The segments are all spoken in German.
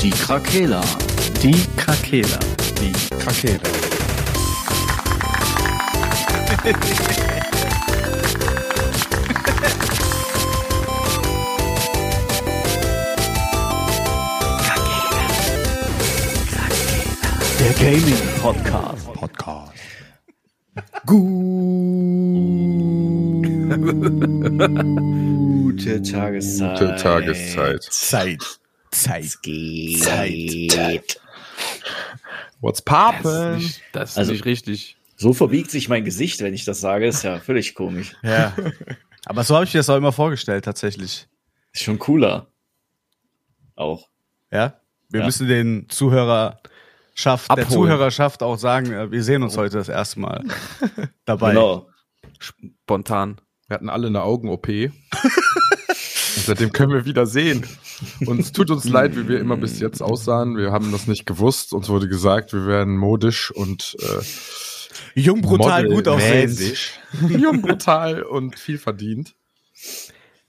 Die Krakela. Die Krakela. Die Krakela. Der Gaming Podcast. Podcast. Gute Tageszeit. Gute Tageszeit. Zeit. Zeit. Geht. Zeit. What's Das ist poppin'? nicht, das ist Also- nicht richtig. So verbiegt sich mein Gesicht, wenn ich das sage. Ist ja völlig komisch. Ja. Aber so habe ich mir das auch immer vorgestellt, tatsächlich. Ist schon cooler. Auch. Ja. Wir Ja. müssen den Zuhörerschaft, der Abholen. Zuhörerschaft auch sagen, äh, wir sehen uns heute das erste Mal dabei. Genau. Spontan. Wir hatten alle eine Augen-OP. Und seitdem können wir wieder sehen. Und es tut uns leid, wie wir immer bis jetzt aussahen. Wir haben das nicht gewusst. Uns wurde gesagt, wir wären modisch und äh, Jung, brutal, gut aussehen. modelmäßig. Jung, brutal und viel verdient.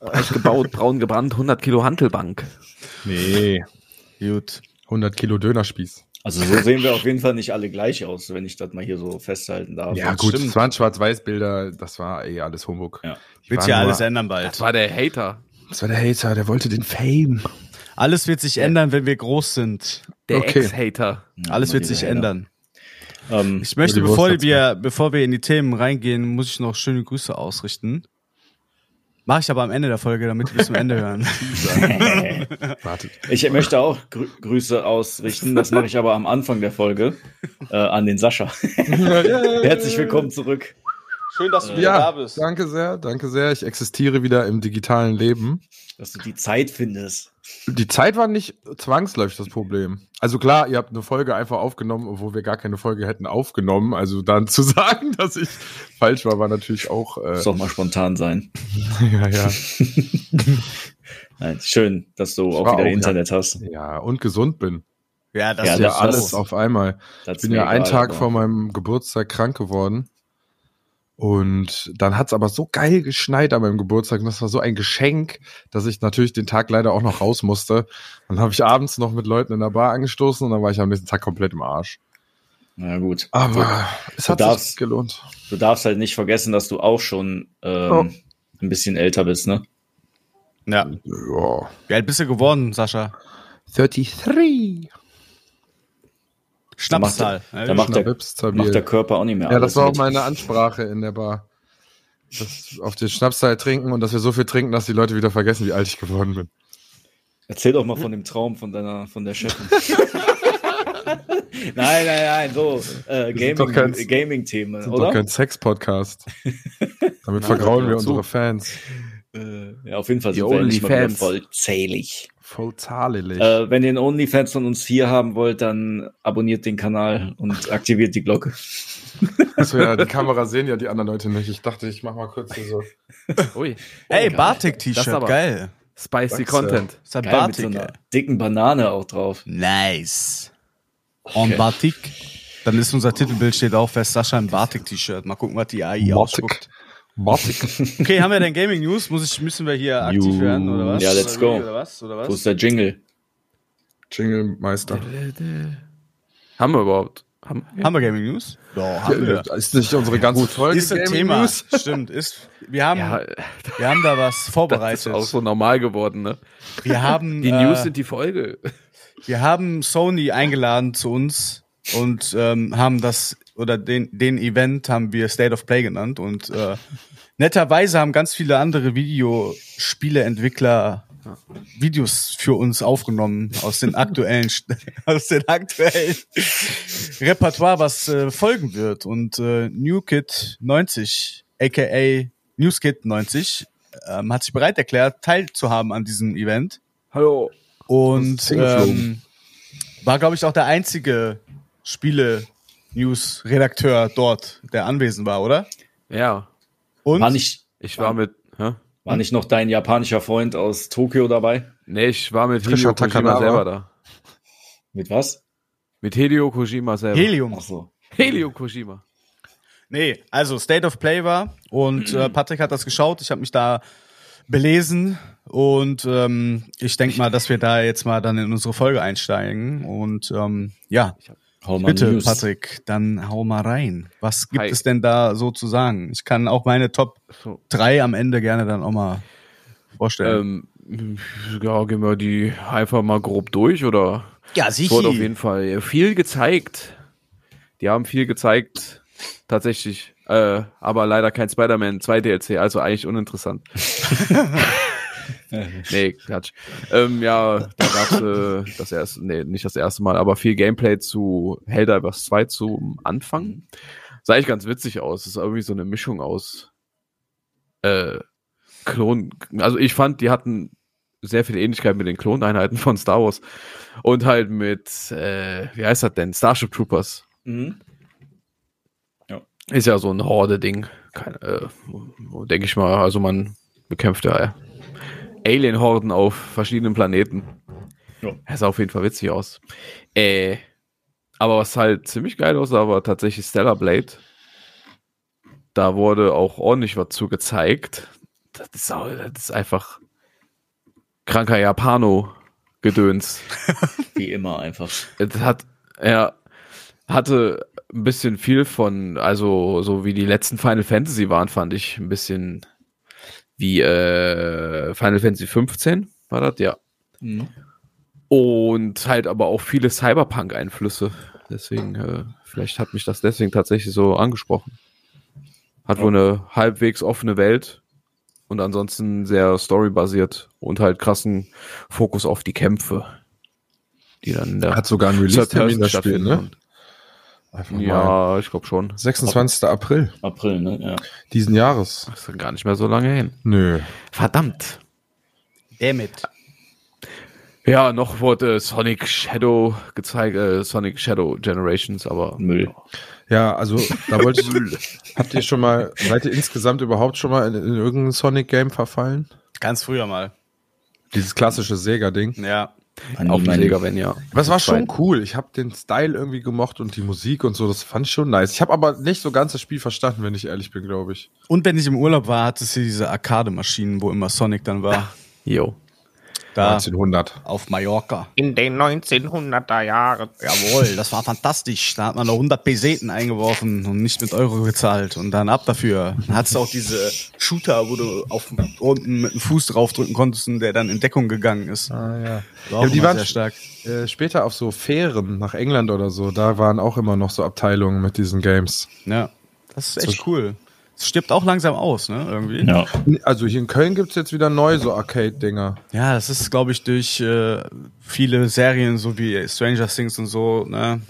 Reich gebaut, braun gebrannt, 100 Kilo Hantelbank. Nee. Gut. 100 Kilo Dönerspieß. Also so sehen wir auf jeden Fall nicht alle gleich aus, wenn ich das mal hier so festhalten darf. ja, Das gut. stimmt. Es waren Schwarz-Weiß-Bilder. Das war eh alles Humbug. Ja. Die Wird waren ja nur- alles ändern Das bald. war der Hater. Das war der Hater, der wollte den Fame. Alles wird sich ändern, wenn wir groß sind. Der Okay. Ex-Hater. Ja, Alles wird diese sich Räder. ändern. Ähm, Ich möchte, Nur die Wurst bevor dazu. wir, bevor wir in die Themen reingehen, muss ich noch schöne Grüße ausrichten. Mache ich aber am Ende der Folge, damit wir bis zum Ende hören. Wartet. ich möchte auch Grü Grüße ausrichten. Das mache ich aber am Anfang der Folge äh, an den Sascha. Herzlich willkommen zurück. Schön, dass du Ja, danke sehr, danke sehr. Ich existiere wieder im digitalen Leben. Dass du die Zeit findest. Die Zeit war nicht zwangsläufig das Problem. Also klar, ihr habt eine Folge einfach aufgenommen, obwohl wir gar keine Folge hätten aufgenommen. Also dann zu sagen, dass ich falsch war, war natürlich auch. Äh, Muss doch mal spontan sein. ja, ja. Nein, schön, dass du Ich auch war wieder auch, Internet hast. ja, und gesund bin. Ja, das Ja, Das ist ja ja, das- alles alles. auf einmal. Das Ich ist bin mir ja einen egal, Tag aber- vor meinem Geburtstag krank geworden. Und dann hat's aber so geil geschneit an meinem Geburtstag. Und das war so ein Geschenk, dass ich natürlich den Tag leider auch noch raus musste. Dann habe ich abends noch mit Leuten in der Bar angestoßen und dann war ich am nächsten Tag komplett im Arsch. Na gut. Aber es hat sich darfst- gelohnt. Du darfst halt nicht vergessen, dass du auch schon ähm, Oh. ein bisschen älter bist, ne? Ja. Ja. Wie alt bist du geworden, Sascha? 33. Schnapszahl. Da macht der, Schnaps, Zabil. macht der Körper auch nicht mehr Ja, das alles war auch mit. meine Ansprache in der Bar. Dass auf den Schnaps halt trinken und dass wir so viel trinken, dass die Leute wieder vergessen, wie alt ich geworden bin. Erzähl doch mal von dem Traum von deiner, von der Chefin. nein, nein, nein, so äh, sind doch kein- Gaming- Gaming-Themen, sind doch oder? kein Sex-Podcast. Na, Damit vergrauen wir hört zu. unsere Fans. Äh, ja, auf jeden Fall Die sind wir ja nicht mal wieder Onlyfans. vollzählig. Voll zahlig. Äh, wenn ihr einen Onlyfans von uns vier haben wollt, dann abonniert den Kanal und aktiviert die Glocke. Achso, ja, die Kamera sehen ja die anderen Leute nicht. Ich dachte, ich mach mal kurz hier so. Ui. Ey, Das Bartek-T-Shirt, aber- geil. Spicy Sag's, Content. Das ist ein Geil, mit so Bartik. einer ey. dicken Banane auch drauf. Nice. En Bartik. Dann ist unser Titelbild steht auch fest. Sascha im Bartik-T-Shirt. Mal gucken, was die AI ausspuckt. Matik. Okay, haben wir denn Gaming News? Muss ich, müssen wir hier aktiv News. werden oder was? Ja, let's go. Oder was? Oder Wo ist was? der Jingle? Jingle-Meister. Haben wir überhaupt? Haben wir? Haben wir Gaming News? Ja, haben wir. Ist nicht unsere ganze Folge. Ist ein Gaming Thema. News? Stimmt, ist. Wir haben, Ja, wir haben da was das ist vorbereitet. auch so normal geworden, ne? Wir haben Die äh, News sind die Folge. Wir haben Sony eingeladen zu uns und ähm, haben das oder den, den Event haben wir State of Play genannt und äh, netterweise haben ganz viele andere Videospieleentwickler Videos für uns aufgenommen aus den aktuellen St- aus den aktuellen Repertoire, was äh, folgen wird und äh, New Kid 90 aka Newskid 90 ähm, hat sich bereit erklärt teilzuhaben an diesem Event. Hallo. Und hingeflogen. ähm, war, glaube ich, auch der einzige Spiele-News-Redakteur dort, der anwesend war, oder? Ja, Und War nicht, ich war mit. Hä? war nicht noch dein japanischer Freund aus Tokio dabei? Nee, ich war mit Frischer Hideo Kojima Takanawa. selber da. Mit was? Mit Hideo Kojima selber. Helium. Ach so. Helio Kojima. Mhm. Nee, also State of Play war und äh, Patrick hat das geschaut. Ich habe mich da belesen und ähm, ich denke mal, dass wir da jetzt mal dann in unsere Folge einsteigen. Und ähm, ja, Hau mal bitte, News. Patrick, dann hau mal rein. Was gibt Hi. es denn da so zu sagen? Ich kann auch meine Top So. 3 am Ende gerne dann auch mal vorstellen. Ähm, ja, gehen wir die einfach mal grob durch oder? ja, Es wurde auf jeden Fall äh, viel gezeigt. Die haben viel gezeigt, tatsächlich. Äh, aber leider kein Spider-Man 2 DLC, also eigentlich uninteressant. nee, Quatsch. Ähm, ja, da gab's äh, das erste, nee, nicht das erste Mal, aber viel Gameplay zu Helldivers 2 zum Anfang. Sah eigentlich ganz witzig aus. Das ist irgendwie so eine Mischung aus äh, Klon. Also ich fand, die hatten sehr viel Ähnlichkeit mit den Kloneinheiten von Star Wars und halt mit, äh, wie heißt das denn? Starship Troopers. Mhm. Ist ja so ein Horde-Ding. Keine, äh, Denke ich mal, also man bekämpft ja Alien-Horden auf verschiedenen Planeten. Ja. Das sah auf jeden Fall witzig aus. Äh, aber was halt ziemlich geil aussah, war tatsächlich Stellar Blade. Da wurde auch ordentlich was zu gezeigt. Das ist, auch, das ist einfach kranker Japano-Gedöns. Wie immer einfach. Das hat, er hatte ein bisschen viel von, also so wie die letzten Final Fantasy waren, fand ich ein bisschen wie äh, Final Fantasy 15 war das, ja. Hm? Mhm. Und halt aber auch viele Cyberpunk-Einflüsse. Deswegen, äh, vielleicht hat mich das deswegen tatsächlich so angesprochen. Hat wohl eine halbwegs offene Welt und ansonsten sehr storybasiert und halt krassen Fokus auf die Kämpfe. Die dann in der Hat sogar einen halt Release-Termin das Spiel, halt stattfinden. ne? Einfach mal. Ja, ich glaube schon. 26. April April, ne? Ja. diesen Jahres. Das ist gar nicht mehr so lange hin. Nö. Verdammt. Damit. Ja, noch wurde äh, Sonic Shadow gezeigt, äh, Sonic Shadow Generations, aber Müll. Ja, also da wollte ich. habt ihr schon mal, seid ihr insgesamt überhaupt schon mal in, in irgendein Sonic-Game verfallen? Ganz früher mal. Dieses klassische Sega-Ding. Ja. An auch niemanden. nicht Sega, wenn ja. Aber es war schon cool. Ich habe den Style irgendwie gemocht und die Musik und so. Das fand ich schon nice. Ich habe aber nicht so ganz das Spiel verstanden, wenn ich ehrlich bin, glaube ich. Und wenn ich im Urlaub war, hatte sie diese Arcade-Maschinen, wo immer Sonic dann war. Jo. Da 1900. auf Mallorca. In den 1900er Jahren. Jawohl, das war fantastisch. Da hat man noch 100 Peseten eingeworfen und nicht mit Euro gezahlt und dann ab dafür. Dann hattest du auch diese Shooter, wo du auf, unten mit dem Fuß draufdrücken konntest und der dann in Deckung gegangen ist. Ah, ja. War auch die immer waren sehr stark. Äh, später auf so Fähren nach England oder so. Da waren auch immer noch so Abteilungen mit diesen Games. Ja, das ist echt cool. Es stirbt auch langsam aus, ne, irgendwie. Ja. Also hier in Köln gibt's jetzt wieder neu so Arcade-Dinger. Ja, das ist, glaube ich, durch äh, viele Serien, so wie Stranger Things und so, ne?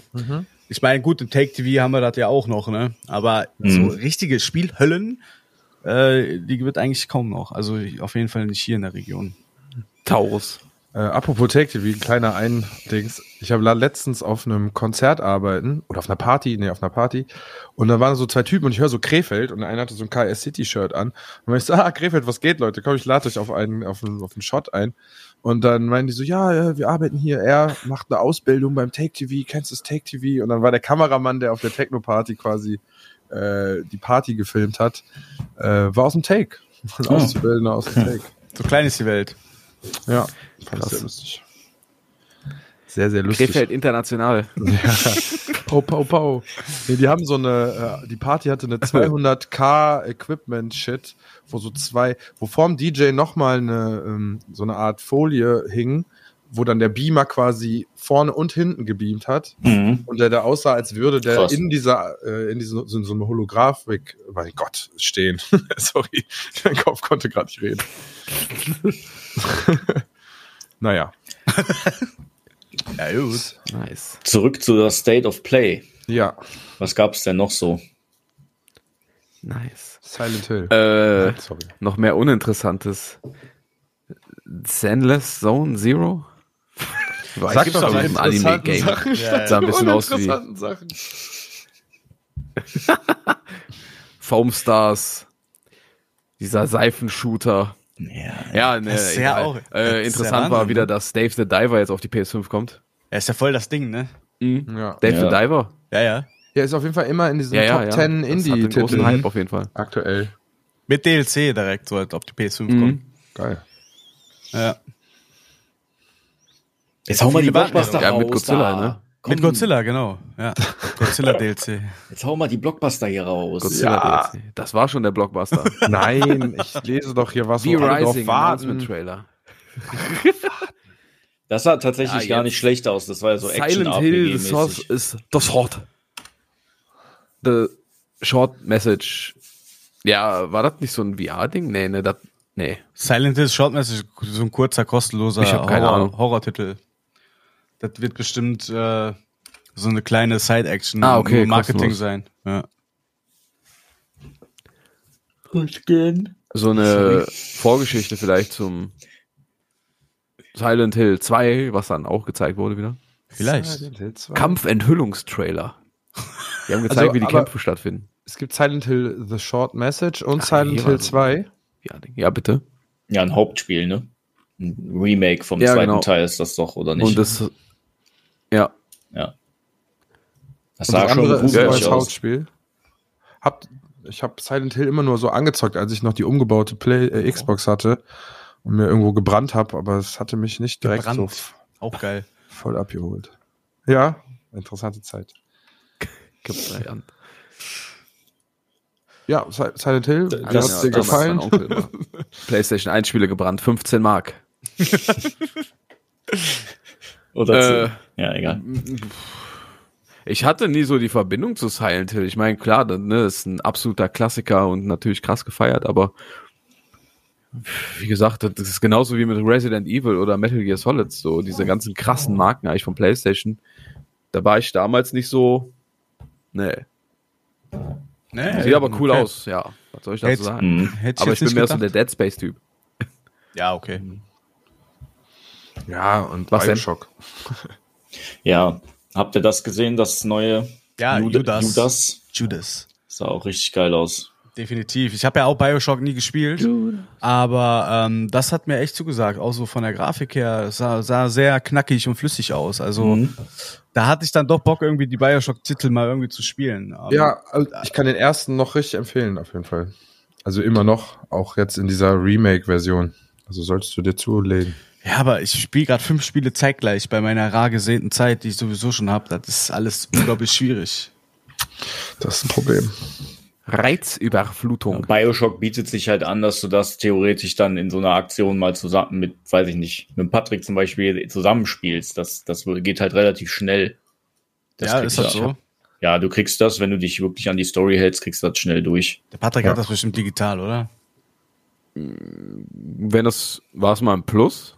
Ich meine, gut, im Take TV haben wir das ja auch noch, ne? Aber Mhm. so richtige Spielhöllen, äh, die wird eigentlich kaum noch. Also auf jeden Fall nicht hier in der Region. Taurus. Äh, apropos Take TV, ein kleiner Eindings. Ich habe la- letztens auf einem Konzert arbeiten oder auf einer Party, nee, auf einer Party. Und da waren so zwei Typen und ich höre so Krefeld und der eine hatte so ein KS City Shirt an. Und ich so, ah, Krefeld, was geht, Leute? Komm, ich lade euch auf einen, auf einen, auf einen Shot ein. Und dann meinen die so, ja, ja, wir arbeiten hier. Er macht eine Ausbildung beim Take TV. Kennst du das Take TV? Und dann war der Kameramann, der auf der Techno Party quasi äh, die Party gefilmt hat, äh, war aus dem Take. Ein Oh. Auszubildender aus dem Take. So klein ist die Welt. Ja, fand Krass. ich sehr lustig. Sehr, sehr lustig. Krefeld International. Pau, pau, pau. Nee, die haben so eine, äh, die Party hatte eine 200k Equipment-Shit, wo so zwei, wo vorm DJ nochmal eine, ähm, so eine Art Folie hing, wo dann der Beamer quasi vorne und hinten gebeamt hat Mhm. und der da aussah, als würde der Krass. in dieser, äh, in diesem, so, so einem Holografik, mein Gott, stehen. Sorry, mein Kopf konnte gerade nicht reden. naja. Ja, gut. Nice. Zurück zu der State of Play. Ja, Was gab's denn noch so? Nice. Silent Hill. Äh, Sorry. noch mehr Uninteressantes. Zenless Zone Zero? Weiß Sag gibt's doch aber die im Anime-Game. interessanten Ja, Sah ein bisschen aus wie Uninteressanten Sachen. Foam Stars. Dieser Seifenshooter. Ja. Ja, ne, Das ist ja egal. auch- das ist ja äh, interessant Wahnsinn, war wieder, ne? dass Dave the Diver jetzt auf die PS5 kommt. Er ist ja voll das Ding, ne? Ja. Dave Ja. the Diver? Ja, ja. ja, ist auf jeden Fall immer in diesen Ja, ja, Top ja. 10 Das hat einen großen Indie-Titeln Hype auf jeden Fall. aktuell. Mit DLC direkt, so als ob die PS5 kommt. Mhm. Geil. Ja. Jetzt hau mal die Viele warten Blockbuster ja noch. raus. Ja, mit Godzilla, da. ne? Komm, Mit Godzilla, genau. Ja. Godzilla DLC. Jetzt hau mal die Blockbuster hier raus. Godzilla DLC. Das war schon der Blockbuster. Nein, ich lese doch hier was. The wo alle drauf Rising warten. Announcement Trailer. Das sah tatsächlich Ja, gar Ah, jetzt. nicht schlecht aus. Das war ja so action Silent Hill, the source is the sword. The short message. Ja, war das nicht so ein VR-Ding? Nee, ne, das, nee. Silent Hill Short Message, so ein kurzer, kostenloser Ich hab keine Ahnung. Horrortitel. Das wird bestimmt äh, so eine kleine Side-Action Ah, okay, nur Marketing kostenlos. sein. Ja. So eine Vorgeschichte vielleicht zum Silent Hill 2, was dann auch gezeigt wurde wieder. Vielleicht. Silent Hill 2. Kampfenthüllungstrailer. Die haben gezeigt, Also, wie die aber- Kämpfe stattfinden. Es gibt Silent Hill The Short Message und Ach, Silent hier war Hill so- 2. VR-Ding. Ja, bitte. Ja, ein Hauptspiel, ne? Ein Remake vom Ja, zweiten genau. Teil ist das doch, oder nicht? Und das, ja, das Und das sah schon andere ist ein gruselig neues aus. Hauptspiel. Hab, ich habe Silent Hill immer nur so angezockt, als ich noch die umgebaute Play, äh, Xbox hatte und mir irgendwo gebrannt habe, aber es hatte mich nicht direkt Gebrannt. so Auch geil. voll abgeholt. Ja, interessante Zeit. gibt's gleich an. Ja, Si- Silent Hill, wie Das- hat's dir das- gefallen? Mein Onkel immer. PlayStation 1 Spiele gebrannt, 15 Mark. Oder Äh, ja, egal. Ich hatte nie so die Verbindung zu Silent Hill. Ich meine, klar, das ne, ist ein absoluter Klassiker und natürlich krass gefeiert, aber wie gesagt, das ist genauso wie mit Resident Evil oder Metal Gear Solid, so diese ganzen krassen Marken eigentlich von PlayStation. Da war ich damals nicht so. Nee. Nee, Sieht aber cool okay. aus, ja. Was soll ich dazu Jetzt- sagen? Mhm. Hätte Aber ich jetzt bin nicht mehr so gedacht. der Dead Space-Typ. Ja, okay. Ja, und Was denn? Bioshock. Ja, habt ihr das gesehen, das neue Ja, Jude- Judas. Judas. Judas? Sah auch richtig geil aus. Definitiv. Ich habe ja auch Bioshock nie gespielt, aber ähm, das hat mir echt zugesagt. Auch so von der Grafik her es sah, sah sehr knackig und flüssig aus. Also Mhm. da hatte ich dann doch Bock, irgendwie die Bioshock-Titel mal irgendwie zu spielen. Ähm, Aber Ja, also ich kann den ersten noch richtig empfehlen, auf jeden Fall. Also immer noch, auch jetzt in dieser Remake-Version. Also solltest du dir zulegen. Ja, aber ich spiele gerade fünf Spiele zeitgleich bei meiner rar gesehnten Zeit, die ich sowieso schon habe. Das ist alles unglaublich schwierig. Das ist ein Problem. Reizüberflutung. Bioshock bietet sich halt an, dass du das theoretisch dann in so einer Aktion mal zusammen mit, weiß ich nicht, mit Patrick zum Beispiel zusammenspielst. Das, das geht halt relativ schnell. ja, kriegst ist das du- so? Ja, du kriegst das, wenn du dich wirklich an die Story hältst, kriegst du das schnell durch. Der Patrick Ja. hat das bestimmt digital, oder? Wenn das, war es mal ein Plus?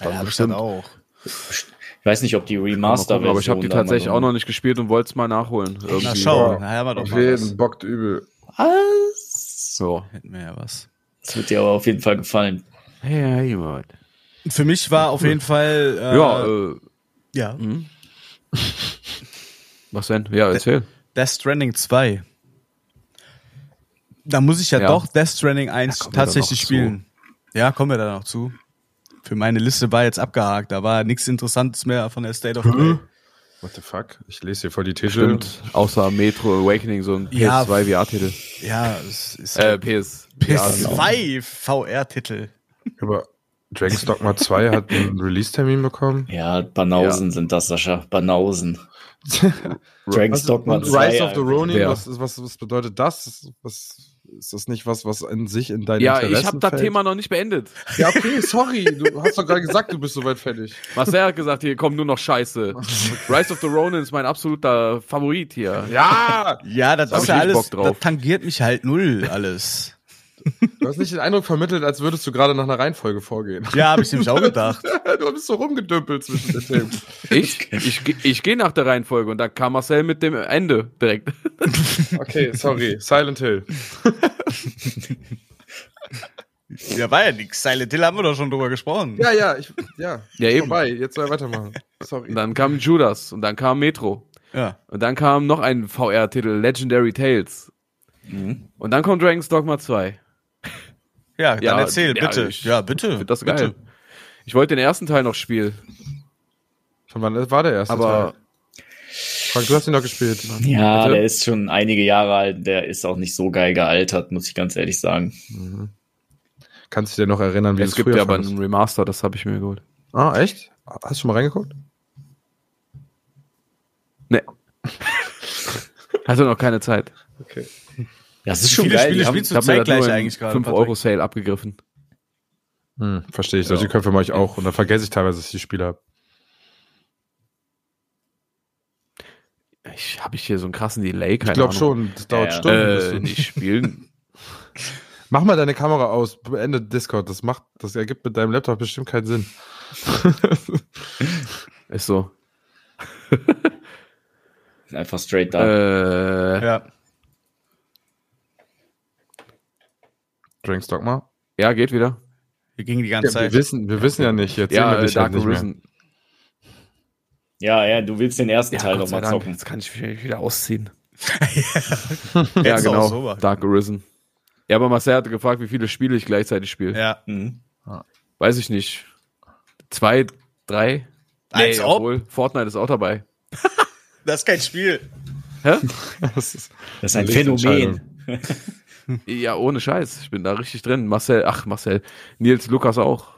Ja, hab ich bestimmt. dann auch. Ich weiß nicht, ob die Mal gucken, Remaster-Version. aber ich habe die da mal tatsächlich so- auch noch nicht gespielt und wollte es mal nachholen. Irgendwie. Na schau, Ja. da haben wir doch Auf mal was. jeden bockt übel. So. Hätten wir ja was. Das wird dir aber auf jeden Fall gefallen. Hey, jemand. Für mich war auf jeden Fall äh, Ja, äh, mhm. ja, was denn? Ja, erzähl. Death Stranding 2. Da muss ich ja, Ja. doch Death Stranding 1 Da kommen wir tatsächlich da noch spielen. Ja, kommen wir da noch zu. Für meine Liste war jetzt abgehakt, da war nichts Interessantes mehr von der State of Play. What the fuck? Ich lese hier voll die Titel. Stimmt. Außer Metro Awakening, so ein Ja. PS2 VR-Titel. Ja, es ist Äh, PS. genau. PS2 VR-Titel. Aber Dragon's Dogma 2 hat einen Release-Termin bekommen. Ja, Banausen sind das, Sascha. Banausen. Dragon's Dogma 2. Rise of the Ronin, Ja. was, ist- was, was bedeutet das? Ist- Was, ist das nicht was, was in sich in deinen Ja, Interessen ich habe das fällt? Thema noch nicht beendet. Ja, okay, sorry. Du hast doch gerade gesagt, du bist soweit fertig. Marcel hat gesagt, hier kommt nur noch Scheiße. Rise of the Ronin ist mein absoluter Favorit hier. Ja! Ja, das Da hab ich ist richtig ja alles, Bock drauf. das tangiert mich halt null alles. Du hast nicht den Eindruck vermittelt, als würdest du gerade nach einer Reihenfolge vorgehen. Ja, habe ich nämlich auch gedacht. Du bist so rumgedümpelt zwischen den Themen. Ich, ich, geh- ich gehe nach der Reihenfolge und dann kam Marcel mit dem Ende direkt. Okay, sorry. Silent Hill. Ja, war ja nix. Silent Hill haben wir doch schon drüber gesprochen. Ja, ja, ich, ja. Ja, eben. Vorbei, jetzt soll er weitermachen. Sorry. Und dann kam Judas und dann kam Metro. ja. Und dann kam noch ein VR-Titel, Legendary Tales. Mhm. Und dann kommt Dragon's Dogma 2. Ja, dann Ja, erzähl, ja, bitte. ich Ja, bitte. Ich find das bitte. geil. Ich wollte den ersten Teil noch spielen, Von wann war der erste aber Teil? Frank, du hast ihn doch gespielt. Ja, Also Bitte? der ist schon einige Jahre alt. Der ist auch nicht so geil gealtert, muss ich ganz ehrlich sagen. Kannst du dir noch erinnern, wie du es gibt ja aber fandest? einen Remaster, das habe ich mir geholt. Ah, echt? Hast du schon mal reingeguckt? Hatte Also noch keine Zeit. Das ist schon schon Viele geil, geil. Spiele die haben- spielst du zeitgleich eigentlich gerade, 5 Patrick? Euro Sale abgegriffen. Hm, verstehe ich. Solche Köpfe mache ich auch. Und dann vergesse ich teilweise, dass ich die Spiele habe. Ich, habe ich hier so einen krassen Delay? Keine Ich glaube Ahnung. schon, das dauert Ja, ja. Stunden. bis Äh, du- nicht spielen. Mach mal deine Kamera aus, beende Discord. Das macht, das ergibt mit deinem Laptop bestimmt keinen Sinn. Ist so. Einfach straight da. Äh, Ja. Drinks Dogma. ja, geht wieder. Wir gingen die ganze Ja, wir Zeit. wissen, wir wissen ja nicht. Jetzt sehen Ja, wir äh, dich halt Dark nicht mehr. Arisen. ja, ja, du willst den ersten Ja, Teil Gott sei nochmal Dank. zocken. Jetzt kann ich mich wieder ausziehen. ja, Hättest du auch so genau. machen Dark Arisen. Ja, aber Marcel hatte gefragt, wie viele Spiele ich gleichzeitig spiele. Ja. Mhm. Weiß ich nicht. Zwei, drei? Als ob. Fortnite ist auch dabei. Das ist kein Spiel. Hä? Das ist Das ist ein Lebensentscheidung. Phänomen. ja, ohne Scheiß. Ich bin da richtig drin. Marcel, ach, Marcel. Nils, Lukas auch.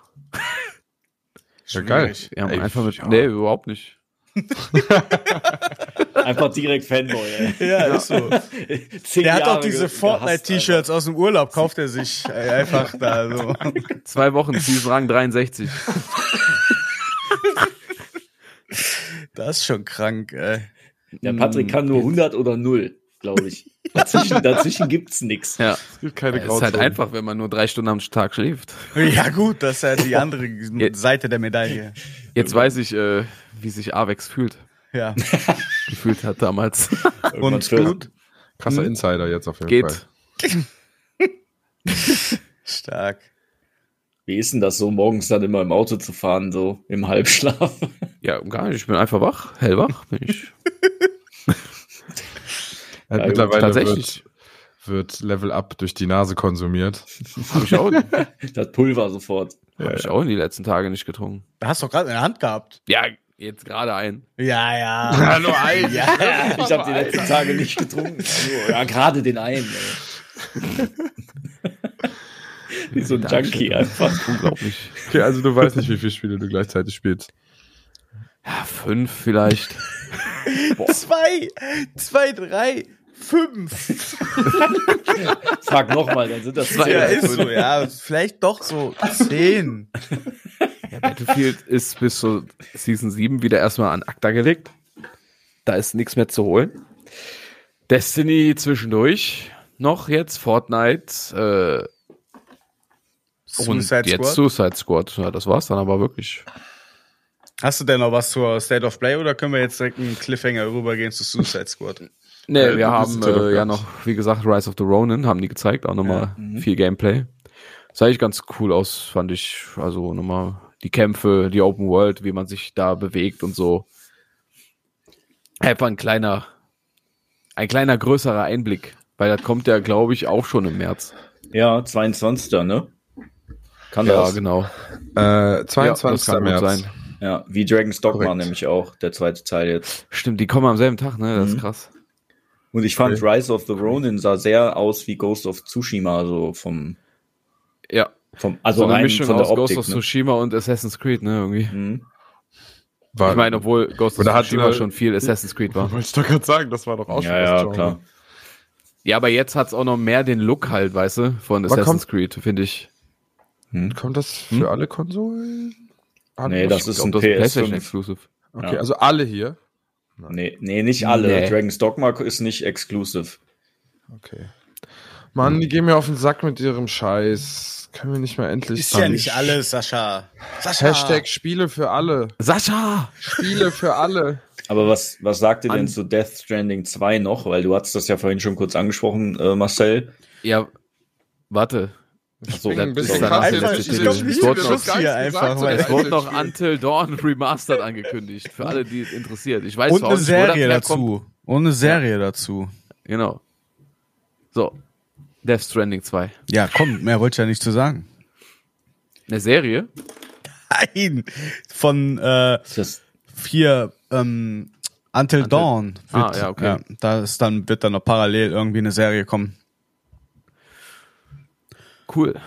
ja geil. Schwierig. Wir haben Ey, einfach mit. ja. Nee, überhaupt nicht. Einfach direkt Fanboy. Ey. Ja, ist so. Zehn Der hat auch Jahre diese ge- gehasst, Fortnite-T-Shirts aus dem Urlaub, kauft er sich äh, einfach da so. Zwei Wochen, Season Rang 63. Das ist schon krank, ey. Alter. Der Patrick kann nur 100 oder 0, glaube ich. Dazwischen, dazwischen gibt's nix. Ja. Es gibt keine ist halt einfach, wenn man nur drei Stunden am Tag schläft. Ja gut, das ist ja die andere Seite der Medaille. Jetzt weiß ich, äh, wie sich Avex fühlt. Ja. Gefühlt hat damals. Und Irgendwann gut. Krasser Insider jetzt auf jeden Hm? Geht. Fall. Stark. Wie ist denn das so, morgens dann immer im Auto zu fahren, so im Halbschlaf? Ja, gar nicht. Ich bin einfach wach. Hellwach bin ich. Halt Ja, mittlerweile wird, Tatsächlich. wird Level Up durch die Nase konsumiert. Habe ich, auch- hab Das Pulver sofort. ich auch in die letzten Tage nicht getrunken. Da hast du doch gerade in der Hand gehabt. Ja, jetzt gerade ein. Ja, ja. Hallo, Alter. Ja. Ich habe die letzten Tage nicht getrunken. Also, ja, gerade den einen. ey. Wie so ein Junkie einfach. Unglaublich. Okay, also du weißt nicht, wie viele Spiele du gleichzeitig spielst. Ja, fünf vielleicht. Zwei, zwei, drei, fünf. Frag nochmal, dann sind das Zwei. zehn. Ja, ist so, ja. Vielleicht doch so zehn. Ja, Battlefield ist bis zur Season 7 wieder erstmal an ACTA gelegt. Da ist nichts mehr zu holen. Destiny zwischendurch. Noch jetzt Fortnite. Äh, und Suicide jetzt Squad. Suicide Squad. Ja, das war's dann aber wirklich. Hast du denn noch was zur State of Play oder können wir jetzt direkt einen Cliffhanger rübergehen zu Suicide Squad? Nee, Äh, wir das haben ist ja doch äh, ja ganz- noch, wie gesagt, Rise of the Ronin haben die gezeigt, auch nochmal viel Gameplay. Sah ich ganz cool aus, fand ich. Also nochmal die Kämpfe, die Open World, wie man sich da bewegt und so. Einfach ein kleiner, ein kleiner größerer Einblick, weil das kommt ja, glaube ich, auch schon im März. Ja, 22. Ne? Kann Ja, das. genau. Äh, 22. Ja, das kann gut März. sein. Ja, wie Dragon's Dogma Korrekt. nämlich auch, der zweite Teil jetzt. Stimmt, die kommen am selben Tag, ne? Das ist Mhm. krass. Und ich fand Rise of the Ronin sah sehr aus wie Ghost of Tsushima, so vom, Ja, vom also also so eine rein Mischung von der aus Ghost Optik. of ne? Tsushima und Assassin's Creed, ne? Irgendwie. Mhm. War, Ich meine, obwohl Ghost of Oder hat- Tsushima schon viel Assassin's Creed war. wollte ich doch gerade sagen, das war doch auch schon das Ja, ja, Genre. klar. Ja, aber jetzt hat's auch noch mehr den Look halt, weißt du, von Aber Assassin's Creed, finde ich. Kommt das für Hm? alle Konsolen? Hat- Nee, das ist ein das ist PlayStation PS5. Exclusive. Okay, ja. also alle hier. Nee, nee, nicht alle. Nee. Dragon's Dogma ist nicht exclusive. Okay. Mann, die gehen mir auf den Sack mit ihrem Scheiß. Können wir nicht mal endlich. Ist ja nicht alles, Sascha. Sascha. Hashtag Spiele für alle. Sascha! Spiele für alle. Aber was, was sagt ihr denn An- zu Death Stranding 2 noch? Weil du hattest das ja vorhin schon kurz angesprochen, äh, Marcel. Ja, warte. Achso, Springen ein das- bisschen sorry. krass. Einfach, letzte ich Spiel. glaube nicht, Es wir wurde Schluss noch hier gar nichts einfach. gesagt, Weil Es wurde noch Einzelspiel. Until Dawn Remastered angekündigt, für alle, die es interessiert. Ich weiß und zwar eine auch nicht, wo das Serie herkommt. dazu. Und eine Serie dazu. Genau. So. Death Stranding 2. Ja, komm, mehr wollte ich ja nicht zu sagen. Eine Serie? Nein, von äh, Das, vier ähm, Until, Dawn. Ah, ja, okay. da ist dann wird dann noch parallel irgendwie eine Serie kommen. cool.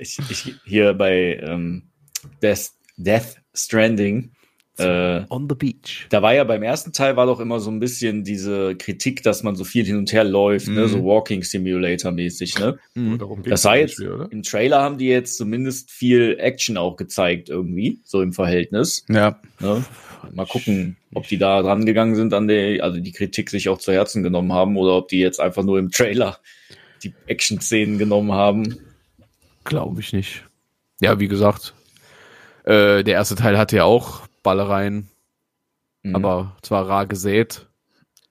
Ich, ich, hier bei ähm, Death, Death Stranding. Äh, On the beach. da war ja beim ersten Teil war doch immer so ein bisschen diese Kritik, dass man so viel hin und her läuft, ne? Mhm. so Walking Simulator mäßig. Ne? Darum Das geht's sei im jetzt- Spiel, oder? Im Trailer haben die jetzt zumindest viel Action auch gezeigt irgendwie, so im Verhältnis. Ja. Ne? Mal gucken, ob die da dran gegangen sind an der, also die Kritik sich auch zu Herzen genommen haben oder ob die jetzt einfach nur im Trailer die Action-Szenen genommen haben. Glaube ich nicht. Ja, wie gesagt, äh, der erste Teil hatte ja auch Ballereien, Mhm. aber zwar rar gesät.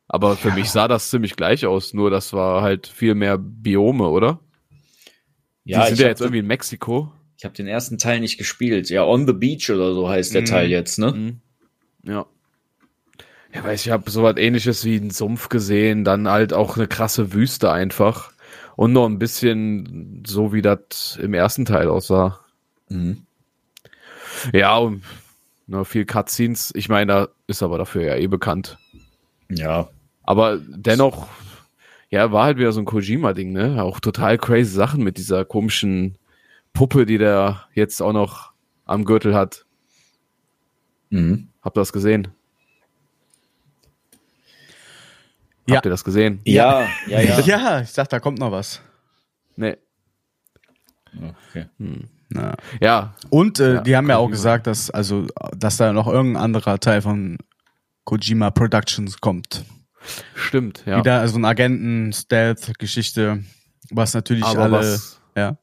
Aber für mich sah das ziemlich gleich aus, nur das war halt viel mehr Biome, oder? ja, Die sind ich ja hab- jetzt irgendwie in Mexiko. Ich habe den ersten Teil nicht gespielt. Ja, On the Beach oder so heißt der Mhm. Teil jetzt, ne? Mhm. Ja. Ja, weiß ich habe sowas ähnliches wie einen Sumpf gesehen, dann halt auch eine krasse Wüste einfach. Und noch ein bisschen so, wie das im ersten Teil aussah. Mhm. Ja, und na, viel Cutscenes. Ich meine, da ist aber dafür ja eh bekannt. Ja. Aber dennoch, ja, war halt wieder so ein Kojima-Ding, ne? Auch total crazy Sachen mit dieser komischen Puppe, die der jetzt auch noch am Gürtel hat. Mhm. Habt ihr das gesehen? Ja. Habt ihr das gesehen? Ja, ja, ja. ja. ich dachte, da kommt noch was. Nee. Okay. Na. Ja, Und äh, Ja, die haben ja auch Kojima. gesagt, dass, also, dass da noch irgendein anderer Teil von Kojima Productions kommt. stimmt, ja. Wieder so ein Agenten-Stealth-Geschichte, was natürlich aber alle. was, Ja.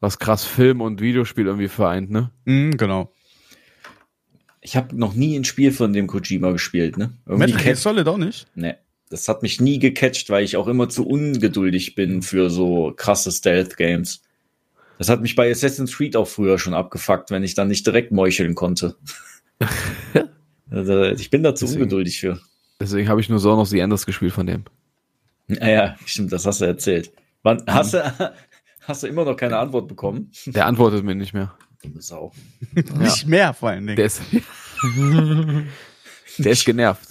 was krass Film und Videospiel irgendwie vereint, ne? Mhm, genau. Ich habe noch nie ein Spiel von dem Kojima gespielt, ne? Irgendwie Metal Gear catch, Solid auch nicht. nee. Das hat mich nie gecatcht, weil ich auch immer zu ungeduldig bin für so krasse Stealth-Games. Das hat mich bei Assassin's Creed auch früher schon abgefuckt, wenn ich dann nicht direkt meucheln konnte. Also, ich bin da zu Deswegen. ungeduldig für. Deswegen habe ich nur so noch The Enders gespielt von dem. Ja, ja, stimmt, das hast du erzählt. Wann, hast, du, hast du immer noch keine Antwort bekommen? Der antwortet mir nicht mehr. Dumme Sau. Nicht mehr vor allen Dingen. Der ist, der ist genervt.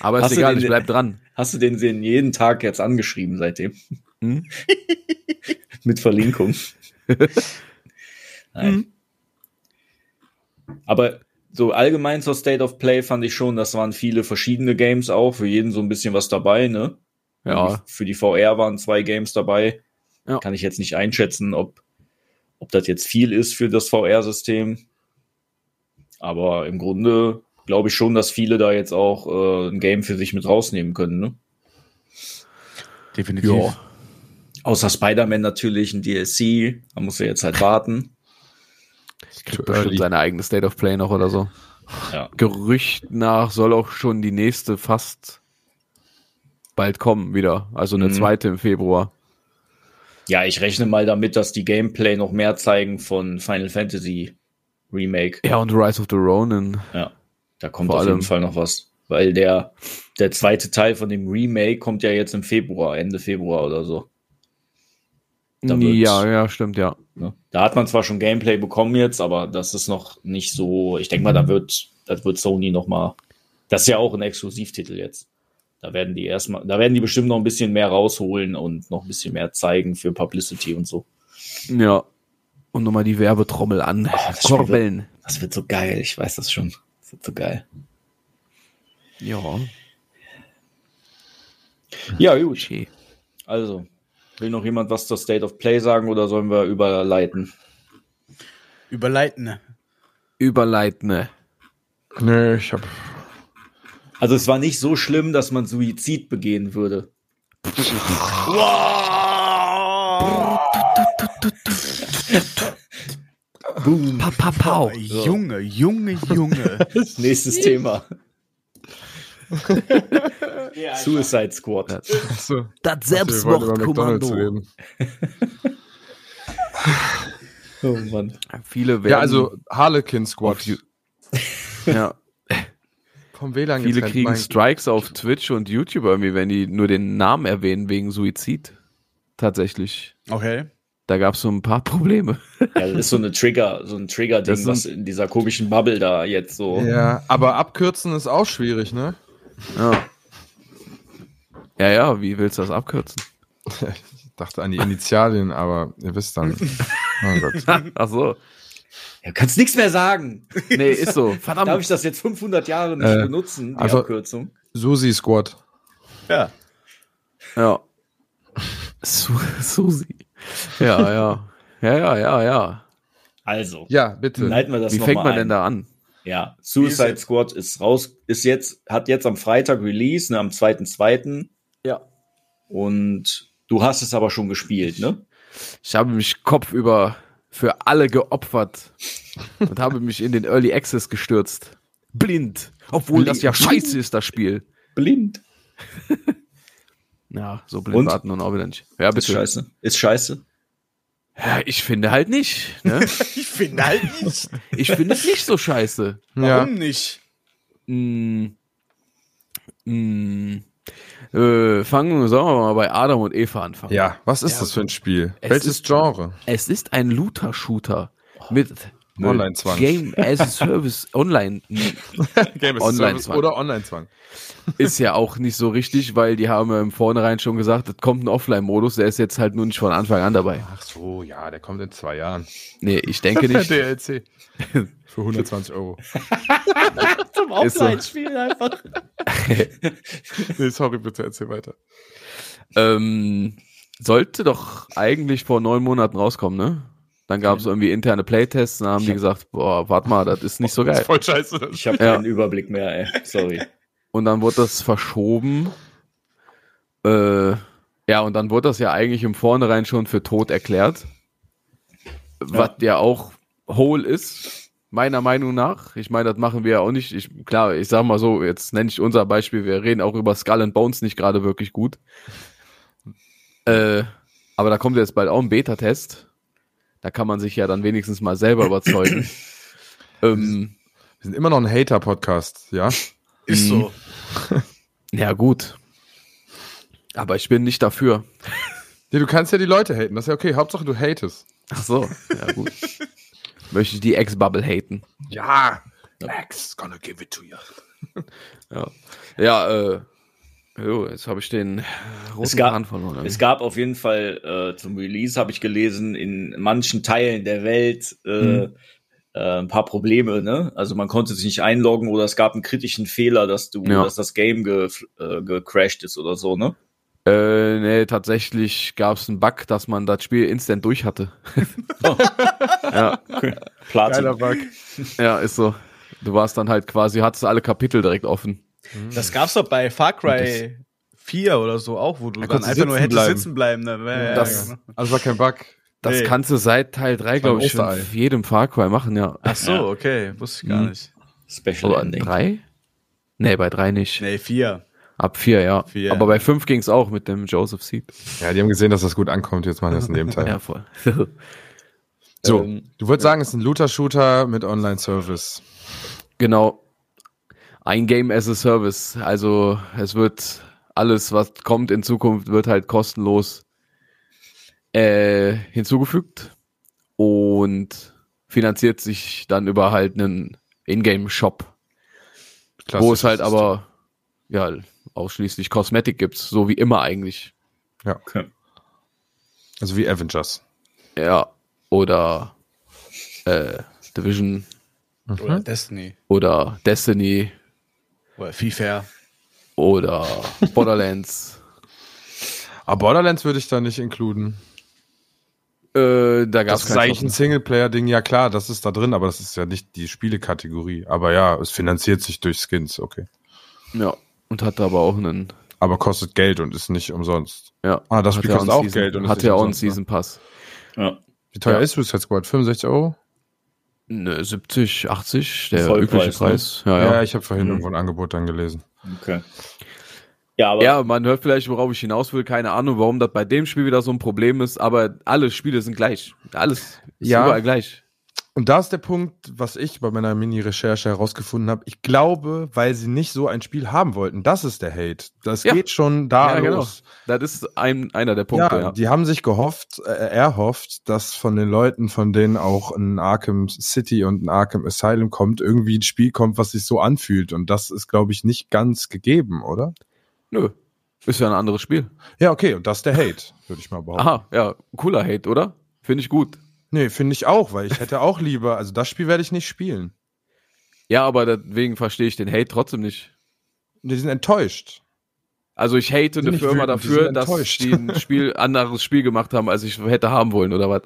Aber Hast ist du egal, den- ich bleib dran. Hast du den sehen jeden Tag jetzt angeschrieben seitdem? Hm? Mit Verlinkung. Hm. Nein. Aber so allgemein zur State of Play fand ich schon, das waren viele verschiedene Games auch, für jeden so ein bisschen was dabei, ne? Ja, Für die VR waren zwei Games dabei. Ja. Kann ich jetzt nicht einschätzen, ob, ob das jetzt viel ist für das VR-System. Aber im Grunde glaube ich schon, dass viele da jetzt auch äh, ein Game für sich mit rausnehmen können. Ne? Definitiv. ja. Außer Spider-Man natürlich, ein DLC. Da muss er jetzt halt warten. Kriegt Too early. bestimmt seine eigene State of Play noch oder so. Ja. Gerücht nach soll auch schon die nächste fast bald kommen wieder. Also eine Mhm. zweite im Februar. Ja, ich rechne mal damit, dass die Gameplay noch mehr zeigen von Final Fantasy Remake. Ja, und Rise of the Ronin. Ja, da kommt Vor auf allem- jeden Fall noch was. Weil der, der zweite Teil von dem Remake kommt ja jetzt im Februar, Ende Februar oder so. Da wird's- Ja, ja, stimmt, ja. Ne? Da hat man zwar schon Gameplay bekommen jetzt, aber das ist noch nicht so. Ich denke mal, da wird, das wird Sony noch mal. Das ist ja auch ein Exklusivtitel jetzt. Da werden die erstmal, da werden die bestimmt noch ein bisschen mehr rausholen und noch ein bisschen mehr zeigen für Publicity und so. Ja. Und nochmal die Werbetrommel an. das Spiel wird- Korbeln. Das wird so geil, ich weiß das schon. Das wird so geil. Ja. Ja, gut. Schön. Also, will noch jemand was zur State of Play sagen oder sollen wir überleiten? Überleiten. Überleitende. Nee, ich hab. Also, es war nicht so schlimm, dass man Suizid begehen würde. Pa, pa, pau. Junge, Junge, Junge. Nächstes Thema. Suicide Squad. Achso. Das Wir wollen über McDonalds Selbstmordkommando. reden. Oh Mann. Viele werden, Ja, also Harlequin Squad. ja, halt Vom WLAN viele getrennt, kriegen mein- Strikes auf Twitch und YouTube irgendwie, wenn die nur den Namen erwähnen wegen Suizid. Tatsächlich. Okay. Da gab es so ein paar Probleme. Ja, das ist so eine Trigger, so ein Das Trigger-Ding, ist was in dieser komischen Bubble da jetzt so. Ja, aber abkürzen ist auch schwierig, ne? Ja. Ja, ja, wie willst du das abkürzen? Dachte an die Initialien, aber ihr wisst dann. Mein Gott. Ach so. Ja, kannst nichts mehr sagen. Nee, ist so. Darf Verdammt. ich das jetzt 500 Jahre nicht Äh, benutzen, die also- Abkürzung? Susi Squad. Ja. Ja. Su Susi. Ja, ja. Ja, ja, ja, ja. Also, Ja, bitte. leiten wir das Wie noch fängt mal man ein. denn da an? Ja, Wie Suicide ist- Squad ist raus, ist jetzt, hat jetzt am Freitag Release, ne, am 2.2. Ja. Und du hast es aber schon gespielt, ne? Ich habe mich kopfüber für alle geopfert und habe mich in den Early Access gestürzt. Blind. Obwohl das ja scheiße ist, das Spiel. Blind. Ja, so blind Und? warten nun auch wieder nicht. Ja, Ist bitte. scheiße. Ist scheiße. Ja, ich finde halt nicht. Ne? Ich finde halt nicht. Ich finde es nicht so scheiße. ja. Warum nicht? Mm, mm, äh, fangen wir, sollen wir mal bei Adam und Eva anfangen. ja, was ist Ja, das für ein Spiel? Es Welches ist- Genre? Es ist ein Looter-Shooter mit Online-Zwang. Game as a Service Online Game Online Service oder Online-Zwang. ist ja auch nicht so richtig, weil die haben ja im Vornherein schon gesagt, es kommt ein Offline-Modus, der ist jetzt halt nur nicht von Anfang an dabei. Ach so, ja, der kommt in zwei Jahren. Nee, ich denke nicht. DLC. Für 120 Euro. Zum Ist so. Offline-Spiel einfach. Nee, sorry, bitte erzähl weiter. ähm, sollte doch eigentlich vor neun Monaten rauskommen, ne? Dann gab es irgendwie interne Playtests, dann haben die gesagt, boah, warte mal, das ist nicht so geil. Voll scheiße. Das Ich habe Ja. keinen Überblick mehr, ey. Sorry. Und dann wurde das verschoben. Äh, ja, und dann wurde das ja eigentlich im Vornherein schon für tot erklärt. Was ja auch hohl ist, meiner Meinung nach. Ich meine, das machen wir ja auch nicht. Ich, klar, ich sag mal so, jetzt nenne ich unser Beispiel. Wir reden auch über Skull and Bones nicht gerade wirklich gut. Äh, aber da kommt jetzt bald auch ein Beta-Test. Da kann man sich ja dann wenigstens mal selber überzeugen. ähm, Wir sind immer noch ein Hater-Podcast, ja? Ist so. Ja, gut. Aber ich bin nicht dafür. Nee, du kannst ja die Leute haten, das ist ja okay. Hauptsache du hatest. Ach so, ja gut. Möchte ich die Ex-Bubble haten. Ja. Max, gonna give it to you. Ja, ja äh, jo, jetzt habe ich den roten gab- Faden verloren. Es gab auf jeden Fall äh, zum Release, habe ich gelesen, in manchen Teilen der Welt äh, Mhm. äh, ein paar Probleme. Ne? Also man konnte sich nicht einloggen oder es gab einen kritischen Fehler, dass du, Ja. dass das Game ge äh, gecrashed ist oder so. Ne? Äh, nee, tatsächlich gab es einen Bug, dass man das Spiel instant durch hatte. ja, Platin. Bug. ja, ist so. Du warst dann halt quasi, hattest alle Kapitel direkt offen. Das gab's doch bei Far Cry 4 oder so auch, wo du dann konntest du einfach nur sitzen hättest bleiben. sitzen bleiben. Ne? Ja, ja, Das, genau. Also war kein Bug. das Nee. kannst du seit Teil 3, glaube ein ich, von Osterei. jedem Far Cry machen, ja. Ach so, okay. Wusste ich gar nicht. Special Oder Ending. 3? Nee, bei 3 nicht. Nee, 4. Ab vier, ja. Vier. Aber bei fünf ging's auch mit dem Joseph Seed. Ja, die haben gesehen, dass das gut ankommt. Jetzt machen wir das in dem Teil. Ja, voll. So, Ähm, du würdest sagen, es ist ein Looter-Shooter mit Online-Service. genau. Ein Game as a Service. Also es wird alles, was kommt in Zukunft, wird halt kostenlos äh, hinzugefügt und finanziert sich dann über halt einen Ingame-Shop, wo es halt aber ja ausschließlich Kosmetik gibt, so wie immer eigentlich. Okay. Also wie Avengers. Ja. Oder äh, Division Mhm. Hm? Oder Destiny. oder Destiny Oder FIFA. oder Borderlands. Aber Borderlands würde ich da nicht inkluden. äh, da gab Das es ist eigentlich ein Singleplayer-Ding. Ja klar, das ist da drin, aber das ist ja nicht die Spielekategorie. Aber ja, es finanziert sich durch Skins, okay. Ja, und hatte aber auch einen. Aber kostet Geld und ist nicht umsonst. Ja, Ah, das hat Spiel ja kostet einen auch Season, Geld und ist Hat nicht ja auch einen umsonst, ne? Season Pass. Ja. Wie teuer Ja. ist Suicide Squad? 65 Euro? Ne, 70, 80, der Vollpreis, übliche ne? Preis. Ah, Ja, Mhm. Ja, ja. ich habe vorhin irgendwo ein Angebot dann gelesen. okay. Ja, aber Ja, man hört vielleicht, worauf ich hinaus will. Keine Ahnung, warum das bei dem Spiel wieder so ein Problem ist, aber alle Spiele sind gleich. Alles ist Ja. überall gleich. Und da ist der Punkt, was ich bei meiner Mini-Recherche herausgefunden habe. Ich glaube, weil sie nicht so ein Spiel haben wollten. Das ist der Hate. Das Ja. geht schon da ja, los. genau. Das ist ein, einer der Punkte, ja, ja. die haben sich gehofft, äh, erhofft, dass von den Leuten, von denen auch ein Arkham City und ein Arkham Asylum kommt, irgendwie ein Spiel kommt, was sich so anfühlt. Und das ist, glaube ich, nicht ganz gegeben, oder? Nö. Ist ja ein anderes Spiel. Ja, okay, und das ist der Hate, würde ich mal behaupten. Aha, ja, cooler Hate, oder? Finde ich gut. Nee, finde ich auch, weil ich hätte auch lieber, also das Spiel werde ich nicht spielen. Ja, aber deswegen verstehe ich den Hate trotzdem nicht. Die sind enttäuscht. Also ich hate Sind eine nicht Firma wütend, die dafür, sind dass enttäuscht. die ein Spiel, anderes Spiel gemacht haben, als ich hätte haben wollen, oder was?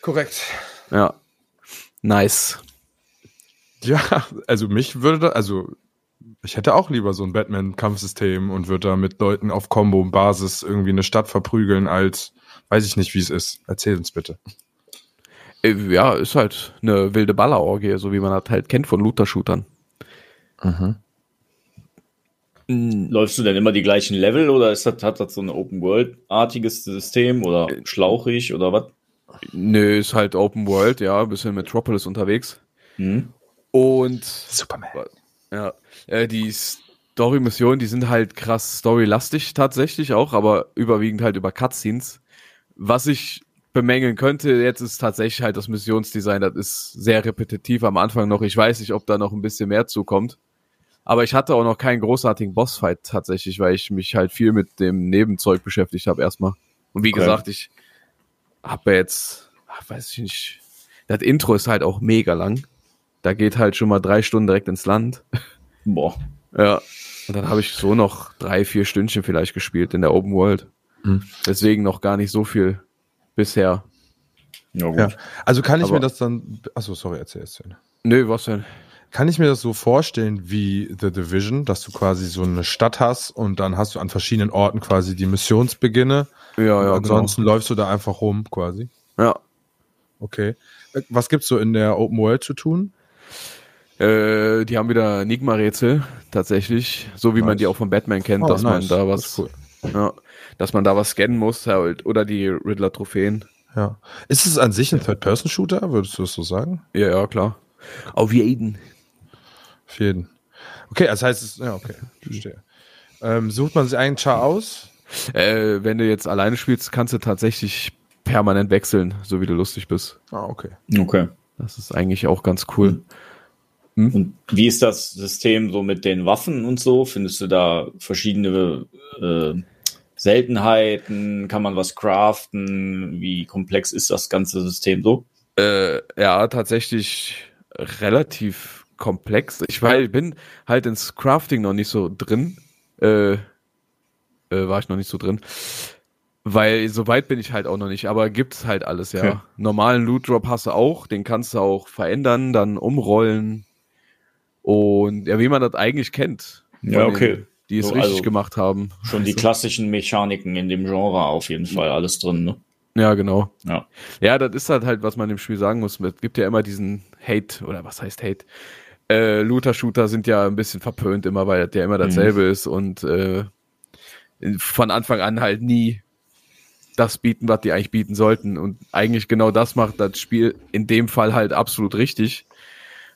Korrekt. Ja. Nice. Ja, also mich würde, da, also ich hätte auch lieber so ein Batman-Kampfsystem und würde da mit Leuten auf Combo-Basis irgendwie eine Stadt verprügeln, als weiß ich nicht, wie es ist. Erzähl uns bitte. Äh, Ja, ist halt eine wilde Ballerorgie, so wie man das halt kennt von Looter-Shootern. Läufst du denn immer die gleichen Level oder ist das, hat das so ein Open-World-artiges System oder schlauchig oder was? Nö, ist halt Open World, ja, bisschen Metropolis unterwegs. Hm? Und Superman. Ja, äh, die Story-Missionen, die sind halt krass storylastig tatsächlich auch, aber überwiegend halt über Cutscenes. Was ich bemängeln könnte jetzt ist tatsächlich halt das Missionsdesign, das ist sehr repetitiv am Anfang noch. Ich weiß nicht, ob da noch ein bisschen mehr zukommt. Aber ich hatte auch noch keinen großartigen Bossfight tatsächlich, weil ich mich halt viel mit dem Nebenzeug beschäftigt habe erstmal. Und wie Okay. gesagt, ich habe jetzt, ach, weiß ich nicht, das Intro ist halt auch mega lang. Da geht halt schon mal drei Stunden direkt ins Land. Boah. Ja. Und dann habe ich so noch drei, vier Stündchen vielleicht gespielt in der Open World. Hm. Deswegen noch gar nicht so viel bisher. Ja, gut. Ja. Also kann ich Aber- mir das dann. Achso, sorry, erzähl es Nö, was denn? Kann ich mir das so vorstellen wie The Division, dass du quasi so eine Stadt hast und dann hast du an verschiedenen Orten quasi die Missionsbeginne. Ja, genau. ja, Ansonsten läufst du da einfach rum quasi. genau. Ja. Okay. Äh, Was gibt's so in der Open World zu tun? Äh, die haben wieder Enigma-Rätsel, tatsächlich. So wie man Nice. die auch von Batman kennt, dass Oh, nice. man da Das was, ist cool. ja, dass man da was scannen muss, halt. Oder die Riddler-Trophäen. Ja. Ist es an sich ein Third-Person-Shooter, würdest du das so sagen? Ja, ja, klar. Auf jeden. Auf jeden. Okay, das heißt, es, ja, okay, verstehe. Ähm, sucht man sich einen Char aus? Äh, wenn du jetzt alleine spielst, kannst du tatsächlich permanent wechseln, so wie du lustig bist. Ah, okay. Okay. Das ist eigentlich auch ganz cool. Und wie ist das System so mit den Waffen und so? Findest du da verschiedene äh, Seltenheiten? Kann man was craften? Wie komplex ist das ganze System so? Äh, ja, tatsächlich relativ komplex. Ich weil, ich bin halt ins Crafting noch nicht so drin. Äh, äh, war ich noch nicht so drin. Weil so weit bin ich halt auch noch nicht, aber gibt's halt alles, ja. Okay. Normalen Loot Drop hast du auch, den kannst du auch verändern, dann umrollen. Und ja, wie man das eigentlich kennt. Von Ja, okay. denen, Die es So, richtig also- gemacht haben. Schon die klassischen Mechaniken in dem Genre auf jeden Fall alles drin, ne? Ja, genau. Ja. Ja, das ist halt halt, was man dem Spiel sagen muss. Es gibt ja immer diesen Hate, oder was heißt Hate? Äh, Looter-Shooter sind ja ein bisschen verpönt immer, weil das ja immer dasselbe ist und äh, von Anfang an halt nie das bieten, was die eigentlich bieten sollten. Und eigentlich genau das macht das Spiel in dem Fall halt absolut richtig,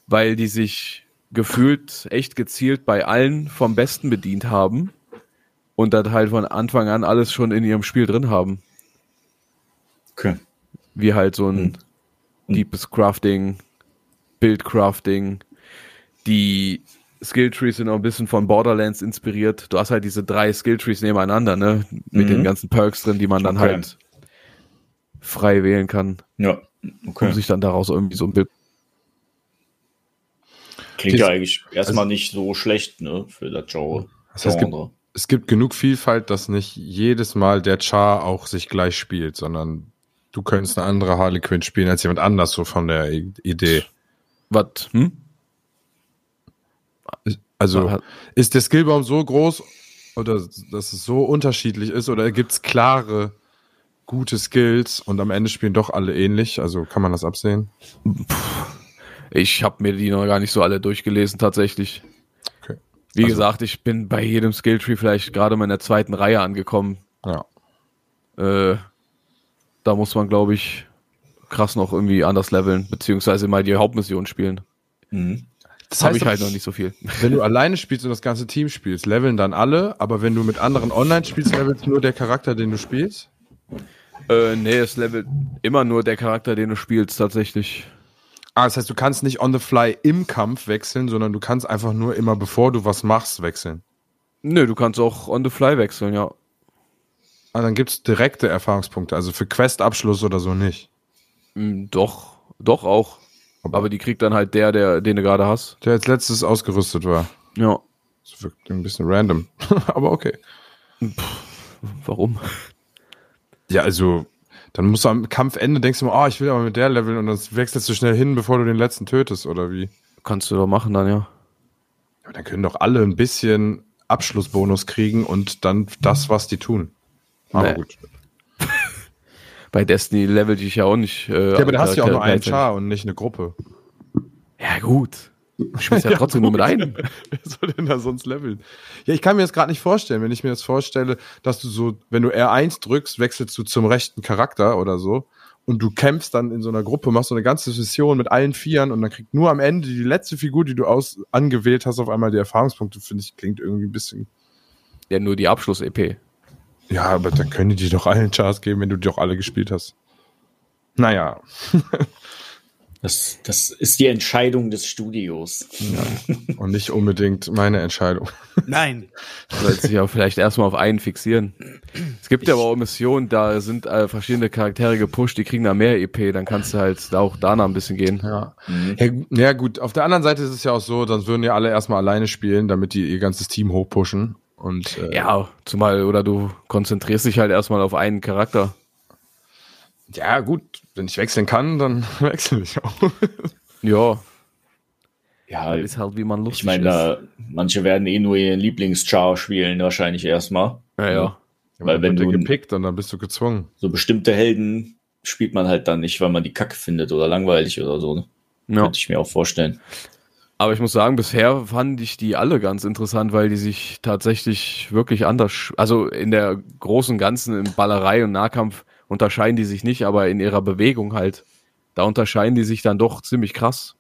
weil die sich gefühlt echt gezielt bei allen vom Besten bedient haben und das halt von Anfang an alles schon in ihrem Spiel drin haben Okay. wie halt so ein Mhm. deepes Crafting, Bildcrafting. Die Skilltrees sind auch ein bisschen von Borderlands inspiriert. Du hast halt diese drei Skilltrees nebeneinander, ne? Mit Mhm. den ganzen Perks drin, die man dann Okay. halt frei wählen kann, Ja. um Okay. sich dann daraus irgendwie so ein Bild. Klingt Dies- ja eigentlich erstmal nicht so schlecht, ne? Für also- das Genre. Das heißt, es gibt, Genre. es gibt genug Vielfalt, dass nicht jedes Mal der Char auch sich gleich spielt, sondern du könntest eine andere Harley Quinn spielen als jemand anders, so von der I- Idee. Was? Hm? Also Aha. ist der Skillbaum so groß oder dass es so unterschiedlich ist oder gibt es klare gute Skills und am Ende spielen doch alle ähnlich? Also kann man das absehen? Ich habe mir die noch gar nicht so alle durchgelesen, tatsächlich. Okay. Wie Also- gesagt, ich bin bei jedem Skilltree vielleicht gerade mal in der zweiten Reihe angekommen. Ja. äh, da muss man, glaube ich, krass noch irgendwie anders leveln, beziehungsweise mal die Hauptmission spielen. Mhm. Das Das habe ich halt noch nicht so viel. Wenn du alleine spielst und das ganze Team spielst, leveln dann alle, aber wenn du mit anderen online spielst, levelt nur der Charakter, den du spielst? Äh, nee, es levelt immer nur der Charakter, den du spielst, tatsächlich. Ah, das heißt, du kannst nicht on the fly im Kampf wechseln, sondern du kannst einfach nur immer, bevor du was machst, wechseln. Nö, du kannst auch on the fly wechseln, ja. Ah, dann gibt's direkte Erfahrungspunkte, also für Questabschluss oder so nicht. Hm, Doch, doch auch. Aber- Aber, die kriegt dann halt der, der, den du gerade hast. Der als letztes ausgerüstet war. Ja. Das wirkt ein bisschen random, aber okay. Warum? Ja, also dann musst du am Kampfende denkst du mal, oh, ich will aber mit der leveln und dann wechselst du schnell hin, bevor du den letzten tötest oder wie? Kannst du doch machen dann, ja. Aber dann können doch alle ein bisschen Abschlussbonus kriegen und dann das, was die tun. Aber Nee. gut. Bei Destiny level ich ja auch nicht. Äh, Ja, aber da hast du ja auch nur einen gleichzeitig. Char und nicht eine Gruppe. Ja, gut. Du spielst ja, trotzdem nur mit einem. Wer soll denn da sonst leveln? Ja, ich kann mir das gerade nicht vorstellen, wenn ich mir das vorstelle, dass du so, wenn du R1 drückst, wechselst du zum rechten Charakter oder so und du kämpfst dann in so einer Gruppe, machst so eine ganze Session mit allen Vieren und dann kriegt nur am Ende die letzte Figur, die du aus angewählt hast, auf einmal die Erfahrungspunkte, finde ich, klingt irgendwie ein bisschen. Ja, nur die Abschluss-EP. Ja, aber dann können die dir doch allen Chars geben, wenn du die doch alle gespielt hast. Naja, Das, das ist die Entscheidung des Studios. und nicht unbedingt meine Entscheidung. Nein. Sollte sich ja vielleicht erstmal auf einen fixieren. Es gibt ja aber auch Missionen, da sind äh, verschiedene Charaktere gepusht, die kriegen da mehr EP, dann kannst du halt da auch danach ein bisschen gehen. Ja. Ja, gu- ja, gut. Auf der anderen Seite ist es ja auch so, dann würden ja alle erstmal alleine spielen, damit die ihr ganzes Team hochpushen. Und äh, Ja, zumal, oder du konzentrierst dich halt erstmal auf einen Charakter. ja, gut, wenn ich wechseln kann, dann wechsle ich auch. Ja, Ja, ist halt wie man lustig ich meine, da, manche werden eh nur ihren Lieblingschar spielen, wahrscheinlich erstmal. ist. Ja, ja. Weil wenn wird du- der gepickt und dann bist du gezwungen. So bestimmte Helden spielt man halt dann nicht, weil man die Kacke findet oder langweilig oder so. Ne? ja. Könnte ich mir auch vorstellen. Aber ich muss sagen, bisher fand ich die alle ganz interessant, weil die sich tatsächlich wirklich anders, sch- also in der großen Ganzen in Ballerei und Nahkampf unterscheiden die sich nicht, aber in ihrer Bewegung halt, da unterscheiden die sich dann doch ziemlich krass,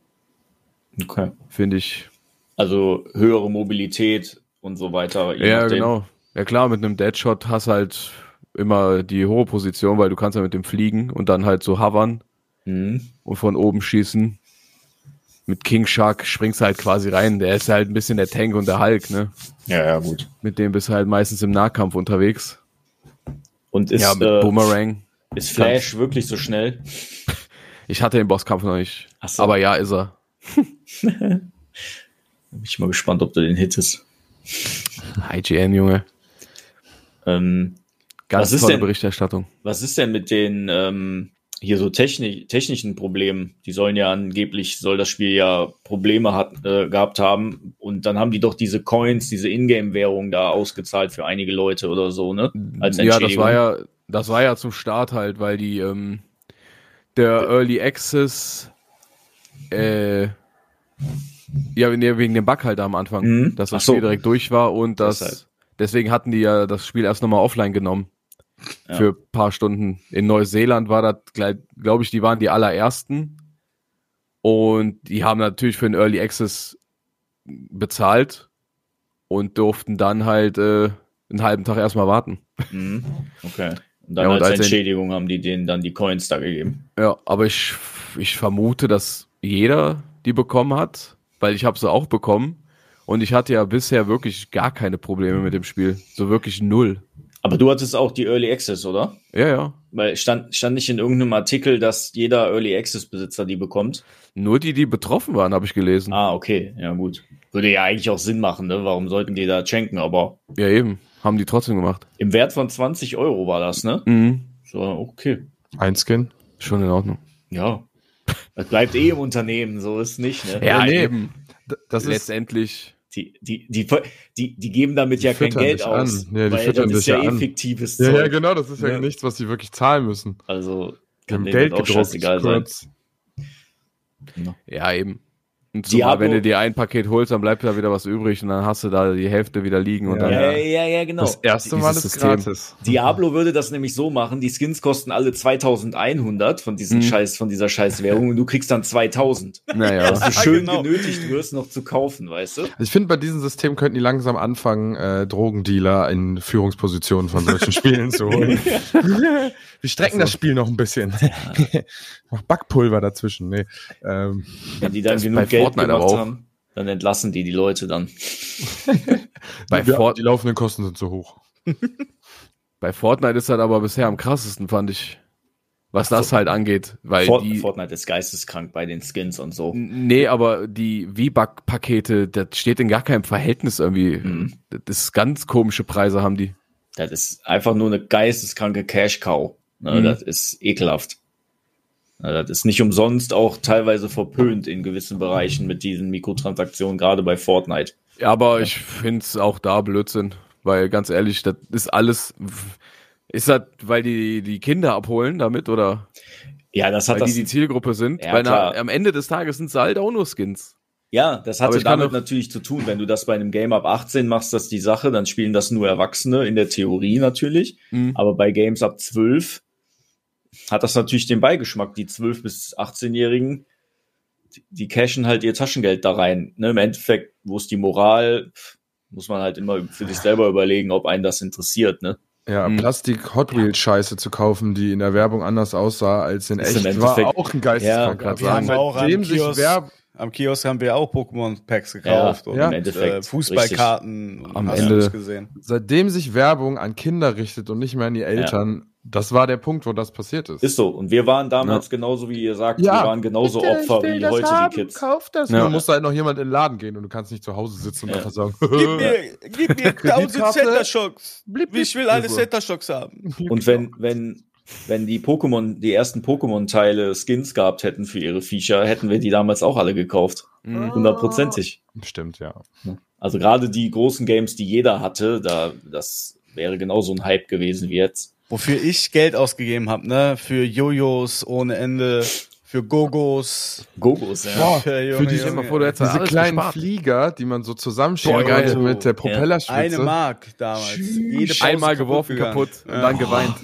Okay. finde ich. Also höhere Mobilität und so weiter. je Ja, nachdem. genau. Ja klar, mit einem Deadshot hast halt immer die hohe Position, weil du kannst ja mit dem fliegen und dann halt so hovern Mhm. und von oben schießen. Mit King Shark springst du halt quasi rein. Der ist halt ein bisschen der Tank und der Hulk, ne? Ja, ja, gut. Mit dem bist du halt meistens im Nahkampf unterwegs. Und ist, ja, mit äh, Boomerang. ist Flash wirklich so schnell? Ich hatte den Bosskampf noch nicht. Ach so. Aber ja, ist er. Bin ich mal gespannt, ob du den hittest. IGN, Junge. Ähm, Ganz Was ist tolle denn- Berichterstattung. was ist denn mit den ähm, hier so techni technischen Problemen? Die sollen ja angeblich, soll das Spiel ja Probleme hat, äh, gehabt haben. Und dann haben die doch diese Coins, diese Ingame-Währung da ausgezahlt für einige Leute oder so, ne? Als Ja, das Entschädigung. war ja, das war ja zum Start halt, weil die, ähm, der Early Access, äh, ja, nee, wegen dem Bug halt am Anfang, Mhm. dass das Ach so. halt. Spiel direkt durch war und das, Deshalb. deswegen hatten die ja das Spiel erst nochmal offline genommen. Ja. Für ein paar Stunden. In Neuseeland war das, glaube ich, die waren die allerersten. Und die haben natürlich für den Early Access bezahlt und durften dann halt äh, einen halben Tag erstmal warten. Mhm. Okay. Und dann Ja, und als als Ent- Entschädigung haben die denen dann die Coins da gegeben. Ja, aber ich, ich vermute, dass jeder die bekommen hat, weil ich habe sie auch bekommen. Und ich hatte ja bisher wirklich gar keine Probleme mit dem Spiel. So wirklich null. Aber du hattest auch die Early Access, oder? Ja, ja. Weil stand, stand nicht in irgendeinem Artikel, dass jeder Early Access-Besitzer die bekommt? Nur die, die betroffen waren, habe ich gelesen. Ah, okay, ja gut. Würde ja eigentlich auch Sinn machen, ne? Warum sollten die da schenken? Aber Ja, eben. Haben die trotzdem gemacht. im Wert von 20 Euro war das, ne? Mhm. So, okay. Ein Skin. Schon in Ordnung. Ja. Das bleibt eh im Unternehmen, so ist nicht, ne? Ja, nee. eben. D- Das ist Letztendlich. Die, die, die, die, die geben damit ja kein füttern Geld dich aus. an. Ja, die weil füttern das ist dich ja ja eh an. fiktives ja, Zeug. ja, genau, das ist ja, Ja. nichts, was die wirklich zahlen müssen. Also Die kann haben denen Geld das auch gedruckt. scheißegal sein. kurz. Ja, eben. Und Diablo- zumal, wenn du dir ein Paket holst, dann bleibt da wieder was übrig und dann hast du da die Hälfte wieder liegen und Ja, dann. Ja, ja, ja, genau. Das erste Dieses Mal ist System. gratis. Diablo würde das nämlich so machen, die Skins kosten alle 2100 von diesem Mhm. Scheiß, von dieser Scheißwährung und du kriegst dann 2000. Naja. Dass du schön genau. genötigt wirst, noch zu kaufen, weißt du? Also Ich finde, bei diesem System könnten die langsam anfangen, äh, Drogendealer in Führungspositionen von solchen Spielen zu holen. Wir strecken das Spiel noch ein bisschen. Mach Backpulver dazwischen. Nee. Ähm, Wenn die dann Das ist bei genug Geld Fortnite gemacht aber auch. haben, dann entlassen die die Leute dann. Bei, ja, Fort die laufenden Kosten sind zu hoch. bei Fortnite ist das aber bisher am krassesten, fand ich. Was das halt angeht. Weil Fort die, Fortnite ist geisteskrank bei den Skins und so. Nee, aber die V-Buck-Pakete, das steht in gar keinem Verhältnis irgendwie. Mhm. Das ist ganz komische Preise haben die. Das ist einfach nur eine geisteskranke Cash-Cow. Ne, Mhm. Das ist ekelhaft. Ne, das ist nicht umsonst auch teilweise verpönt in gewissen Bereichen mit diesen Mikrotransaktionen, gerade bei Fortnite. Ja, aber ich find's auch da Blödsinn. Weil ganz ehrlich, das ist alles. Ist das, weil die die Kinder abholen damit oder Ja, das hat weil die das, die Zielgruppe sind? Ja, weil na, klar. am Ende des Tages sind sie halt auch nur Skins. ja, das Aber hatte ich kann damit doch- natürlich zu tun. Wenn du das bei einem Game ab 18 machst, das ist die Sache, dann spielen das nur Erwachsene in der Theorie natürlich. Mhm. Aber bei Games ab 12 hat das natürlich den Beigeschmack. Die 12- bis 18-Jährigen, die- die cashen halt ihr Taschengeld da rein. Ne? Im Endeffekt, wo ist die Moral? Pff, Muss man halt immer für sich selber überlegen, ob einen das interessiert. Ne? Ja, Mhm. Plastik Hot Wheels Scheiße zu kaufen, die in der Werbung anders aussah als in Ist echt, im war Endeffekt- auch ein Geisteskrank. Ja, also wir haben auch am seitdem sich Kiosk- Werb- Am Kiosk haben wir auch Pokémon-Packs gekauft Ja, und ja, im Endeffekt, äh, Fußballkarten und Am hast du Ende- nicht gesehen. seitdem sich Werbung an Kinder richtet und nicht mehr an die Eltern, das war der Punkt, wo das passiert ist. Ist so. Und wir waren damals genauso, wie ihr sagt, Ja. wir waren genauso Opfer wie heute die Kids. Kauf das. Ja. Du musst halt noch jemand in den Laden gehen und du kannst nicht zu Hause sitzen und Ja. einfach sagen, Gib mir, gib mir 1000 Kreditkarte? Also. Center-Shocks. Blip, blip. Ich will alle So. Center-Shocks haben. Und wenn, wenn, wenn die Pokémon, die ersten Pokémon-Teile Skins gehabt hätten für ihre Viecher, hätten wir die damals auch alle gekauft. Oh. Mhm. Hundertprozentig. Stimmt, ja. Also gerade die großen Games, die jeder hatte, da, das wäre genauso ein Hype gewesen wie jetzt. Wofür ich Geld ausgegeben habe, ne? Für Jojos ohne Ende, für Gogos. Gogos, ja. Boah, für, für die- Stell dir mal vor, du hättest Diese alles kleinen gespart. Flieger, die man so zusammenschiebt Boah, geil. mit der Eine Propellerspitze. Mark damals. Jede Pause Einmal kaputt geworfen, gegangen. kaputt, und Ja. dann geweint.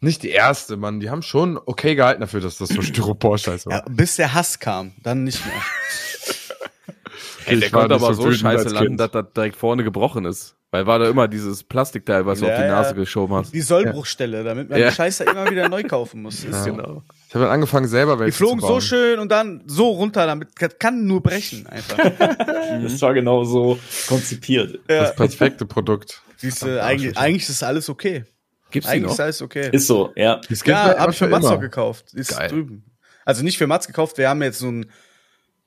Nicht die erste, Mann. Die haben schon okay gehalten dafür, dass das so Styropor-Scheiß war. Ja, bis der Hass kam, dann nicht mehr. Ey, der Ich war konnte nicht aber so so, wütend scheiße als landen, Kind. dass das direkt vorne gebrochen ist. Weil war da immer dieses Plastikteil, was du auf Ja, die ja. Nase geschoben hast. Die Sollbruchstelle, damit man Ja. die Scheiße immer wieder neu kaufen muss. Ist so. Genau. Ich habe dann angefangen, selber welche Die flogen zu bauen. so schön und dann so runter, damit das kann nur brechen einfach. Das war genauso konzipiert. Das perfekte Produkt. Siehst du, eigentlich, eigentlich ist alles okay. Gibt's die Eigentlich noch? ist alles okay. Ist so, ja. Das geht ja, halt habe ich für einfach Mats noch immer. gekauft. Ist Geil. drüben. Also nicht für Mats gekauft, wir haben jetzt so einen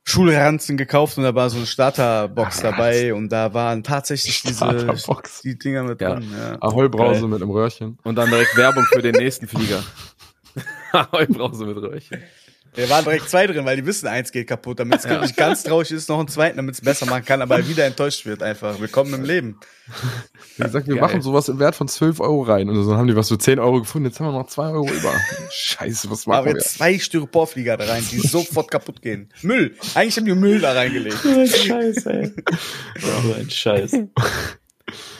Schulranzen gekauft und da war so eine Starterbox Ah, dabei und da waren tatsächlich diese Starterbox. die Dinger mit Ja. drin. Ja. Ahoi-Brause mit einem Röhrchen. Und dann direkt Werbung für den nächsten Flieger. Ahoi, Brause mit Röhrchen. Da waren direkt zwei drin, weil die wissen, eins geht kaputt, damit es wirklich ganz traurig ist, noch einen zweiten, damit es besser machen kann, aber wieder enttäuscht wird einfach. Willkommen im Leben. Wie gesagt, wir Geil. machen sowas im Wert von 12 Euro rein. Und dann haben die was für 10 Euro gefunden. Jetzt haben wir noch 2 Euro über. Scheiße, was Aber machen wir? jetzt zwei Styroporflieger da rein, die sofort kaputt gehen. Müll. Eigentlich haben die Müll da reingelegt. Scheiß, ey. So ein Scheiß.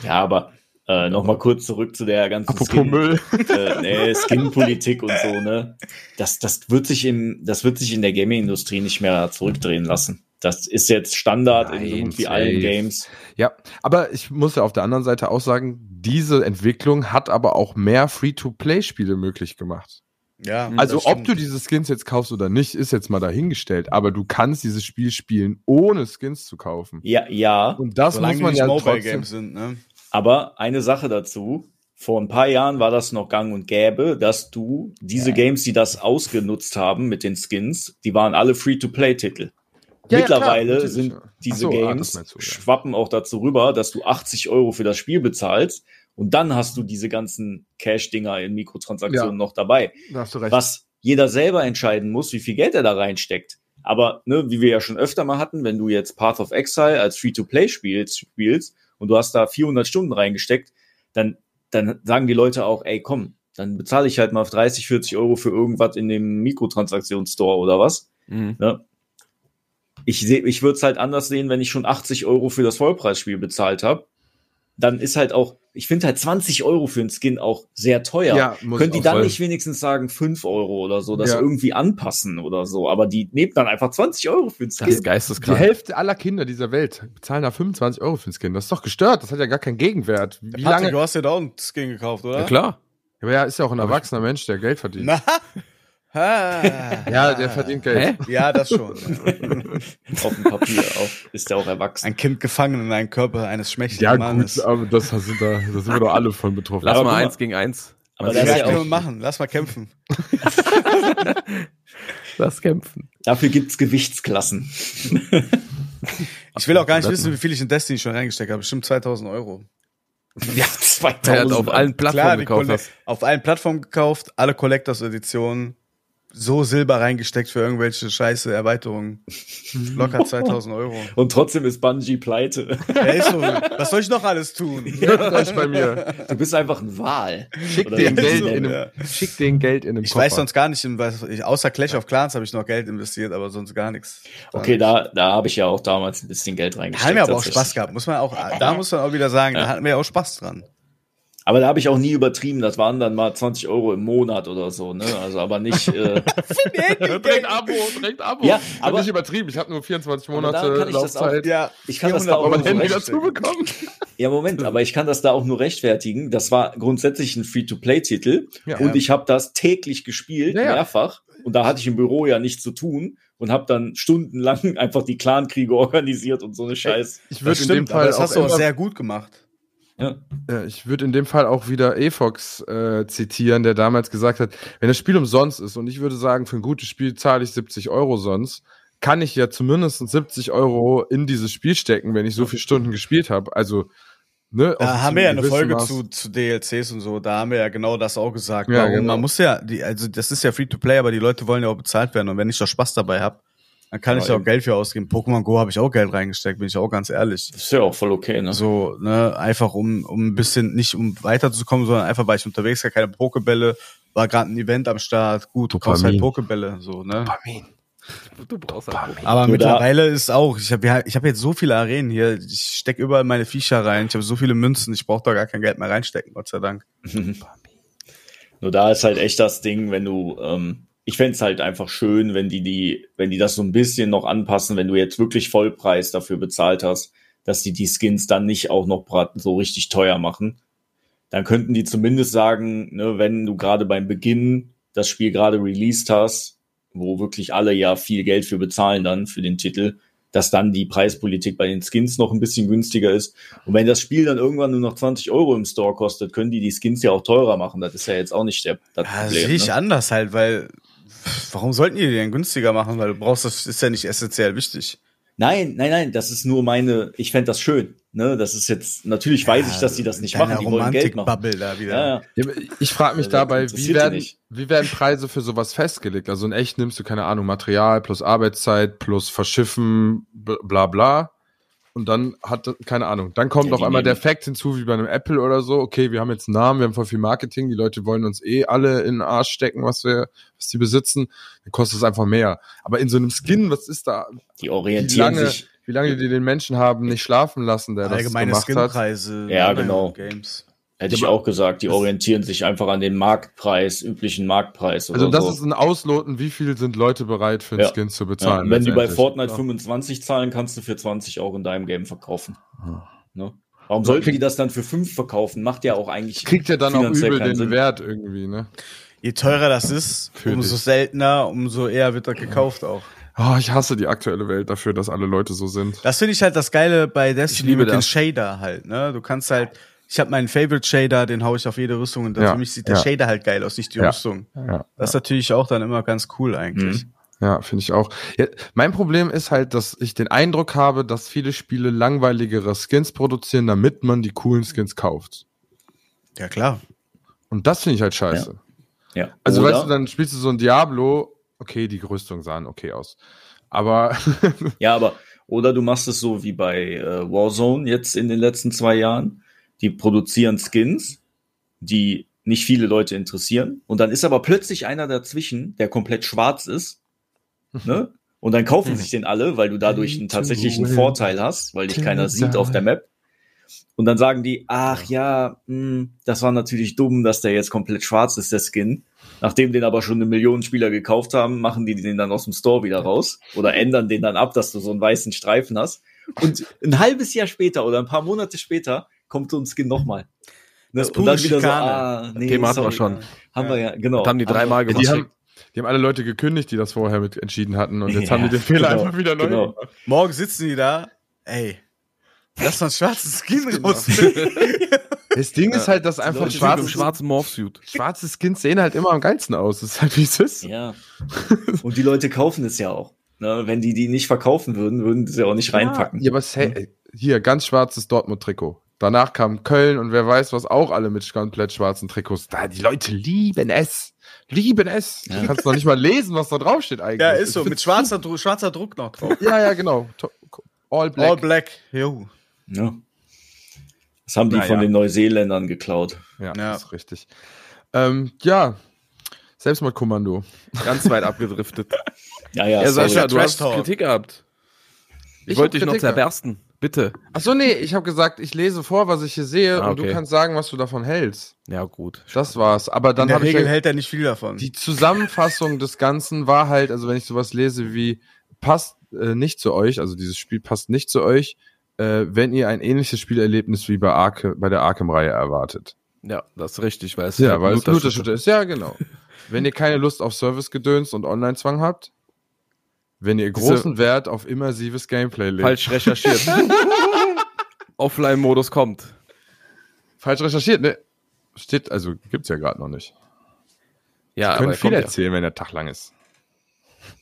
Ja, aber äh, nochmal kurz zurück zu der ganzen Apropos Skin- Müll. äh, nee, Skin-Politik und so, ne? Das, das, wird sich im, das wird sich in der Gaming-Industrie nicht mehr zurückdrehen lassen. Das ist jetzt Standard in so Nein, gut wie safe. allen Games. Ja, aber ich muss ja auf der anderen Seite auch sagen, diese Entwicklung hat aber auch mehr Free-to-Play-Spiele möglich gemacht. Ja, Also das ob stimmt. du diese Skins jetzt kaufst oder nicht, ist jetzt mal dahingestellt. Aber du kannst dieses Spiel spielen, ohne Skins zu kaufen. Ja, ja. Und das Solange muss die man nicht ja Mobile trotzdem. Games sind, ne? Aber eine Sache dazu. Vor ein paar Jahren war das noch gang und gäbe, dass du diese Games, die das ausgenutzt haben mit den Skins, die waren alle Free-to-Play-Titel. Ja, ja, Mittlerweile klar, natürlich, sind ja. Ach diese so, ah, das Games meinst du, ja. schwappen auch dazu rüber, dass du 80 Euro für das Spiel bezahlst und dann hast du diese ganzen Cash-Dinger in Mikrotransaktionen Ja. noch dabei. Da hast du recht. was jeder selber entscheiden muss, wie viel Geld er da reinsteckt. Aber ne, wie wir ja schon öfter mal hatten, wenn du jetzt Path of Exile als Free-to-Play spielst, spielst und du hast da 400 Stunden reingesteckt, dann, dann sagen die Leute auch, ey, komm, dann bezahle ich halt mal 30, 40 Euro für irgendwas in dem Mikrotransaktionsstore oder was. Mhm. Ne? Ich, seh- ich würde es halt anders sehen, wenn ich schon 80 Euro für das Vollpreisspiel bezahlt habe. Dann ist halt auch, ich finde halt 20 Euro für einen Skin auch sehr teuer. muss Können die auch dann voll- nicht wenigstens sagen 5 Euro oder so, das Ja. irgendwie anpassen oder so? Aber die nehmen dann einfach 20 Euro für den Das Skin. ist Die geisteskrank. Hälfte aller Kinder dieser Welt bezahlen da 25 Euro für ein Skin. Das ist doch gestört. Das hat ja gar keinen Gegenwert. Wie Patrick, lange? du hast ja da auch einen Skin gekauft, oder? Ja, klar. Aber ja, ist ja auch ein erwachsener Mensch, der Geld verdient. Na? Ha. Ja, der verdient Geld. Hä? Ja, das schon. Auf dem Papier. Auf. ist der auch erwachsen. Ein Kind gefangen in einen Körper eines schmächtigen Ja, Mannes. gut, aber das, das sind, da, da sind wir doch alle von betroffen. Lass Aber mal guck mal. eins gegen eins. Aber das Man ja, ist sieht ja das können wir auch, machen. Lass mal kämpfen. das kämpfen. dafür gibt's Gewichtsklassen. Ich will auch gar nicht Lass wissen, wie viel ich in Destiny schon reingesteckt habe. Bestimmt 2000 Euro. Ja, Er hat 2000. auf allen Klar, Plattformen die gekauft. Colle- Hast. auf allen Plattformen gekauft, alle Collectors Editionen, so Silber reingesteckt für irgendwelche scheiße Erweiterungen. Locker 2000 Euro. Und trotzdem ist Bungie pleite. Ey, so, was soll ich noch alles tun? Euch bei mir. Du bist einfach ein Wal. Schick Oder den so, Geld in ja. einem, schick den Geld in einem Ich Koffer. weiß sonst gar nicht, in was ich, außer Clash of Clans habe ich noch Geld investiert, aber sonst gar Oh, nichts. Okay, da, da habe ich ja auch damals ein bisschen Geld Da reingesteckt. haben wir aber auch tatsächlich. Spaß gehabt, muss man auch, da muss man auch wieder sagen, da hatten wir ja auch Spaß dran. Aber da habe ich auch nie übertrieben. Das waren dann mal 20 Euro im Monat oder so. Ne? Also aber nicht. Äh, Direkt Abo, direkt Abo. Ja, Ich hab aber- nicht übertrieben. Ich habe nur 24 Aber da Monate kann ich das auch- Laufzeit. Ja, Ich kann das da auch aber so dann recht- wieder zubekommen. ja, Moment, aber ich kann das da auch nur rechtfertigen. Das war grundsätzlich ein Free-to-Play-Titel Ja. und ich habe das täglich gespielt, Ja, ja. mehrfach. Und da hatte ich im Büro ja nichts zu tun und habe dann stundenlang einfach die Clan-Kriege organisiert und so eine Scheiß. Ich das würde in dem stimmt, aber Fall halt das hast du auch immer- sehr gut gemacht. Ja, ich würde in dem Fall auch wieder Efox äh, zitieren, der damals gesagt hat, wenn das Spiel umsonst ist und ich würde sagen, für ein gutes Spiel zahle ich 70 Euro sonst, kann ich ja zumindest 70 Euro in dieses Spiel stecken, wenn ich so viele Stunden gespielt habe. Also, ne? auch Da haben zu wir ja eine gewissem Folge Maß- zu, zu DLCs und so, da haben wir ja genau das auch gesagt. Ja, warum. genau. Man muss ja, die, also das ist ja Free-to-Play, aber die Leute wollen ja auch bezahlt werden und wenn ich da Spaß dabei habe, dann kann Ja, ich da auch eben. Geld für ausgeben. Pokémon Go habe ich auch Geld reingesteckt, bin ich auch ganz ehrlich. Das ist ja auch voll okay, ne? So, ne, einfach um, um ein bisschen, nicht um weiterzukommen, sondern einfach, weil ich unterwegs gar keine Pokebälle, war gerade ein Event am Start, gut, du kaufst halt Dopamin. Pokebälle, so, ne. Du brauchst halt Aber Nur da- mittlerweile ist auch, ich habe ich hab jetzt so viele Arenen hier, ich steck überall meine Viecher rein, ich habe so viele Münzen, ich brauche da gar kein Geld mehr reinstecken, Gott sei Dank. Nur da ist halt echt das Ding, wenn du, ähm, ich fänd's halt einfach schön, wenn die, die, wenn die das so ein bisschen noch anpassen, wenn du jetzt wirklich Vollpreis dafür bezahlt hast, dass die die Skins dann nicht auch noch brat- so richtig teuer machen. Dann könnten die zumindest sagen, ne, wenn du gerade beim Beginn das Spiel gerade released hast, wo wirklich alle ja viel Geld für bezahlen dann für den Titel, dass dann die Preispolitik bei den Skins noch ein bisschen günstiger ist. Und wenn das Spiel dann irgendwann nur noch 20 Euro im Store kostet, können die die Skins ja auch teurer machen. Das ist ja jetzt auch nicht der, das Ja, das Problem. sehe ich ne? anders halt, weil pff, warum sollten die die denn günstiger machen? Weil du brauchst, das ist ja nicht essentiell wichtig. Nein, nein, nein, das ist nur meine, ich fänd das schön. Ne? Das ist jetzt, natürlich weiß ich, dass die das nicht machen, die wollen Geld machen. Romantik-Bubble da wieder. Ja, ja. Ja, aber Ich frage mich Also, dabei, das wie interessiert die werden, nicht. wie werden Preise für sowas festgelegt? Also in echt nimmst du, keine Ahnung, Material plus Arbeitszeit plus Verschiffen, bl- bla bla. Und dann hat, keine Ahnung, dann kommt Ja, auf die einmal der nehmen- Fact hinzu, wie bei einem Apple oder so, okay, wir haben jetzt einen Namen, wir haben voll viel Marketing, die Leute wollen uns eh alle in den Arsch stecken, was wir, was die besitzen, dann kostet es einfach mehr. Aber in so einem Skin, was ist da, Die wie orientieren lange, sich. wie lange die den Menschen haben nicht schlafen lassen, der Allgemeine das gemacht hat? Skinpreise. Ja, Online- genau. Games. Hätte ich Ja, aber- auch gesagt, die orientieren sich einfach an den Marktpreis, üblichen Marktpreis. Oder Also das so. ist ein Ausloten, wie viel sind Leute bereit für einen Ja. Skin zu ja, bezahlen. und wenn die bei letztendlich. Fortnite 25 zahlen, kannst du für 20 auch in deinem Game verkaufen. Ne? Warum sollten die das dann für 5 verkaufen? Macht ja auch eigentlich. kriegt ja dann auch finanziell übel keinen den Sinn. Wert irgendwie, ne? Je teurer das ist, Für umso dich. seltener, umso eher wird das gekauft auch. Oh, ich hasse die aktuelle Welt dafür, dass alle Leute so sind. Das finde ich halt das Geile bei Destiny liebe mit dem das. Shader halt, ne? Du kannst halt, ich habe meinen Favorite Shader, den hau ich auf jede Rüstung und dann Ja, für mich sieht der ja. Shader halt geil aus, nicht die Ja, Rüstung. ja. Das ist natürlich auch dann immer ganz cool eigentlich. Ja, finde ich auch. Ja, mein Problem ist halt, dass ich den Eindruck habe, dass viele Spiele langweiligere Skins produzieren, damit man die coolen Skins kauft. Ja, klar. Und das finde ich halt scheiße. Ja. Also Oder- weißt du, dann spielst du so ein Diablo, okay, die Rüstung sahen okay aus. Aber Ja, aber oder du machst es so wie bei äh, Warzone jetzt in den letzten zwei Jahren. Die produzieren Skins, die nicht viele Leute interessieren. Und dann ist aber plötzlich einer dazwischen, der komplett schwarz ist. Ne? Und dann kaufen sich den alle, weil du dadurch einen tatsächlichen Vorteil hast, weil dich keiner sieht auf der Map. Und dann sagen die, ach ja, mh, das war natürlich dumm, dass der jetzt komplett schwarz ist, der Skin. Nachdem den aber schon eine Million Spieler gekauft haben, machen die den dann aus dem Store wieder raus oder ändern den dann ab, dass du so einen weißen Streifen hast. Und ein halbes Jahr später oder ein paar Monate später kommt so ein Skin nochmal. Ne? Das Und dann pure wieder so, Schikane. ah, nee, Thema hatten wir sorry. schon. Haben wir ja, genau. Das haben die dreimal die gemacht. haben, die haben alle Leute gekündigt, die das vorher mit entschieden hatten. Und jetzt Ja, haben die den Fehler genau, einfach wieder neu. genau. gemacht. Morgen sitzen die da, Ey. Lass mal einen schwarzen Skin rausfinden. Das Ding ist halt, dass einfach Leute, die Schwarz im schwarze, schwarzen Morphsuit. schwarze Skins sehen halt immer am geilsten aus. Das ist halt wie es ist. Ja. Und die Leute kaufen es ja auch. Ne? Wenn die die nicht verkaufen würden, würden sie auch nicht reinpacken. Ja, aber Hm. se- hier, ganz schwarzes Dortmund-Trikot. Danach kam Köln und wer weiß, was auch alle mit komplett schwarzen Trikots. Da, die Leute lieben es. Lieben es. Du kannst noch nicht mal lesen, was da draufsteht eigentlich. ja, ist so. Ich Mit schwarzer, Dru schwarzer Druck noch drauf. find- ja, ja, genau. To- All black. All black. Jo. Ja. ne? Das haben die Naja. von den Neuseeländern geklaut. Ja, Ja. ist richtig. Ähm, ja, Selbstmordkommando. Ganz weit abgedriftet. Ja, ja, ja, sorry. Sascha, du Trash hast Talk. Kritik gehabt. Ich, Ich hab wollte dich noch Kritik gehabt. zerbersten. Bitte. Achso, nee, ich habe gesagt, ich lese vor, was ich hier sehe Ah, und du okay. kannst sagen, was du davon hältst. Ja, gut. Das war's. Aber In dann der habe ich Regel ja- hält er nicht viel davon. die Zusammenfassung des Ganzen war halt, also wenn ich sowas lese wie passt äh, nicht zu euch, also dieses Spiel passt nicht zu euch, äh, wenn ihr ein ähnliches Spielerlebnis wie bei, Arke, bei der Arkham-Reihe erwartet. Ja, das ist richtig, weil es Ja, halt weil es Looter-Shooter Looter-Shooter ist. Ja, genau. wenn ihr keine Lust auf Service-Gedöns und Online-Zwang habt, wenn ihr Diese- großen Wert auf immersives Gameplay legt. Falsch recherchiert. Offline-Modus kommt. Falsch recherchiert, ne? Steht, also gibt's ja gerade noch nicht. Ja, Können er viel kommt erzählen, wenn der Tag lang ist.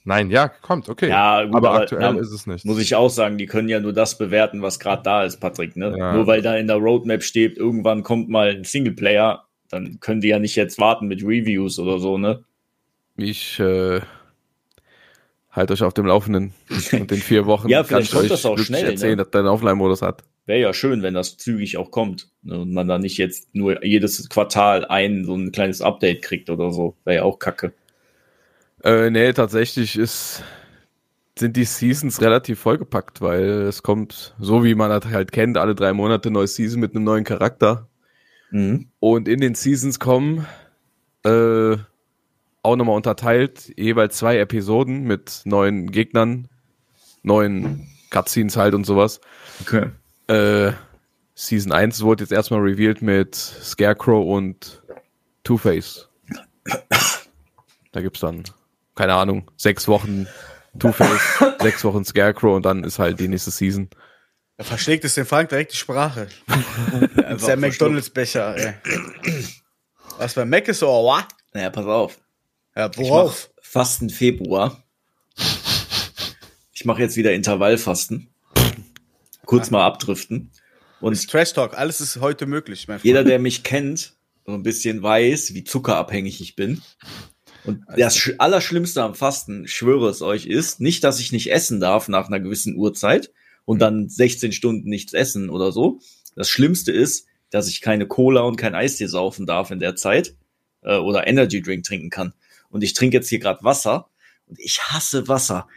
Nein, ja, kommt, okay. Ja, gut, aber, aber aktuell na, ist es nicht. Muss ich auch sagen, die können ja nur das bewerten, was gerade da ist, Patrick. Ne? Ja. Nur weil da in der Roadmap steht, irgendwann kommt mal ein Singleplayer, dann können die ja nicht jetzt warten mit Reviews oder so, ne? Ja. Ich äh, halte euch auf dem Laufenden. Und in vier Wochen Ja, kann vielleicht ich kommt euch das auch wirklich schnell, erzählen, ne? dass dein Offline-Modus hat. Wäre ja schön, wenn das zügig auch kommt. Ne? Und man da nicht jetzt nur jedes Quartal ein so ein kleines Update kriegt oder so. Wäre ja auch kacke. Äh, nee, tatsächlich ist, sind die Seasons relativ vollgepackt, weil es kommt, so wie man das halt kennt, alle drei Monate neue Season mit einem neuen Charakter. Mhm. Und in den Seasons kommen äh, auch nochmal unterteilt jeweils zwei Episoden mit neuen Gegnern, neuen Cutscenes halt und sowas. Okay. Äh, Season 1 wurde jetzt erstmal revealed mit Scarecrow und Two-Face. Da gibt's dann, keine Ahnung, sechs Wochen Two-Face, sechs Wochen Scarecrow und dann ist halt die nächste Season. Da verschlägt es den Frank direkt die Sprache. Das ist der McDonalds-Becher, ey. Was bei Mac ist so, oh, wa? Naja, pass auf. Ja, Ich worauf? mach Fasten Februar. Ich mache jetzt wieder Intervallfasten. Kurz mal abdriften. Und Trash Talk, alles ist heute möglich, mein Freund. jeder, der mich kennt, so ein bisschen weiß, wie zuckerabhängig ich bin. Und das Sch- Allerschlimmste am Fasten, ich schwöre es euch, ist nicht, dass ich nicht essen darf nach einer gewissen Uhrzeit und dann 16 Stunden nichts essen oder so. Das Schlimmste ist, dass ich keine Cola und kein Eistee saufen darf in der Zeit äh, oder Energy Drink trinken kann. Und ich trinke jetzt hier gerade Wasser und ich hasse Wasser.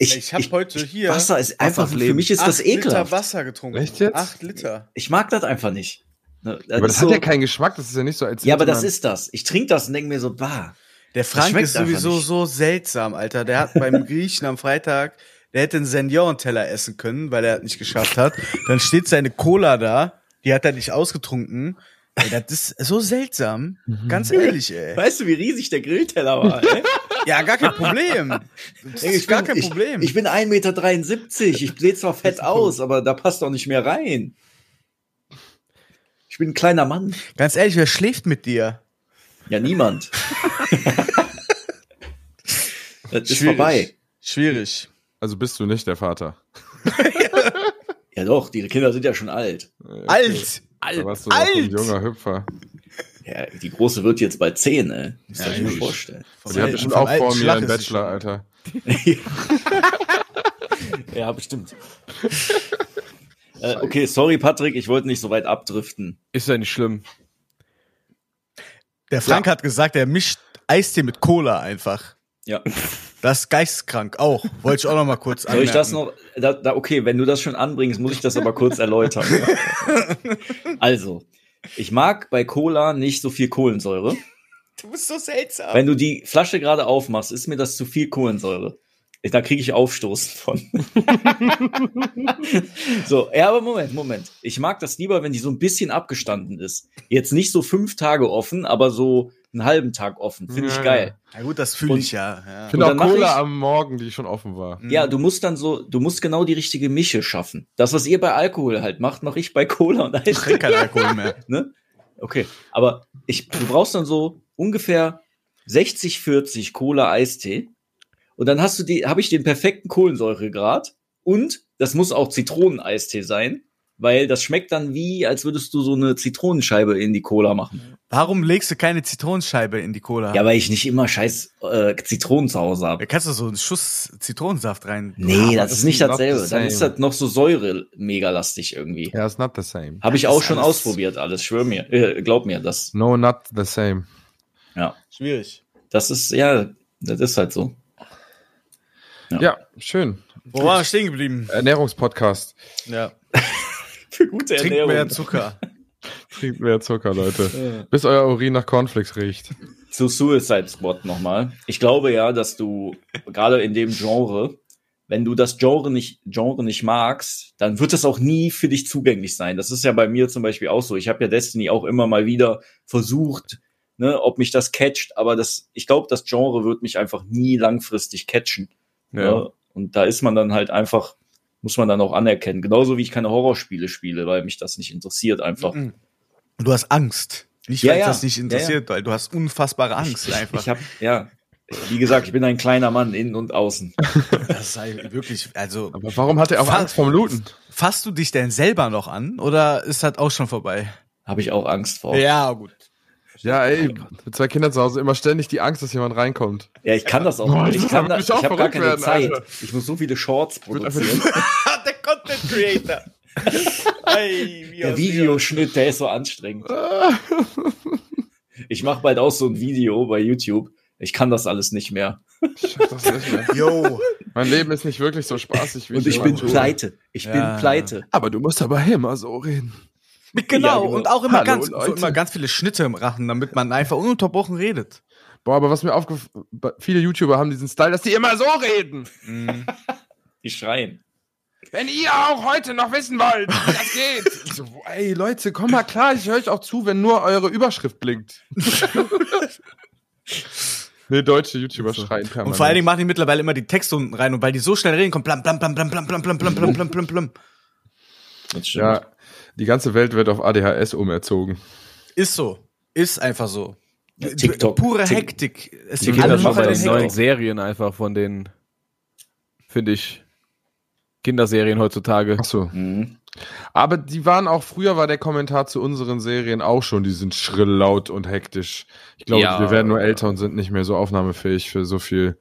Ich hab heute hier Wasser ist einfach ist für Leben. mich ist das Acht Liter ekelhaft. Wasser getrunken. Echt jetzt? Acht Liter. Ich mag das einfach nicht. Ne, aber das ist hat so- ja keinen Geschmack, das ist ja nicht so als ja, aber das hätte man- ist das. Ich trinke das und denke mir so, bah. Der Frank schmeckt ist einfach sowieso nicht. so seltsam, Alter. Der hat beim Griechen am Freitag, der hätte einen Seniorenteller essen können, weil er das nicht geschafft hat. Dann steht seine Cola da, die hat er nicht ausgetrunken. Ey, das ist so seltsam. Mhm. Ganz ehrlich, ey. Weißt du, wie riesig der Grillteller war? Ey? Ja, gar kein Problem. Das ist gar kein Problem. Ich, ich bin 1,73 Meter. Ich sehe zwar fett aus, aber da passt doch nicht mehr rein. Ich bin ein kleiner Mann. Ganz ehrlich, wer schläft mit dir? Ja, niemand. das ist Schwierig. vorbei. Schwierig. Also bist du nicht der Vater. Ja, doch, die Kinder sind ja schon alt. Alt. Da warst du noch so ein Alt. junger Hüpfer. Ja, die Große wird jetzt bald 10, ey. Das kann ich mir gut. vorstellen. Sie hat bestimmt auch vor mir einen Bachelor, Alter. Ja, bestimmt. äh, okay, sorry, Patrick, ich wollte nicht so weit abdriften. Ist ja nicht schlimm. Der Frank hat gesagt, er mischt Eistee mit Cola einfach. Ja. Das ist geisteskrank auch. Wollte ich auch noch mal kurz Soll ich das anmerken. noch? Da, da, okay, wenn du das schon anbringst, muss ich das aber kurz erläutern. also, ich mag bei Cola nicht so viel Kohlensäure. Du bist so seltsam. Wenn du die Flasche gerade aufmachst, ist mir das zu viel Kohlensäure. Ich- Da kriege ich Aufstoßen von. so, ja, aber Moment, Moment. Ich mag das lieber, wenn die so ein bisschen abgestanden ist. Jetzt nicht so fünf Tage offen, aber so ein einen halben Tag offen. Finde ich Ja. geil. Na gut, das fühle Und- ich ja. ja. Hm, Ich finde Und auch dann mach Cola ich- am Morgen, die schon offen war. Ja, du musst dann so, du musst genau die richtige Mische schaffen. Das, was ihr bei Alkohol halt macht, mache ich bei Cola und Ich trinke Eis. keinen Alkohol mehr. ne? Okay, aber ich, du brauchst dann so ungefähr 60, 40 Cola, Eistee. Und dann hast du die, habe ich den perfekten Kohlensäuregrad. Und das muss auch Zitroneneistee sein, weil das schmeckt dann wie, als würdest du so eine Zitronenscheibe in die Cola machen. Warum legst du keine Zitronenscheibe in die Cola? Ja, weil ich nicht immer scheiß äh, Zitronen zu Hause habe. Da kannst du so einen Schuss Zitronensaft rein. Nee, das, das ist nicht ist not dasselbe. the Dann ist same. das noch so säure mega lastig irgendwie. Ja, it's not the same. Habe ich Das auch ist schon alles- ausprobiert, alles. Schwör mir, äh, glaub mir, das, No, not the same. Schwierig. das ist ja, das ist halt so. Ja, schön. Wo waren wir stehen geblieben? Ernährungspodcast. Ja. Für gute Trink mehr Zucker. Trinkt mehr Zucker, Leute. Bis euer Urin nach Cornflakes riecht. Zu Suicide Squad nochmal. Ich glaube ja, dass du gerade in dem Genre, wenn du das Genre nicht, Genre nicht magst, dann wird das auch nie für dich zugänglich sein. Das ist ja bei mir zum Beispiel auch so. Ich habe ja Destiny auch immer mal wieder versucht, ne, ob mich das catcht, aber das, ich glaube, das Genre wird mich einfach nie langfristig catchen. Ja. Ne? Und da ist man dann halt einfach, muss man dann auch anerkennen. Genauso wie ich keine Horrorspiele spiele, weil mich das nicht interessiert einfach. Mhm. Du hast Angst. Nicht, Ja, weil ja. das nicht Ja, interessiert, weil du hast unfassbare Angst einfach. Ich hab, ja, wie gesagt, ich bin ein kleiner Mann, innen und außen. das ist halt wirklich, also Aber warum hat er auch Fa- Angst vom Looten? fasst du dich denn selber noch an oder ist das auch schon vorbei? Habe ich auch Angst vor. Ja, Ja, gut. Ja, ey, mit zwei Kindern zu Hause immer ständig die Angst, dass jemand reinkommt. ich kann das auch Boah, nicht. Ich, das kann wird da, mich ich auch habe gar verrückt keine werden, Zeit. Alter. Ich muss so viele Shorts produzieren. Der Content Creator. Ey, wie Der aus- Videoschnitt, der ist so anstrengend. Ich mache bald auch so ein Video bei YouTube. Ich kann das alles nicht mehr. Ich schaff das nicht mehr. Yo. Mein Leben ist nicht wirklich so spaßig wie Und ich immer bin tue. pleite. Ich Ja. bin pleite. Aber du musst dabei immer so reden. Genau, Ja, genau. und auch immer Hallo, ganz so Leute. immer ganz viele Schnitte im Rachen, damit man einfach ununterbrochen redet. Boah, aber was mir aufgefallen viele YouTuber haben diesen Style, dass die immer so reden. Mhm. Die schreien. Wenn ihr auch heute noch wissen wollt, wie das geht. So, ey, Leute, komm mal klar, ich höre euch auch zu, wenn nur eure Überschrift blinkt. nee, deutsche YouTuber schreien permanent. Und vor allen Dingen machen die mittlerweile immer die Texte unten rein und weil die so schnell reden, kommt blam blam blam blam blam blam blam blam blam blam blam blam. Das stimmt. Ja, die ganze Welt wird auf ADHS umerzogen. Ist so. Ist einfach so. Ja, TikTok. Pure Tik- Hektik. Es Die gibt Kinder Kinder alle schauen schon bei den bei den Hektik. neuen Serien einfach von den, finde ich, Kinderserien heutzutage. Achso. Mhm. Aber die waren auch, früher war der Kommentar zu unseren Serien auch schon, die sind schrill, laut und hektisch. Ich glaube, Ja. wir werden nur älter und sind nicht mehr so aufnahmefähig für so viel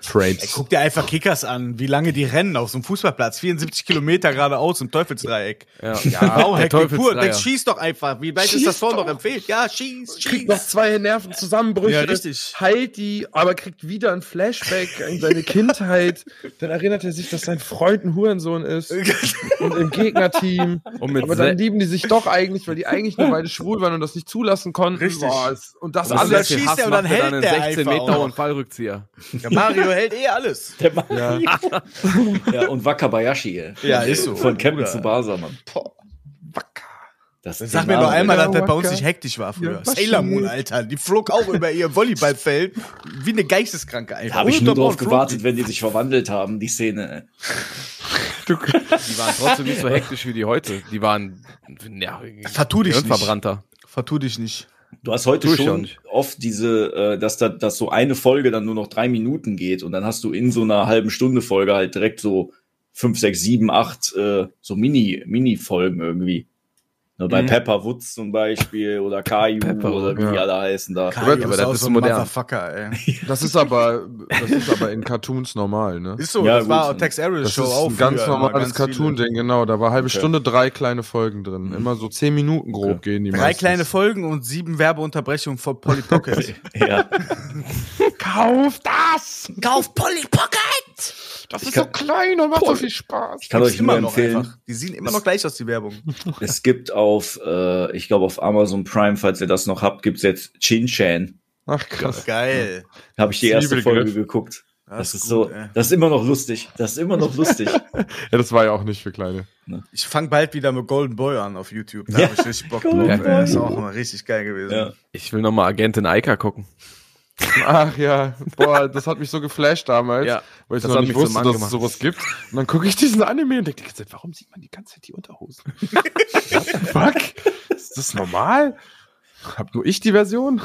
Ey, Frames. guck dir einfach Kickers an, wie lange die rennen auf so einem Fußballplatz. 74 Kilometer geradeaus im Teufelsdreieck. Ja, Wow, der Hektik pur. Teufelsdreier. Denk, schieß doch einfach. Wie weit ist Schieß das Tor doch. noch empfehlt? Ja, schieß, Kriegt noch schieß. zwei Nervenzusammenbrüche, Ja, richtig. heilt die, aber kriegt wieder ein Flashback in seine Kindheit. Dann erinnert er sich, dass sein Freund ein Hurensohn ist und im Gegnerteam. Und mit Aber dann Se- lieben die sich doch eigentlich, weil die eigentlich nur beide schwul waren und das nicht zulassen konnten. Richtig. Boah, es- und das Aber mit Anders alles. sehr viel schießt Hass der und dann macht er hält der einen 16 einfach auch Meter noch. und Fallrückzieher. Ja, Mario hält eh alles. Der Mario. Ja. und Wakabayashi, ey. Ja, ist so. Von Campbell Bruder. zu Basa, Mann. Das ist der Sag mir nur Name. einmal, dass das bei Waka. uns nicht hektisch war früher. Ja, was Sailor Moon, steht? Alter. Die flog auch über ihr Volleyballfeld wie eine Geisteskranke, um Alter. Da habe ich nur drauf Ununterbrochen flog gewartet, wenn die sich verwandelt haben, die Szene. Die waren trotzdem nicht so hektisch wie die heute. Die waren ja, die. Vertu dich nicht. hirnverbrannter. Vertu dich nicht. ey. Du hast heute Tu ich ja schon nicht. oft diese, äh, dass, da, dass so eine Folge dann nur noch drei Minuten geht und dann hast du in so einer halben Stunde Folge halt direkt so fünf, sechs, sieben, acht äh, so Mini- Mini-Folgen irgendwie. Ne, bei Mhm. Pepper Woods zum Beispiel oder Caillou Pepper, oder wie ja. die alle heißen da. Kaio aber ist das auch ist so ein modern. Motherfucker, ey. Das ist aber, das ist aber in Cartoons normal, ne? Ist so, Ja, das gut. war Tex Ariel Das Show ist auch. ein ganz früher immer, normales ganz viele. Cartoon-Ding, genau. Da war halbe Stunde drei kleine Folgen drin. Immer so zehn Minuten grob Okay. gehen die Drei meistens. kleine Folgen und sieben Werbeunterbrechungen von Polly Pocket. Ja. Kauf das! Kauf Polly Pocket! Das Ich ist kann- so klein und macht so viel Spaß. Ich kann euch nur immer noch empfehlen, einfach. Die sehen immer noch gleich aus, die Werbung. Es gibt auf, äh, ich glaube auf Amazon Prime, falls ihr das noch habt, gibt's jetzt Chin Chan. Ach krass. Geil. Da habe ich die erste Zwiebelgriff. Folge geguckt. Das, ist gut, so, ey. das ist immer noch lustig. Das ist immer noch lustig. Ja, das war ja auch nicht für Kleine. Ich fange bald wieder mit Golden Boy an auf YouTube. Da Ja, hab ich richtig Bock Golden drauf. Ey. Boy. Das ist auch immer richtig geil gewesen. ja. Ich will nochmal Agentin Eika gucken. Ach ja, boah, das hat mich so geflasht damals, Ja, weil ich das noch hat nicht mich so wusste, Mann dass es gemacht. sowas gibt. Und dann gucke ich diesen Anime und denke, warum sieht man die ganze Zeit die Unterhosen? What the fuck? Ist das normal? Hab nur ich die Version?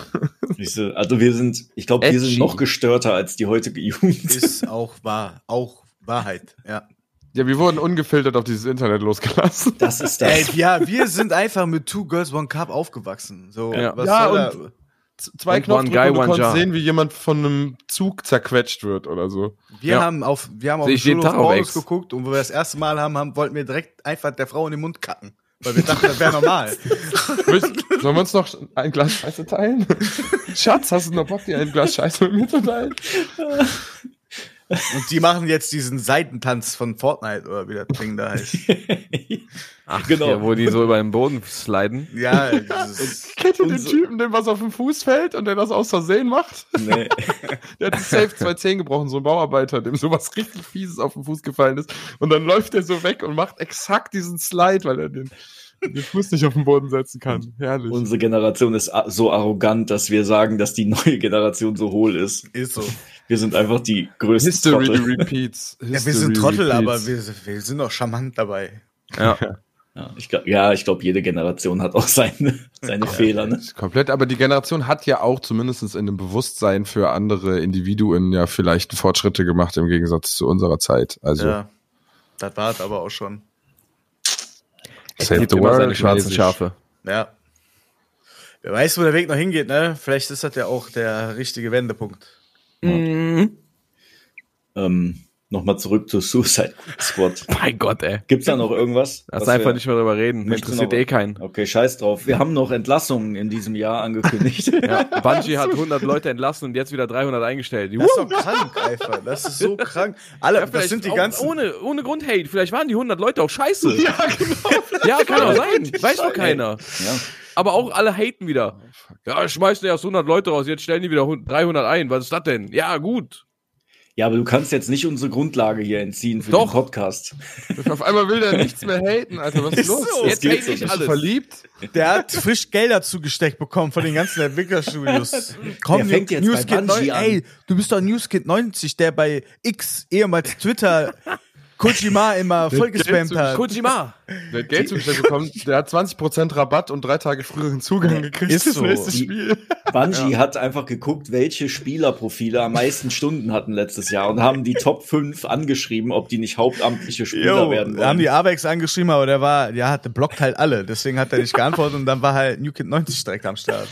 Ich so, also wir sind, ich glaube, wir sind Edgy. noch gestörter als die heutige Jugend. Ist auch wahr. Auch Wahrheit. Ja. Ja, wir wurden ungefiltert auf dieses Internet losgelassen. Das ist das. Ey, ja, wir sind einfach mit Two Girls One Cup aufgewachsen. So, Ja. was Ja, soll und- da? Z- Zwei Und one Knopfdrücke guy, und du one konntest jar. sehen, wie jemand von einem Zug zerquetscht wird oder so. Wir Ja. haben auf, wir haben auf Sehe dem ich jeden Schulhof Tag auf Pornos Ex. geguckt und wo wir das erste Mal haben, haben wollten wir direkt einfach der Frau in den Mund kacken. Weil wir dachten, das wäre normal. Willst, sollen wir uns noch ein Glas Scheiße teilen? Schatz, hast du noch Bock, dir ein Glas Scheiße mit mir zu teilen? Und die machen jetzt diesen Seitentanz von Fortnite oder wie das Ding da heißt. Ach, Genau. Ja, wo die so über den Boden sliden. Ja, dieses, Kennt ihr den Unser- Typen, dem was auf den Fuß fällt und der das aus Versehen macht? nee. Der hat safe zwei Zehen gebrochen, so ein Bauarbeiter, dem sowas richtig Fieses auf den Fuß gefallen ist. Und dann läuft er so weg und macht exakt diesen Slide, weil er den, den Fuß nicht auf den Boden setzen kann. Herrlich. Unsere Generation ist a- so arrogant, dass wir sagen, dass die neue Generation so hohl ist. ist so. Wir sind einfach die größten History Trottel. repeats. Ja, wir History sind Trottel, repeats. aber wir, wir sind auch charmant dabei. Ja. Ja, ich glaube, ja, ich glaub, jede Generation hat auch seine, seine Fehler. Ne? Komplett, aber die Generation hat ja auch zumindest in dem Bewusstsein für andere Individuen ja vielleicht Fortschritte gemacht im Gegensatz zu unserer Zeit. Also, Ja. Das war es aber auch schon. save Gibt immer seine world schwarzen mäßig. Schafe. Ja. Wer weiß, wo der Weg noch hingeht, ne? Vielleicht ist das ja auch der richtige Wendepunkt. Ähm, Nochmal zurück zu Suicide Squad. Mein Gott, ey. Gibt's da noch irgendwas? Lass was einfach wir- nicht mehr drüber reden. Möchtest du Interessiert noch- eh keinen. Okay, scheiß drauf. Wir haben noch Entlassungen in diesem Jahr angekündigt. Ja, Bungie hat 100 Leute entlassen und jetzt wieder 300 eingestellt. Das ist doch krank, einfach. Das ist so krank. Alle, das vielleicht sind die auch ganzen. Ohne, ohne Grund, hey, vielleicht waren die 100 Leute auch scheiße. Ja, genau. ja, kann auch sein. Weiß doch keiner. Ja. Aber auch alle haten wieder. Ja, schmeißen ja erst 100 Leute raus, jetzt stellen die wieder 100 300 ein. Was ist das denn? Ja, gut. ja, aber du kannst jetzt nicht unsere Grundlage hier entziehen für Doch. den Podcast. Auf einmal will der nichts mehr haten, Alter. Was ist los? so. Jetzt geht jetzt hate so nicht. ich bist du alles. verliebt? Der hat frisch Geld dazu gesteckt bekommen von den ganzen Entwicklerstudios. Komm, Der fängt jetzt bei Newskid Bungie 90, an. ey, du bist doch Newskid 90, der bei X, ehemals Twitter, Kojima immer vollgespammt hat. Kojima. Der hat Geld zugestellt bekommen, der hat 20% Rabatt und drei Tage früheren Zugang gekriegt. Ist fürs so. nächste Die- Spiel. Bungie hat einfach geguckt, welche Spielerprofile am meisten Stunden hatten letztes Jahr und haben die Top 5 angeschrieben, ob die nicht hauptamtliche Spieler Jo, werden haben die wollen. Avex angeschrieben, aber der war, ja, hatte blockt halt alle. Deswegen hat er nicht geantwortet und dann war halt New Kid 90 direkt am Start.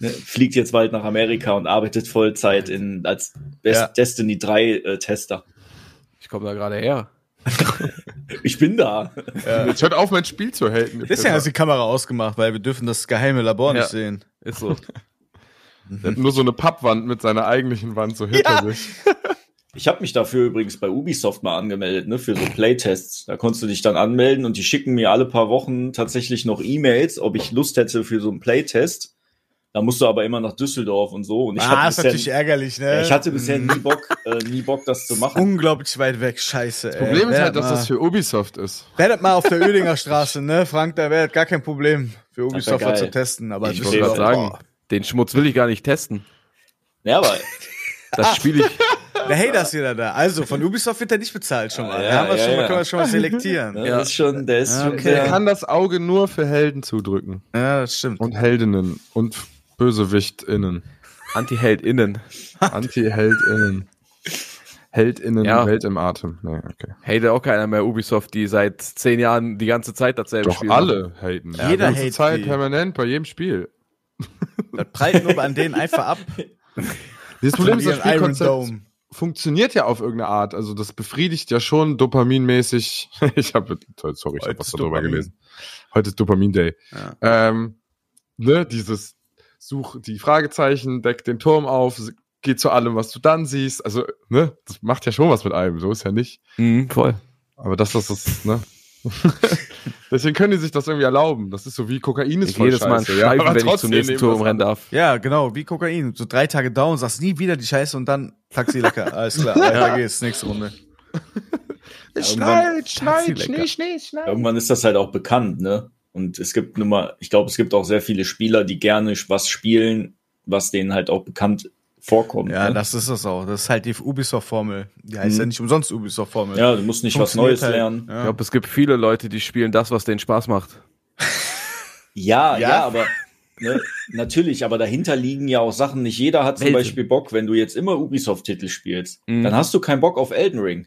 Ne, Fliegt jetzt bald nach Amerika und arbeitet Vollzeit in, als Best Ja. Destiny 3 äh, Tester. Ich komme da gerade her. Ich bin da. Jetzt hört auf, mein Spiel zu haten. Deswegen hat sie die Kamera ausgemacht, weil wir dürfen das geheime Labor Ja. nicht sehen. Ist so. Der hat nur so eine Pappwand mit seiner eigentlichen Wand so hinter sich. Ich habe mich dafür übrigens bei Ubisoft mal angemeldet, ne, für so Playtests. Da konntest du dich dann anmelden und die schicken mir alle paar Wochen tatsächlich noch E-Mails, ob ich Lust hätte für so einen Playtest. Da musst du aber immer nach Düsseldorf und so. Und ich ah, ist hatte natürlich bisher, ärgerlich, Um- ne? ja, ich hatte bisher nie Bock, äh, nie Bock, das zu machen. Unglaublich weit weg, scheiße. Äh, Das Problem ist halt, dass das für Ubisoft ist. Werdet mal auf der Ödinger Straße, ne? Frank, da wäre gar kein Problem für Ubisoft geil. mal zu testen. Aber Ich das wollte ist gerade doch- sagen, den Schmutz will ich gar nicht testen. Ja, aber Das spiele ich. boah, der Hater ist wieder da. Also, von Ubisoft wird er nicht bezahlt schon mal. Ja, da haben wir ja, schon mal, ja. können wir schon mal selektieren. ne, ja. das ist schon, der ist schon Er der, kann das Auge nur für Helden zudrücken. das stimmt. Und Heldinnen. Und BösewichtInnen. Anti-HeldInnen. Anti-HeldInnen. HeldInnen Ja. Welt im Atem. Nee, okay. Hate auch keiner mehr Ubisoft, die seit zehn Jahren die ganze Zeit dasselbe Doch Spiel machen. alle haten. Ja, Jeder Die ganze hatet Zeit die. permanent bei jedem Spiel. Das prallt nur an denen einfach ab. Das Problem ist, das Wie ein Iron Spielkonzept Dome. funktioniert ja auf irgendeine Art. Also das befriedigt ja schon dopaminmäßig. Ich habe, sorry, ich habe Heute was ist darüber Dopamin. gelesen. Heute ist Dopamin Day. Ja. Ähm, ne, dieses Such die Fragezeichen, deck den Turm auf, s- geh zu allem, was du dann siehst. Also, ne, das macht ja schon was mit einem, so ist ja nicht. Mhm, voll. Aber das, das ist, ne. Deswegen können die sich das irgendwie erlauben. Das ist so wie Kokain ist Ich jedes Mal einen scheiße, ja, Schreiben, aber wenn ich zum trotzdem nächsten nehmen Turm wir's rennen darf. Ja, genau, wie Kokain. So drei Tage down, sagst nie wieder die Scheiße und dann Taxi lecker. Alles klar, weiter geht's, nächste Runde. Irgendwann, Schneit, Schnee, irgendwann ist das halt auch bekannt, ne? Und es gibt nun mal, ich glaube, es gibt auch sehr viele Spieler, die gerne was spielen, was denen halt auch bekannt vorkommt. Ja, ne? das ist das auch. Das ist halt die Ubisoft-Formel. Die heißt Mhm. ja nicht umsonst Ubisoft-Formel. ja, du musst nicht was Neues Funktioniert halt. lernen. Ich glaube, es gibt viele Leute, die spielen das, was denen Spaß macht. Ja, ja, Ja. aber ne, natürlich, aber dahinter liegen ja auch Sachen. Nicht jeder hat zum Welten. Beispiel Bock, wenn du jetzt immer Ubisoft-Titel spielst, Mhm. dann hast du keinen Bock auf Elden Ring.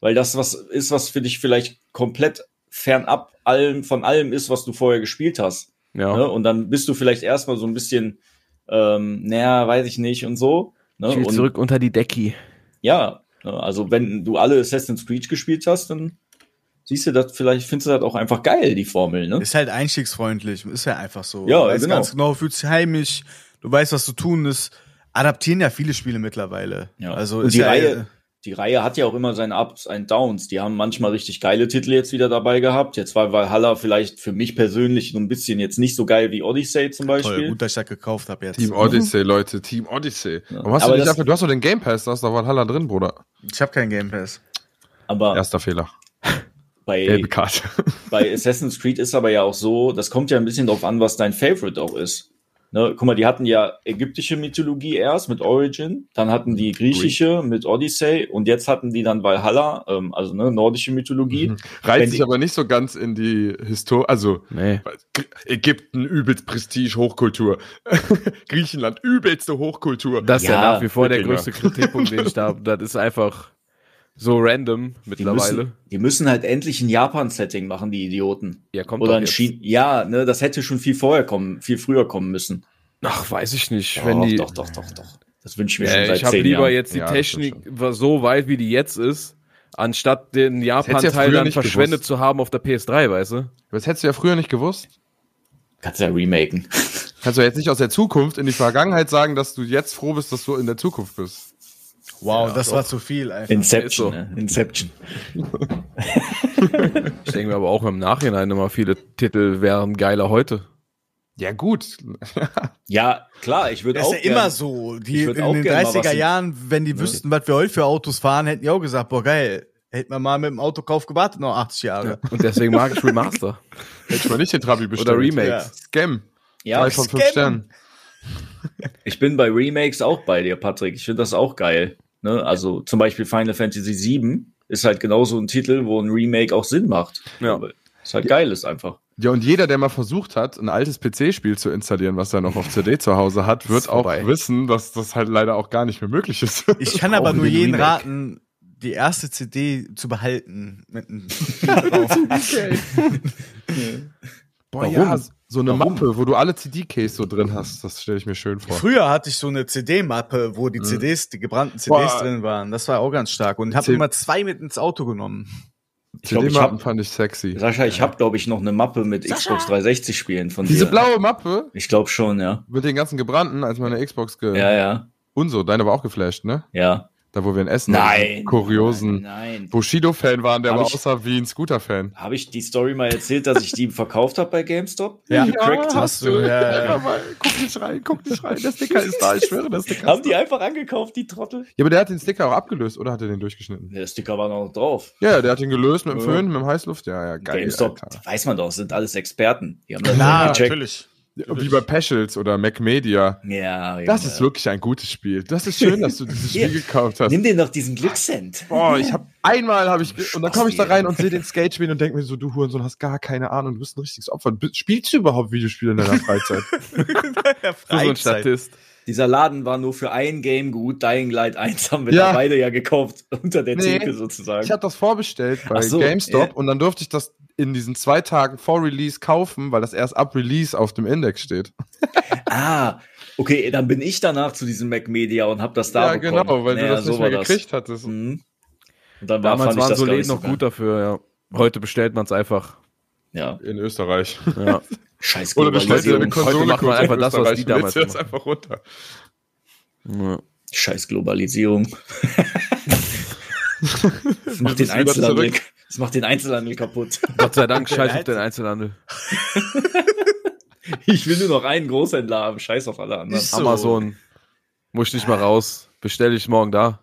Weil das was ist, was für dich vielleicht komplett fernab allem, von allem ist, was du vorher gespielt hast. Ja. Ne? Und dann bist du vielleicht erstmal so ein bisschen, ähm, naja, weiß ich nicht und so. Ne? Ich will Und zurück unter die Decki. ja, ne? also wenn du alle Assassin's Creed gespielt hast, dann siehst du das vielleicht, findest du das auch einfach geil, die Formel, ne? Ist halt einstiegsfreundlich, ist ja einfach so. Ja, du weißt genau. ganz genau, fühlst dich heimisch, du weißt, was zu tun ist. Adaptieren ja viele Spiele mittlerweile. Ja. Also Und ist die ja, Reihe- Die Reihe hat ja auch immer seine Ups und Downs. Die haben manchmal richtig geile Titel jetzt wieder dabei gehabt. Jetzt war Valhalla vielleicht für mich persönlich so ein bisschen jetzt nicht so geil wie Odyssey zum Toll, Beispiel. gut, dass ich das gekauft habe jetzt. Team Odyssey, Leute, Team Odyssey. Ja. Warum hast Aber du, nicht das- dafür, du hast doch den Game Pass, da ist doch Valhalla drin, Bruder. Mhm. Ich habe keinen Game Pass. Aber Erster Fehler. bei, Gelbe Karte. bei Assassin's Creed ist aber ja auch so, das kommt ja ein bisschen drauf an, was dein Favorite auch ist. Ne, guck mal, die hatten ja ägyptische Mythologie erst mit Origin, dann hatten die griechische mit Odyssey und jetzt hatten die dann Valhalla, ähm, also ne, nordische Mythologie. Mhm. Wenn Reiht sich die- aber nicht so ganz in die Historie, also Nee. Ägypten, übelst Prestige, Hochkultur. Griechenland, übelste Hochkultur. Das ist ja, Ja, nach wie vor der Wikinger. größte Kritikpunkt, den ich da habe. Das ist einfach so random Die mittlerweile. müssen, die müssen halt endlich ein Japan-Setting machen, die Idioten. ja, kommt Oder doch ein jetzt. China. Ja, ne, das hätte schon viel vorher kommen, viel früher kommen müssen. Ach, weiß ich nicht. wenn die, doch, doch, doch, doch. Das wünsche ich mir Äh, schon ich seit habe zehn lieber Jahren. jetzt die Ja, das Technik stimmt so weit, wie die jetzt ist, anstatt den hättest du ja Japan-Teil früher dann nicht verschwendet gewusst. zu haben auf der PS3, weißt du? Das hättest du ja früher nicht gewusst. Kannst ja remaken. Kannst du jetzt nicht aus der Zukunft in die Vergangenheit sagen, dass du jetzt froh bist, dass du in der Zukunft bist. Wow, das war zu viel einfach. Ist Inception, so. ne? Inception. Ich denke mir aber auch im Nachhinein immer, viele Titel wären geiler heute. Ja, gut. Ja, klar, ich würde Das ist auch. ja gern- immer so. Die Ich in würd auch den gern mal was 30er in- Jahren, wenn die wüssten, was wir heute für Autos fahren, hätten die auch gesagt, boah, geil. Hätten wir mal mit dem Autokauf gewartet, noch 80 Jahre. Und deswegen mag ich Remaster. Hätte ich mal nicht den Trabi bestellt. Oder Remakes. Scam. Ja, Drei von fünf Scam. Sternen. ich bin bei Remakes auch bei dir, Patrick. Ich finde das auch geil. Ne? Also zum Beispiel Final Fantasy VII ist halt genauso ein Titel, wo ein Remake auch Sinn macht. Ja. Weil es halt geil ist einfach. Ja, und jeder, der mal versucht hat, ein altes PC-Spiel zu installieren, was er noch auf CD zu Hause hat, wird Ist auch vorbei. wissen, dass das halt leider auch gar nicht mehr möglich ist. Ich kann aber nur jeden raten, die erste CD zu behalten. Mit einem Boah, Warum? ja, so eine Mappe, wo du alle CD-Case so drin hast, das stelle ich mir schön vor. Früher hatte ich so eine CD-Mappe, wo die CDs, die gebrannten CDs Boah. drin waren. Das war auch ganz stark. Und C- habe immer zwei mit ins Auto genommen. Ich glaub, ich CD-Mappen hab- fand ich sexy. Sascha, ich habe, glaube ich, noch eine Mappe mit Xbox 360-Spielen von Diese dir. blaue Mappe Ich glaube schon, ja. mit den ganzen gebrannten, als meine Xbox ge... Ja, ja, Unso, deine war auch geflasht, ne? ja. Da, wo wir in Essen Nein. kuriosen Nein. Bushido-Fan waren, der Hab aber ich- aussah wie ein Scooter-Fan. Habe ich die Story mal erzählt, dass ich die verkauft habe bei GameStop? Ja. Gecrackt? hast du, ja, ja. Einfach mal, guck nicht rein, guck nicht rein, der Sticker ist da, ich schwöre, der Sticker Haben ist da. die einfach angekauft, die Trottel? Ja, aber der hat den Sticker auch abgelöst, oder hat er den durchgeschnitten? Der Sticker war noch drauf. Ja, der hat ihn gelöst mit dem Ja. Föhn, mit dem Heißluft, ja, ja, geil, GameStop, Alter. weiß man doch, sind alles Experten. Die haben das Klar, gecheckt. natürlich. Wie bei Peschels oder Mac Media. Ja, Das Junge. ist wirklich ein gutes Spiel. Das ist schön, dass du dieses Hier, Spiel gekauft hast. Nimm dir noch diesen Glückssend. Boah, ich hab einmal habe ich ge- und dann komme ich da rein und sehe den Skate spielen und denke mir so, du Hurensohn hast gar keine Ahnung, du bist ein richtiges Opfer. Bi- Spielst du überhaupt Videospiele in deiner Freizeit? So ein Freizeit. Statist. Dieser Laden war nur für ein Game gut. Dying Light 1 haben wir Ja. da beide ja gekauft. Unter der Nee. Theke sozusagen. ich habe das vorbestellt bei Ach so, GameStop ja. und dann durfte ich das in diesen zwei Tagen vor Release kaufen, weil das erst ab Release auf dem Index steht. Ah, okay, dann bin ich danach zu diesem Mac Media und habe das da bekommen. genau, weil Naja, du das so nicht war mehr gekriegt hattest. Mhm. Und dann war, Damals fand ich waren das so gar Läden nicht so noch geil. gut dafür, ja. Heute bestellt man es einfach. Ja, In Österreich. Ja. scheiß Oder du stellst dir eine Globalisierung. Konsole Heute macht man kurz einfach in das, was Österreich die und lädst damals dir das gemacht einfach runter. ja. Scheiß Globalisierung. Das macht den Das ist wieder Einzelhandel, zurück. Das macht den Einzelhandel kaputt. Gott sei Dank, scheiß auf den Einzelhandel. Ich will nur noch einen Großhändler haben. Scheiß auf alle anderen. So. Amazon. Muss ich nicht mal raus. Bestelle ich morgen da.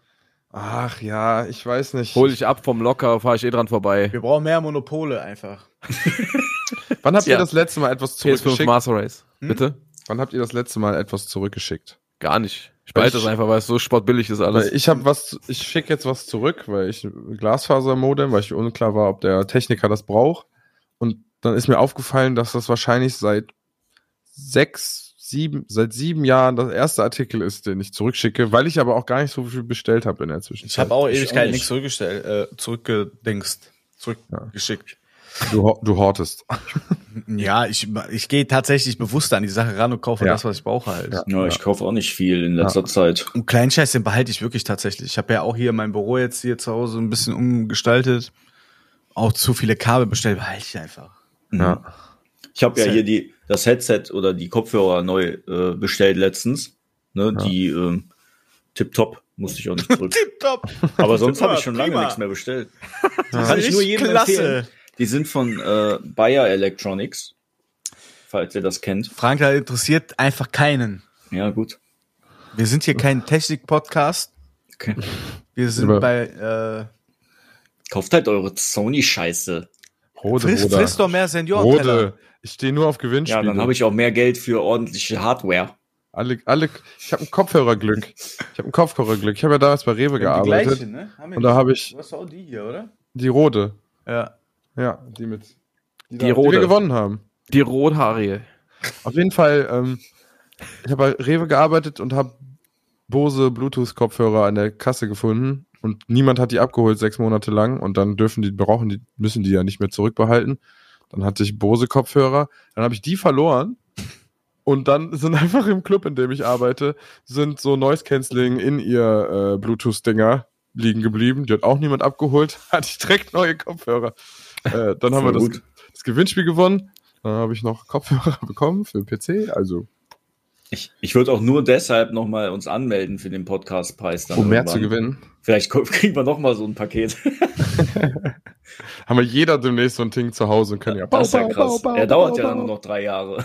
Ach ja, ich weiß nicht. Hol ich ab vom Locker, fahre ich eh dran vorbei. Wir brauchen mehr Monopole einfach. Wann habt Ja. ihr das letzte Mal PS5 etwas zurückgeschickt? Master Race. Hm? Bitte? Wann habt ihr das letzte Mal etwas zurückgeschickt? Gar nicht. Ich behalte das einfach, weil es so sportbillig ist Also alles. Weil ich habe was, ich schicke jetzt was zurück, weil ich ein Glasfasermodem, weil ich unklar war, ob der Techniker das braucht. Und dann ist mir aufgefallen, dass das wahrscheinlich seit sechs, sieben, seit sieben Jahren das erste Artikel ist, den ich zurückschicke, weil ich aber auch gar nicht so viel bestellt habe in der Zwischenzeit. Ich habe auch Ich auch Ewigkeiten nicht. nichts zurückgestellt, äh, zurückgedingst, zurückgeschickt. Du, hor- du hortest. Ja, ich, ich gehe tatsächlich bewusster an die Sache ran und kaufe Ja. das, was ich brauche halt. Ja. Ja, ich kaufe auch nicht viel in letzter Zeit. Und Kleinscheiß, den behalte ich wirklich tatsächlich. Ich habe ja auch hier mein Büro jetzt hier zu Hause ein bisschen umgestaltet. Auch zu viele Kabel bestellt, behalte ich einfach. Ja. Ich habe ja Sehr. hier die, das Headset oder die Kopfhörer neu äh, bestellt letztens. Ne, Die ähm, Tip-Top musste ich auch nicht zurück. Tipptopp. Aber sonst habe ich Prima, schon lange prima. nichts mehr bestellt. Kann ich nur jedem Klasse. empfehlen. Die sind von äh, Bayer Electronics, falls ihr das kennt. Frank, da interessiert einfach keinen. Ja, gut. Wir sind hier kein Technik-Podcast. Okay. Wir sind Aber- bei äh, Kauft halt eure Sony-Scheiße. Rode, frisst, Bruder. frisst doch mehr Senioren. Rode. Ich stehe nur auf Gewinnspiele. Ja, dann habe ich auch mehr Geld für ordentliche Hardware. Alle, alle, ich habe ein Kopfhörerglück. Ich habe ein Kopfhörerglück. Ich habe ja damals bei Rewe gearbeitet. ne? Haben wir Und da nicht. habe ich Du hast auch die hier, oder? die rote. Ja. Ja, die mit. Die, Die rote. Die wir gewonnen haben. Die Rothaarige. Auf jeden Fall, ähm, ich habe bei Rewe gearbeitet und habe Bose Bluetooth-Kopfhörer an der Kasse gefunden. Und niemand hat die abgeholt, sechs Monate lang. Und dann dürfen die, brauchen die, müssen die ja nicht mehr zurückbehalten. Dann hatte ich Bose-Kopfhörer. Dann habe ich die verloren. Und dann sind einfach im Club, in dem ich arbeite, sind so Noise Cancelling in ihr äh, Bluetooth-Dinger liegen geblieben. Die hat auch niemand abgeholt. Hatte ich direkt neue Kopfhörer. Äh, dann haben wir Voll das, gut. das Gewinnspiel gewonnen. Dann habe ich noch Kopfhörer bekommen für den PC. Also, Ich, ich würde auch nur deshalb nochmal uns anmelden für den Podcastpreis. dann um mehr zu irgendwann. gewinnen, Vielleicht ko- kriegen wir nochmal so ein Paket. haben wir jeder demnächst so ein Ding zu Hause und können ja. Das ist ja krass. Er dauert ja dann nur noch drei Jahre.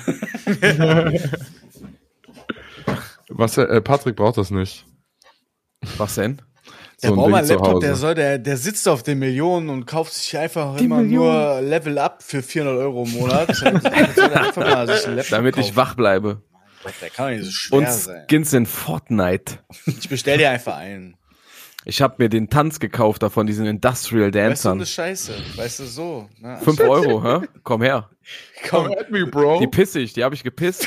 Was, äh, Patrick braucht das nicht. Was denn? Der ein braucht Ding mal einen zu Laptop, der Hause. soll, der, der sitzt auf den Millionen und kauft sich einfach immer nur Level Up für 400 Euro im Monat. Der soll einfach mal sich einen Laptop Damit ich kaufen. wach bleibe. Der kann doch nicht so schwer Und sein. Skins in Fortnite. Ich bestell dir einfach einen. Ich habe mir den Tanz gekauft davon, diesen Industrial Weißt du, Dancern. eine Scheiße. Weißt du, so. Ne? 5 Euro, hä? Komm her. Komm, at me, Bro. Oh. Die pisse ich, die habe ich gepisst.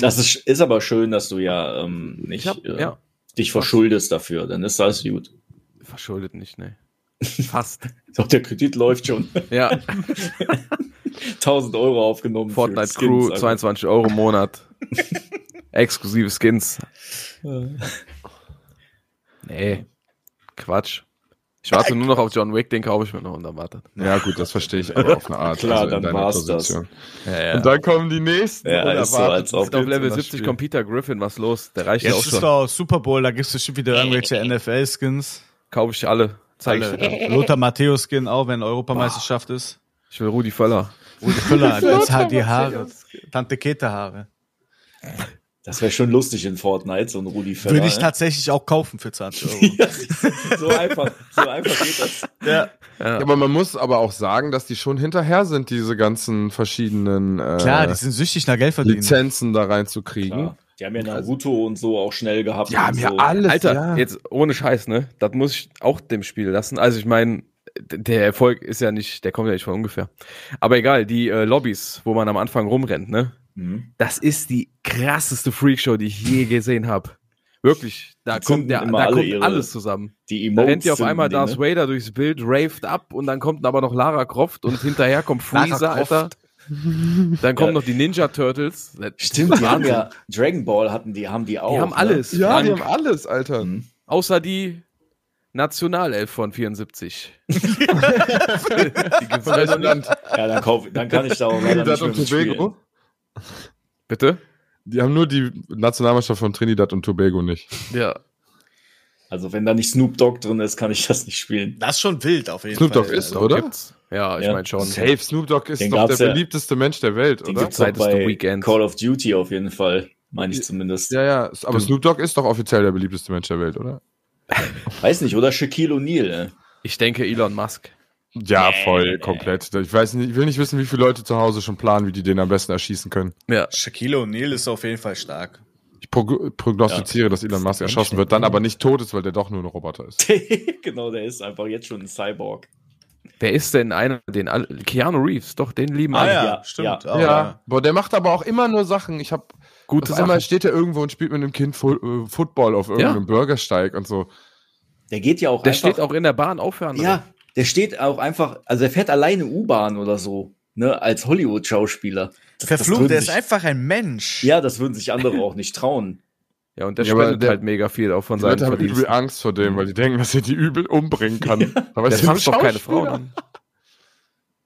Das ist, ist aber schön, dass du ja ähm, nicht Mhm. Ich hab, äh, ja. dich verschuldest dafür. Dann ist alles gut. Verschuldet nicht, ne. Fast. Doch der Kredit läuft schon. Ja, 1000 Euro aufgenommen. für Fortnite Skins, also Crew, Alter. 22 Euro im Monat. Exklusive Skins. Nee. Quatsch. Ich warte nur noch auf John Wick, den kaufe ich mir noch und dann warte. Ja, gut, das verstehe ich aber auf eine Art. also Klar, in dann deiner war's das. Ja, ja. Und dann kommen die nächsten. Ja, ist so, als ob. Ist auf Level das 70 Spiel. kommt Peter Griffin, was los? Der reicht ja auch jetzt ist schon. doch Super Bowl, da gibt's bestimmt wieder irgendwelche NFL-Skins. Kaufe ich alle. Zeig ich dir dann. Lothar Matthäus-Skin auch, wenn Europameisterschaft ist. Ich will Rudi Völler. Rudi Füller, jetzt hat die Haare. Tante Kete-Haare. Das wäre schon lustig in Fortnite, so ein Rudi Völler. Würde ich ne? tatsächlich auch kaufen für 20 Euro. so einfach, so einfach geht das. ja. Ja, aber man muss aber auch sagen, dass die schon hinterher sind, diese ganzen verschiedenen äh, Klar, die sind süchtig nach Geld verdienen. Lizenzen da Mhm. reinzukriegen. Klar. Die haben ja Naruto und so auch schnell gehabt. Die haben und ja so. alles. Alter, ja. jetzt ohne Scheiß, ne? Das muss ich auch dem Spiel lassen. Also ich meine, d- der Erfolg ist ja nicht, der kommt ja nicht von ungefähr. Aber egal, die äh, Lobbys, wo man am Anfang rumrennt, ne? Mhm. Das ist die krasseste Freakshow, die ich je gesehen habe. Wirklich, da Die zünden kommt, der, immer da alle kommt ihre- alles zusammen. Die Da Emotes rennt ja auf zünden einmal die, ne? Darth Vader durchs Bild, raved ab und dann kommt aber noch Lara Croft und hinterher kommt Lara Freezer, Croft. Alter. Dann kommen Ja. noch die Ninja Turtles. Das- Stimmt, die haben Wahnsinn. ja Dragon Ball hatten die, haben die auch. haben alles. Ne? ja, die Frank. haben alles, Alter. Mhm. Außer die Nationalelf von 74. die gibt's Von leider welchem nicht. Land? Ja, dann, kauf, dann kann ich da auch leider Trinidad nicht mehr und mitspielen. Tobago? Bitte? Die haben nur die Nationalmannschaft von Trinidad und Tobago nicht. Ja. Also wenn da nicht Snoop Dogg drin ist, kann ich das nicht spielen. Das ist schon wild auf jeden Snoop Fall. Dogg ist, Dogg oder? gibt's. Ja, ich Ja. meine schon. Safe, Snoop Dogg ist Den doch der gab's ja. beliebteste Mensch der Welt, Den oder? gibt's auch Seit des The bei Weeknd. Call of Duty auf jeden Fall, meine ich zumindest. Ja, ja, s- aber Snoop Dogg ist doch offiziell der beliebteste Mensch der Welt, oder? Weiß nicht, oder Shaquille O'Neal. ne? Ich denke Elon Musk. Ja, voll, komplett. Ich weiß nicht, ich will nicht wissen, wie viele Leute zu Hause schon planen, wie die den am besten erschießen können. Ja. Shaquille O'Neal ist auf jeden Fall stark. Ich prog prognostiziere, dass Elon Musk erschossen wird, dann aber nicht tot ist, weil der doch nur ein Roboter ist. genau, der ist einfach jetzt schon ein Cyborg. Wer ist denn einer, den alle. Keanu Reeves, doch, den lieben Ah, alle. ja, stimmt. Ja. ja, boah, der macht aber auch immer nur Sachen. Ich habe Gute auf einmal Sache. steht er irgendwo und spielt mit einem Kind Fu- äh, Football auf irgendeinem Bürgersteig und so. Der geht ja auch Der einfach. steht auch in der Bahn auf für andere. ja, der steht auch einfach, also er fährt alleine U-Bahn oder so, ne, als Hollywood-Schauspieler. Das- das würden Verflucht, der ist sich- einfach ein Mensch. Ja, das würden sich andere auch nicht trauen. Ja, und der Ja, aber spendet der- halt mega viel auch von Die seinem Leute haben Verdienst. übel Angst vor dem, weil die denken, dass er die übel umbringen kann. Aber Der es ist fasst doch keine Schauspieler. Frauen an.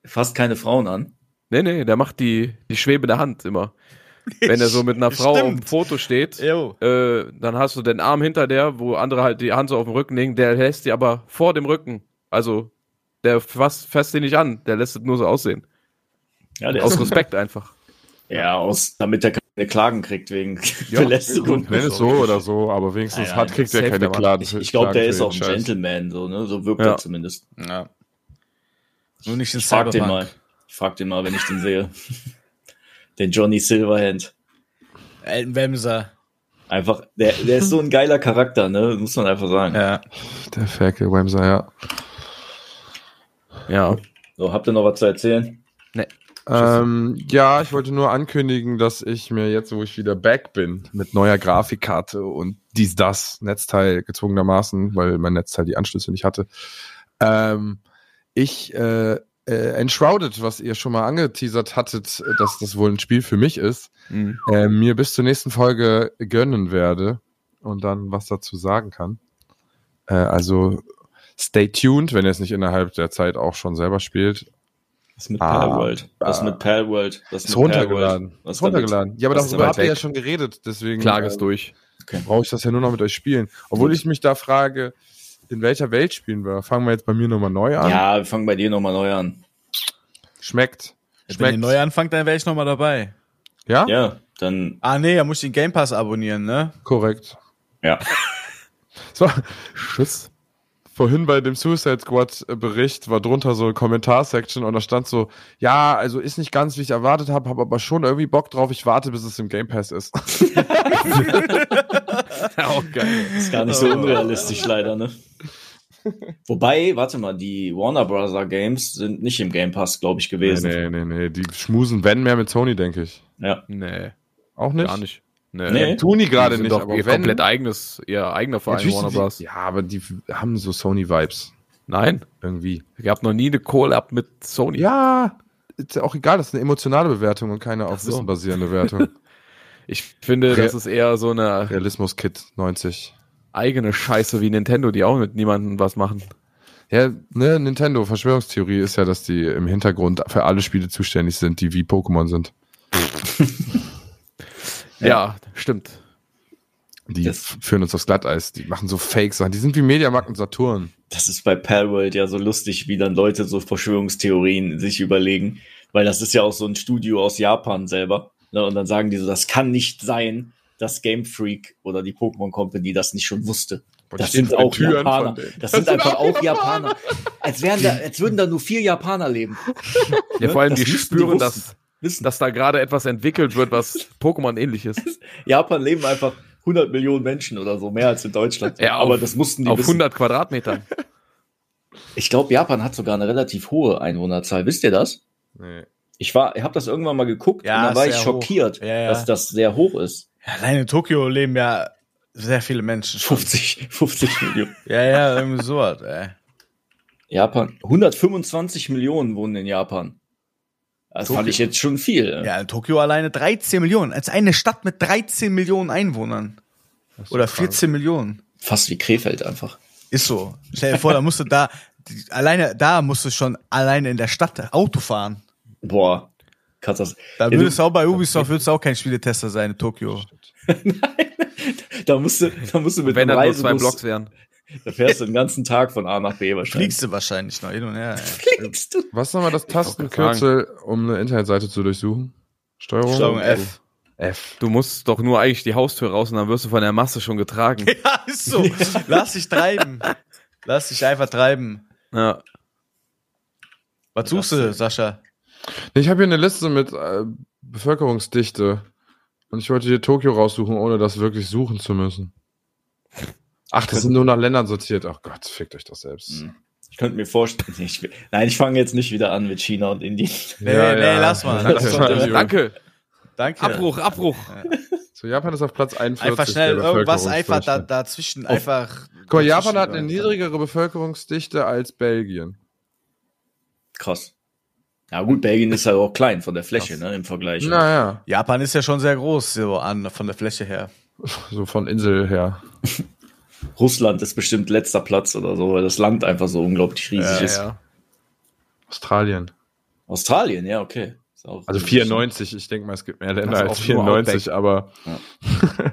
Fast keine Frauen an. Nee, nee, der macht die, die schwebende Hand immer. Wenn er so mit einer Frau auf dem Stimmt. Foto steht, äh, Jo. dann hast du den Arm hinter der, wo andere halt die Hand so auf dem Rücken legen, der lässt die aber vor dem Rücken. Also, der fasst, fasst die nicht an, der lässt es nur so aussehen. Ja, der Aus ist, Respekt einfach. ja aus, damit er keine Klagen kriegt wegen Ja. Belästigung. Nenn es so oder so, aber wenigstens Nein, hat nein, kriegt er safe, keine der Mann. Klagen. Ich, ich glaube, der Klagen ist für auch ein den Scheiß. Gentleman, so, ne? So wirkt Ja. er zumindest. Ja. Nur nicht in Ich frag den Cyberpunk. mal. Ich frag den mal, wenn ich den sehe. den Johnny Silverhand. Alten Wemser. Einfach, der, der ist so ein geiler Charakter, ne? Muss man einfach sagen. Ja. Der Ferkel Wemser, ja. Ja. So, habt ihr noch was zu erzählen? Ähm, ja, ich wollte nur ankündigen, dass ich mir jetzt, wo ich wieder back bin, mit neuer Grafikkarte und dies, das, Netzteil gezwungenermaßen, weil mein Netzteil die Anschlüsse nicht hatte, ähm, ich äh, äh, Enshrouded, was ihr schon mal angeteasert hattet, dass das wohl ein Spiel für mich ist, Mhm. äh, mir bis zur nächsten Folge gönnen werde und dann was dazu sagen kann. Äh, also stay tuned, wenn ihr es nicht innerhalb der Zeit auch schon selber spielt. Was mit Ah, Palworld? Was ah. mit Palworld? Was Ist mit Palworld? runtergeladen. Was ist runtergeladen. Ja, aber was darüber damit habt ihr weg? ja schon geredet, deswegen äh, Klage ist durch. brauche ich das ja nur noch mit euch spielen. Obwohl ich mich da frage, in welcher Welt spielen wir? Fangen wir jetzt bei mir nochmal neu an. Damit? Ja, wir fangen bei dir nochmal neu an. Schmeckt. Wenn Schmeckt. ihr neu anfangt, dann wäre ich nochmal dabei. ja? Ja, dann, Ah, nee, da muss ich den Game Pass abonnieren, ne? korrekt. ja. So, Schuss. Vorhin bei dem Suicide Squad äh, Bericht war drunter so eine Kommentarsection und da stand so, ja, also ist nicht ganz, wie ich erwartet habe, habe aber schon irgendwie Bock drauf, ich warte, bis es im Game Pass ist. Auch geil. Ist gar nicht so unrealistisch, leider, ne? Wobei, warte mal, die Warner Bros. Games sind nicht im Game Pass, glaube ich, gewesen. nee, nee, nee, die schmusen, wenn mehr mit Sony, denke ich. Ja. Nee, Auch nicht? gar nicht. Nee. Nee. Tun die Gerade gerade sind nicht, nicht, doch aber ihr wenn, komplett eigenes, ihr eigener Verein Natürlich Warner sind die- Bros. Ja, aber die haben so Sony-Vibes. Nein, Irgendwie. ihr habt noch nie eine Call-Up mit Sony. Ja, ist ja auch egal, das ist eine emotionale Bewertung und keine auf so. Wissen basierende Wertung. Ich finde, Re- das ist eher so eine Realismus-Kit 90. eigene Scheiße wie Nintendo, die auch mit niemandem was machen. Ja, ne, Nintendo, Verschwörungstheorie ist ja, dass die im Hintergrund für alle Spiele zuständig sind, die wie Pokémon sind. Ja, stimmt. Die Das- f- führen uns aufs Glatteis, die machen so Fake-Sachen, die sind wie Mediamarkt und Saturn. Das ist bei Palworld ja so lustig, wie dann Leute so Verschwörungstheorien sich überlegen, weil das ist ja auch so ein Studio aus Japan selber. Ne? Und dann sagen die so, das kann nicht sein, dass Game Freak oder die Pokémon Company das nicht schon wusste. Boah, die Das stehen sind vor den auch Türen von Japaner. denen. Das sind einfach auch Japaner. Als, wären da, als würden da nur vier Japaner leben. Ja, vor allem, Das die müssen die spüren, wussten. dass, Wissen. dass da gerade etwas entwickelt wird, was Pokémon ähnlich ist. Japan leben einfach 100 Millionen Menschen oder so, mehr als in Deutschland. Ja, auf- Aber das mussten die Auf wissen. 100 Quadratmetern. Ich glaube, Japan hat sogar eine relativ hohe Einwohnerzahl. Wisst ihr das? Nee. Ich war, ich habe das irgendwann mal geguckt Ja, und dann war ich sehr hoch. schockiert, Ja, ja. dass das sehr hoch ist. Ja, allein in Tokio leben ja sehr viele Menschen. 50, 50 Millionen. Ja, ja, irgendwie sowas, ey. Japan, 125 Millionen wohnen in Japan. Das fand ich jetzt schon viel. ne? Ja, in Tokio alleine 13 Millionen. Als eine Stadt mit 13 Millionen Einwohnern. Oder 14 Millionen. Fast wie Krefeld einfach. Ist so. Stell dir vor, da musst du da, die, alleine, da musst du schon alleine in der Stadt Auto fahren. Boah. Katastrophe. Da Ja, würdest du auch bei Ubisoft würdest du auch kein Spieletester sein in Tokio. Da musst du, da musst du mit Wenn dem da nur zwei Reisebus- Blocks wären. Da fährst du den ganzen Tag von A nach B wahrscheinlich. Fliegst du wahrscheinlich noch hin und her. ey. Fliegst du? Was ist nochmal das Tastenkürzel, um eine Internetseite zu durchsuchen? Steuerung, Steuerung F. F. Du musst doch nur eigentlich die Haustür raus und dann wirst du von der Masse schon getragen. Ja, ist so. Lass dich treiben. Lass dich einfach treiben. ja. Was suchst du, Sascha? Nee, Ich habe hier eine Liste mit äh, Bevölkerungsdichte. Und ich wollte hier Tokio raussuchen, ohne das wirklich suchen zu müssen. Ach, das sind nur nach Ländern sortiert. Ach Gott, fickt euch das selbst. Hm. Ich könnte mir vorstellen, ich will, nein, ich fange jetzt nicht wieder an mit China und Indien. Nee, Ja, nee, ja. lass mal. Danke. Lass mal. Danke. Danke. Abbruch, Abbruch. So, Japan ist auf Platz 41. Einfach schnell der irgendwas einfach da, Bevölkerungsdichte. dazwischen einfach. Guck mal, Japan hat eine dazwischen- niedrigere Bevölkerungsdichte als Belgien. Krass. Ja gut, Belgien ist ja auch klein von der Fläche, ne, im Vergleich. Naja, Japan ist ja schon sehr groß so an, von der Fläche her. so von Insel her. Russland ist bestimmt letzter Platz oder so, weil das Land einfach so unglaublich riesig Äh, ist. Australien. Australien, ja, okay. Ist auch- Also 94, ich denke mal, es gibt mehr Länder Also als auch nur 94, aber. Ja.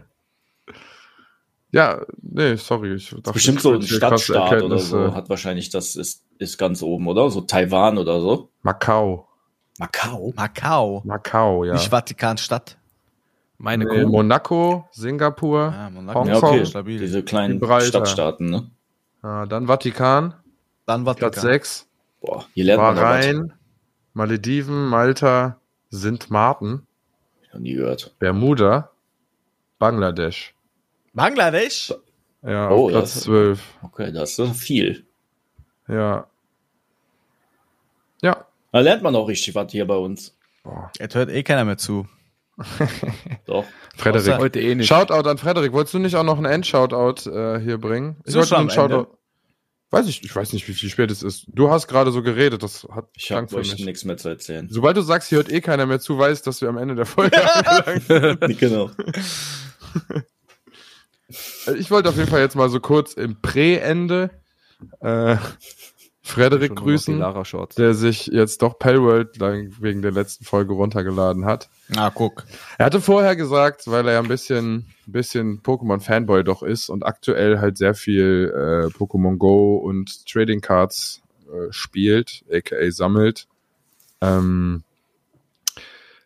Ja, nee, sorry. Ich dachte, Bestimmt ich so ein wollte hier krasse Stadtstaat oder Erkenntnisse. so hat wahrscheinlich das ist, ist ganz oben, oder? So Taiwan oder so. Macau. Macau. Macau, Macau, ja. nicht Vatikanstadt. Meine nee, Kuh. Monaco, Singapur, Ah, Monaco. Ja, Hongkong, okay. stabil. Diese kleinen Gibraltar. Stadtstaaten, ne? ah, dann Vatikan, Dann Platz Vatikan. 6, Boah, hier lernt man noch was. Bahrain, Malediven, Malta, Sint Maarten, Noch nie gehört. Bermuda, Bangladesch. Bangladesch? Ja, Oh, auf Platz das- 12. Okay, das ist viel. Ja. Ja. Da lernt man auch richtig was hier bei uns. Boah. Jetzt hört eh keiner mehr zu. Doch. Frederik. Außer- Heute eh nicht. Shoutout an Frederik. Wolltest du nicht auch noch einen End-Shoutout äh, hier bringen? Sind wir nur schon am Ende? Weiß ich, ich weiß nicht, wie viel spät es ist. Du hast gerade so geredet, das hat Ich klang habe für euch mich. nichts mehr zu erzählen. Sobald du sagst, hier hört eh keiner mehr zu, weißt, dass wir am Ende der Folge angelangt genau. sind. Ich wollte auf jeden Fall jetzt mal so kurz im Prä-Ende äh, Frederik Schon nur noch die grüßen, Lara Shorts. der sich jetzt doch Palworld lang wegen der letzten Folge runtergeladen hat. Na, Ah, guck. Er hatte vorher gesagt, weil er ja ein bisschen, bisschen Pokémon-Fanboy doch ist und aktuell halt sehr viel äh, Pokémon Go und Trading Cards äh, spielt, aka sammelt, ähm,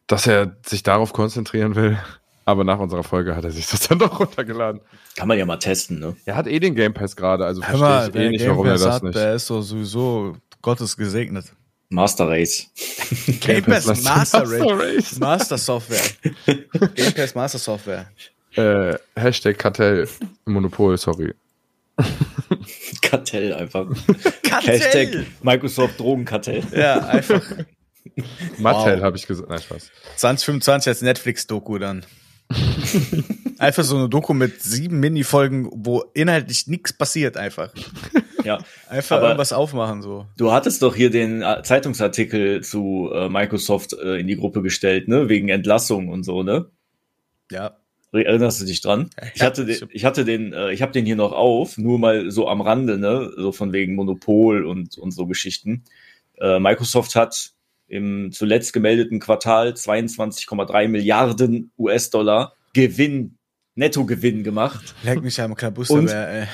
dass er sich darauf konzentrieren will. Aber nach unserer Folge hat er sich das dann doch runtergeladen. Kann man ja mal testen, ne? Er hat eh den Game Pass gerade, also Hör verstehe ich mal, eh wer nicht, Game warum er Pass das hat, nicht. Der ist doch sowieso Gottes gesegnet. Master Race. Game Pass Pass Master Race. Race. Master Software. Game Pass Master Software. Äh, Hashtag Kartell Monopol, sorry. Kartell einfach. Kartell. Hashtag Microsoft Drogenkartell. Ja, einfach. Mattel Wow. habe ich gesagt. Nein, Spaß. 2025 als Netflix-Doku dann. einfach so eine Doku mit sieben Mini-Folgen, wo inhaltlich nichts passiert einfach. Ja. Einfach Aber- irgendwas aufmachen so. Du hattest doch hier den äh, Zeitungsartikel zu äh, Microsoft äh, in die Gruppe gestellt, ne? Wegen Entlassung und so, ne? Ja. Erinnerst du dich dran? Ich hatte den, ich hatte den, äh, ich habe den hier noch auf, nur mal so am Rande, ne, so von wegen Monopol und und so Geschichten. Äh, Microsoft hat im zuletzt gemeldeten Quartal 22,3 Milliarden US-Dollar Gewinn, Nettogewinn gemacht. Leck mich am Und- Klabuster, ey.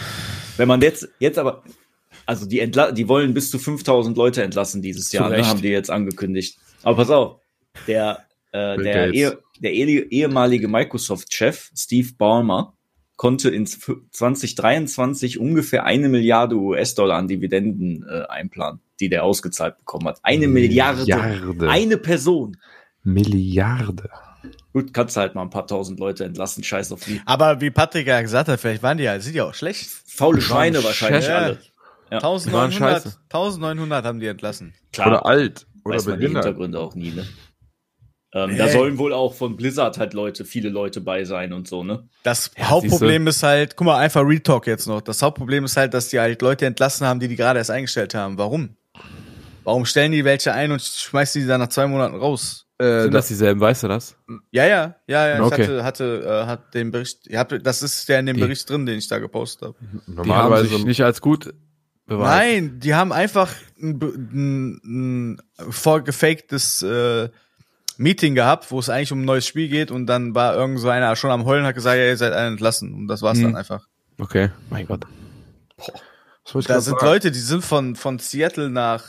Wenn man jetzt jetzt aber also die entla die wollen bis zu 5000 Leute entlassen dieses Jahr, ne, Recht. haben die jetzt angekündigt. Aber pass auf, der äh, Bill der, Gates. ehe, der ehe- ehemalige Microsoft-Chef Steve Ballmer konnte in zw- 2023 ungefähr eine Milliarde US-Dollar an Dividenden äh, einplanen, die der ausgezahlt bekommen hat. Eine Milliarde. Milliarde. Eine Person. Milliarde. Gut, kannst halt mal ein paar tausend Leute entlassen, scheiß auf die. Aber wie Patrick ja gesagt hat, vielleicht waren die ja, sind ja auch schlecht. Faule Schweine wahrscheinlich Chef. alle. Ja. Die waren 1900, scheiße. 1900 haben die entlassen. Klar. Oder alt. Oder weiß man die Beginner. Hintergründe auch nie, ne? Ähm, Nee. Da sollen wohl auch von Blizzard halt Leute, viele Leute bei sein und so, ne? Das Hauptproblem ist halt, guck mal, einfach Real Talk jetzt noch. Das Hauptproblem ist halt, dass die halt Leute entlassen haben, die die gerade erst eingestellt haben. Warum? Warum stellen die welche ein und schmeißen die dann nach zwei Monaten raus? Äh, Sind das das dieselben, weißt du das? Ja, ja, ja, ja. Ich Okay. hatte, hatte, äh, hat den Bericht, ihr habt, das ist ja in dem Die- Bericht drin, den ich da gepostet habe. Die haben normalerweise sich nicht als gut beweist. Nein, die haben einfach ein, be- ein, ein vorgefaktes äh, Meeting gehabt, wo es eigentlich um ein neues Spiel geht und dann war irgend so einer schon am Heulen und hat gesagt, ja, ihr seid alle entlassen. Und das war's Mhm. dann einfach. Okay, mein Gott. Das wollte ich Da grad sind sagen. Leute, die sind von, von Seattle nach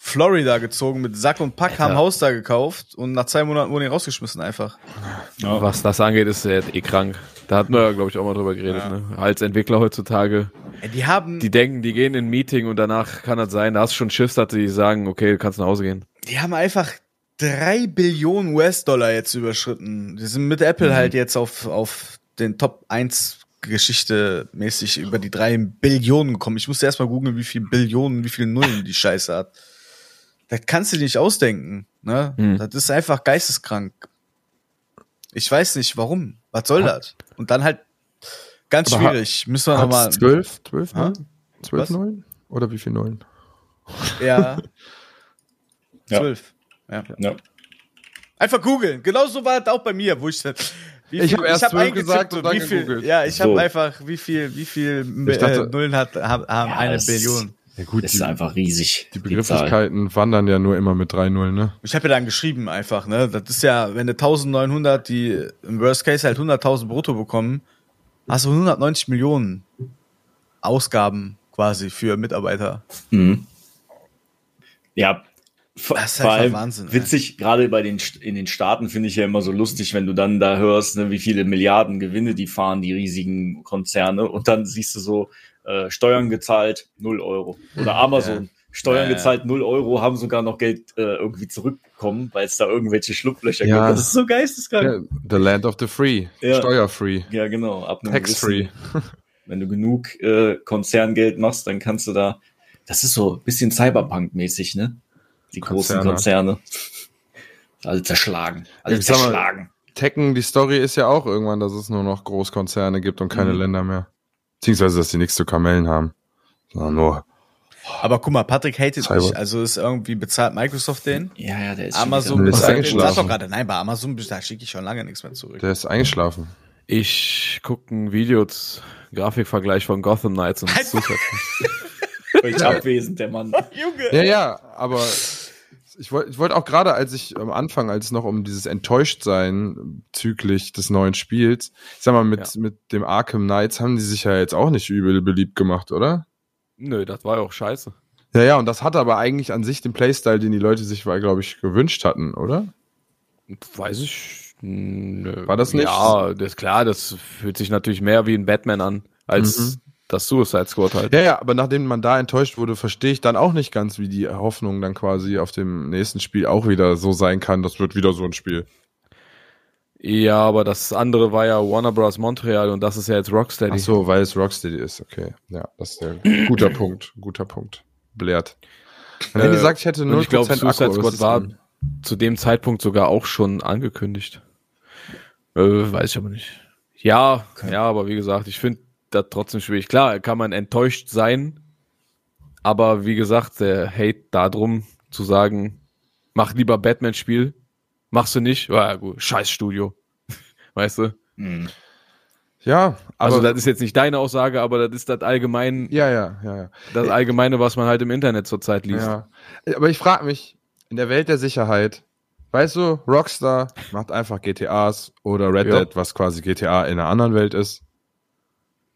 Florida gezogen mit Sack und Pack, haben Haus da gekauft und nach zwei Monaten wurden die rausgeschmissen einfach. Ja. Was das angeht, ist er eh krank. Da hatten wir, glaube ich, auch mal drüber geredet. Ne? Als Entwickler heutzutage, Ey, die haben, die denken, die gehen in ein Meeting und danach kann das sein, da hast du schon Schiffs, dass die sagen, okay, du kannst nach Hause gehen. die haben einfach drei Billionen US-Dollar jetzt überschritten. Die sind mit Apple halt jetzt auf, auf den Top 1 Geschichte mäßig über die drei Billionen gekommen. Ich musste erstmal googeln, wie viel Billionen, wie viele Nullen die Scheiße hat. Das kannst du dir nicht ausdenken. Ne? Mhm. Das ist einfach geisteskrank. Ich weiß nicht, warum. Was soll Ja. das? Und dann halt ganz Aber hat- schwierig. Müssen wir nochmal. Hat's zwölf, zwölf, Ha? ne? Zwölf Was? Neun? Oder wie viel Neun? Ja. Ja. Zwölf. Ja. Ja. Einfach googeln. Genauso war es auch bei mir, wo ich dann. Wie Ich hab erst zwölf eingetippt gesagt und dann wie viel, gegoogelt. Ja, ich habe So. einfach, wie viel, wie viel Ich dachte- äh, Nullen hat, haben, haben Ja, eine das- Billion. Ja gut, Das die, ist einfach riesig. die Zahl. Begrifflichkeiten wandern ja nur immer mit 3-0, ne? Ich habe ja dann geschrieben einfach, ne? Das ist ja, wenn du 1900, die im Worst Case halt 100.000 brutto bekommen, hast du 190 Millionen Ausgaben quasi für Mitarbeiter. Mhm. Ja. Vor, Das ist vor einfach allem Wahnsinn, ey. witzig, gerade bei den St- in den Staaten finde ich ja immer so lustig, wenn du dann da hörst, ne, wie viele Milliarden Gewinne die fahren, die riesigen Konzerne, und dann siehst du so äh, Steuern gezahlt 0 Euro oder Amazon Steuern Ja, ja. gezahlt 0 Euro, haben sogar noch Geld äh, irgendwie zurückbekommen, weil es da irgendwelche Schlupflöcher Ja. gibt. Das ist so geisteskrank. Ja, the land of the free. Ja. Steuerfree. Ja, genau. Ab einem gewissen- Tax-free. Wenn du genug äh, Konzerngeld machst, dann kannst du da. Das ist so ein bisschen Cyberpunk-mäßig, ne? Die großen Konzerne. Alle zerschlagen. Alle Ich sag mal- zerschlagen. Tekken, die Story ist ja auch irgendwann, dass es nur noch Großkonzerne gibt und keine Mhm. Länder mehr. Beziehungsweise, dass die nichts zu Kamellen haben. Sondern nur. Aber guck mal, Patrick hatet Cyber. mich, also ist irgendwie bezahlt Microsoft den. Ja, ja, der ist. schon Amazon wieder- wieder- Ist bezahlt den. eingeschlafen. Sag doch gerade, nein, bei Amazon, da schicke ich schon lange nichts mehr zurück. Der ist eingeschlafen. Ich gucke ein Video, z- Grafikvergleich von Gotham Knights und Halt- Super. völlig abwesend, der Mann. Junge! Ja, ja, aber ich wollte ich wollt auch gerade, als ich am Anfang, als es noch um dieses Enttäuschtsein bezüglich des neuen Spiels, ich sag mal, mit, mit dem Arkham Knights haben die sich ja jetzt auch nicht übel beliebt gemacht, oder? Nö, das war ja auch scheiße. Ja, ja, und das hat aber eigentlich an sich den Playstyle, den die Leute sich, glaube ich, gewünscht hatten, oder? Weiß ich. Nö. War das nicht? Ja, das klar, das fühlt sich natürlich mehr wie ein Batman an, als Mhm. das Suicide Squad halt. Ja, ja, aber nachdem man da enttäuscht wurde, verstehe ich dann auch nicht ganz, wie die Hoffnung dann quasi auf dem nächsten Spiel auch wieder so sein kann. Das wird wieder so ein Spiel. Ja, aber das andere war ja Warner Bros. Montreal und das ist ja jetzt Rocksteady. Ach so, weil es Rocksteady ist. Okay. Ja, das ist ein guter Punkt. Guter Punkt. Belehrt. Wenn Äh, die sagt, ich hätte und 0% ich glaube, Suicide Akku, aber Squad es ist war ein- zu dem Zeitpunkt sogar auch schon angekündigt. Äh, weiß ich aber nicht. Ja, ja, aber wie gesagt, ich finde das trotzdem schwierig. Klar, kann man enttäuscht sein, aber wie gesagt, der Hate darum zu sagen, mach lieber Batman-Spiel, machst du nicht, ja gut, scheiß Studio. Weißt du? Hm. Ja, aber. also das ist jetzt nicht deine Aussage, aber das ist das allgemein, ja, ja, ja, ja. das Allgemeine, was man halt im Internet zurzeit liest. Äh, ja. Aber ich frage mich, in der Welt der Sicherheit, weißt du, Rockstar macht einfach GTAs oder Red Ja. Dead, was quasi GTA in einer anderen Welt ist.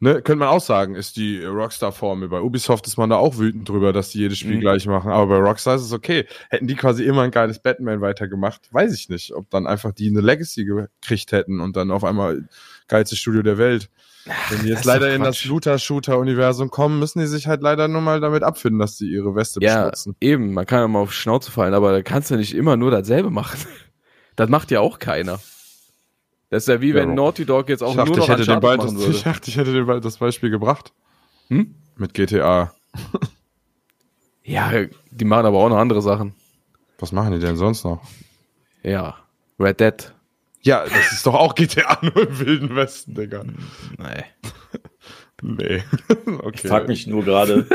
Ne, könnte man auch sagen, ist die Rockstar-Formel. Bei Ubisoft ist man da auch wütend drüber, dass die jedes Spiel Mhm. gleich machen. Aber bei Rockstar ist es okay. Hätten die quasi immer ein geiles Batman weitergemacht, weiß ich nicht, ob dann einfach die eine Legacy gekriegt hätten und dann auf einmal geilstes Studio der Welt. Wenn die das jetzt ist doch leider in das Quatsch. Looter-Shooter-Universum kommen, müssen die sich halt leider nur mal damit abfinden, dass sie ihre Weste Ja, beschmutzen. eben, man kann ja mal auf Schnauze fallen, aber da kannst du nicht immer nur dasselbe machen. Das macht ja auch keiner. Das ist ja wie wenn Ja. Naughty Dog jetzt auch Ich dachte, nur noch ich hätte, den Uncharted bald machen das, würde. ich dachte, ich hätte den bald das Beispiel gebracht. Hm? Mit GTA. Ja, die machen aber auch noch andere Sachen. Was machen die denn sonst noch? Ja, Red Dead. Ja, das ist doch auch GTA nur im Wilden Westen, Digga. Hm, Nee. Nee. okay. Ich frag mich nur gerade.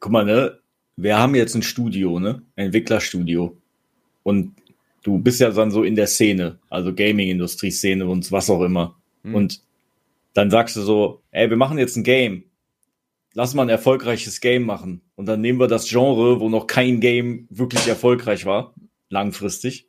Guck mal, ne? Wir haben jetzt ein Studio, ne? Ein Entwicklerstudio. Und du bist ja dann so in der Szene, also Gaming-Industrie-Szene und was auch immer. Hm. Und dann sagst du so, ey, wir machen jetzt ein Game. Lass mal ein erfolgreiches Game machen. Und dann nehmen wir das Genre, wo noch kein Game wirklich erfolgreich war. langfristig.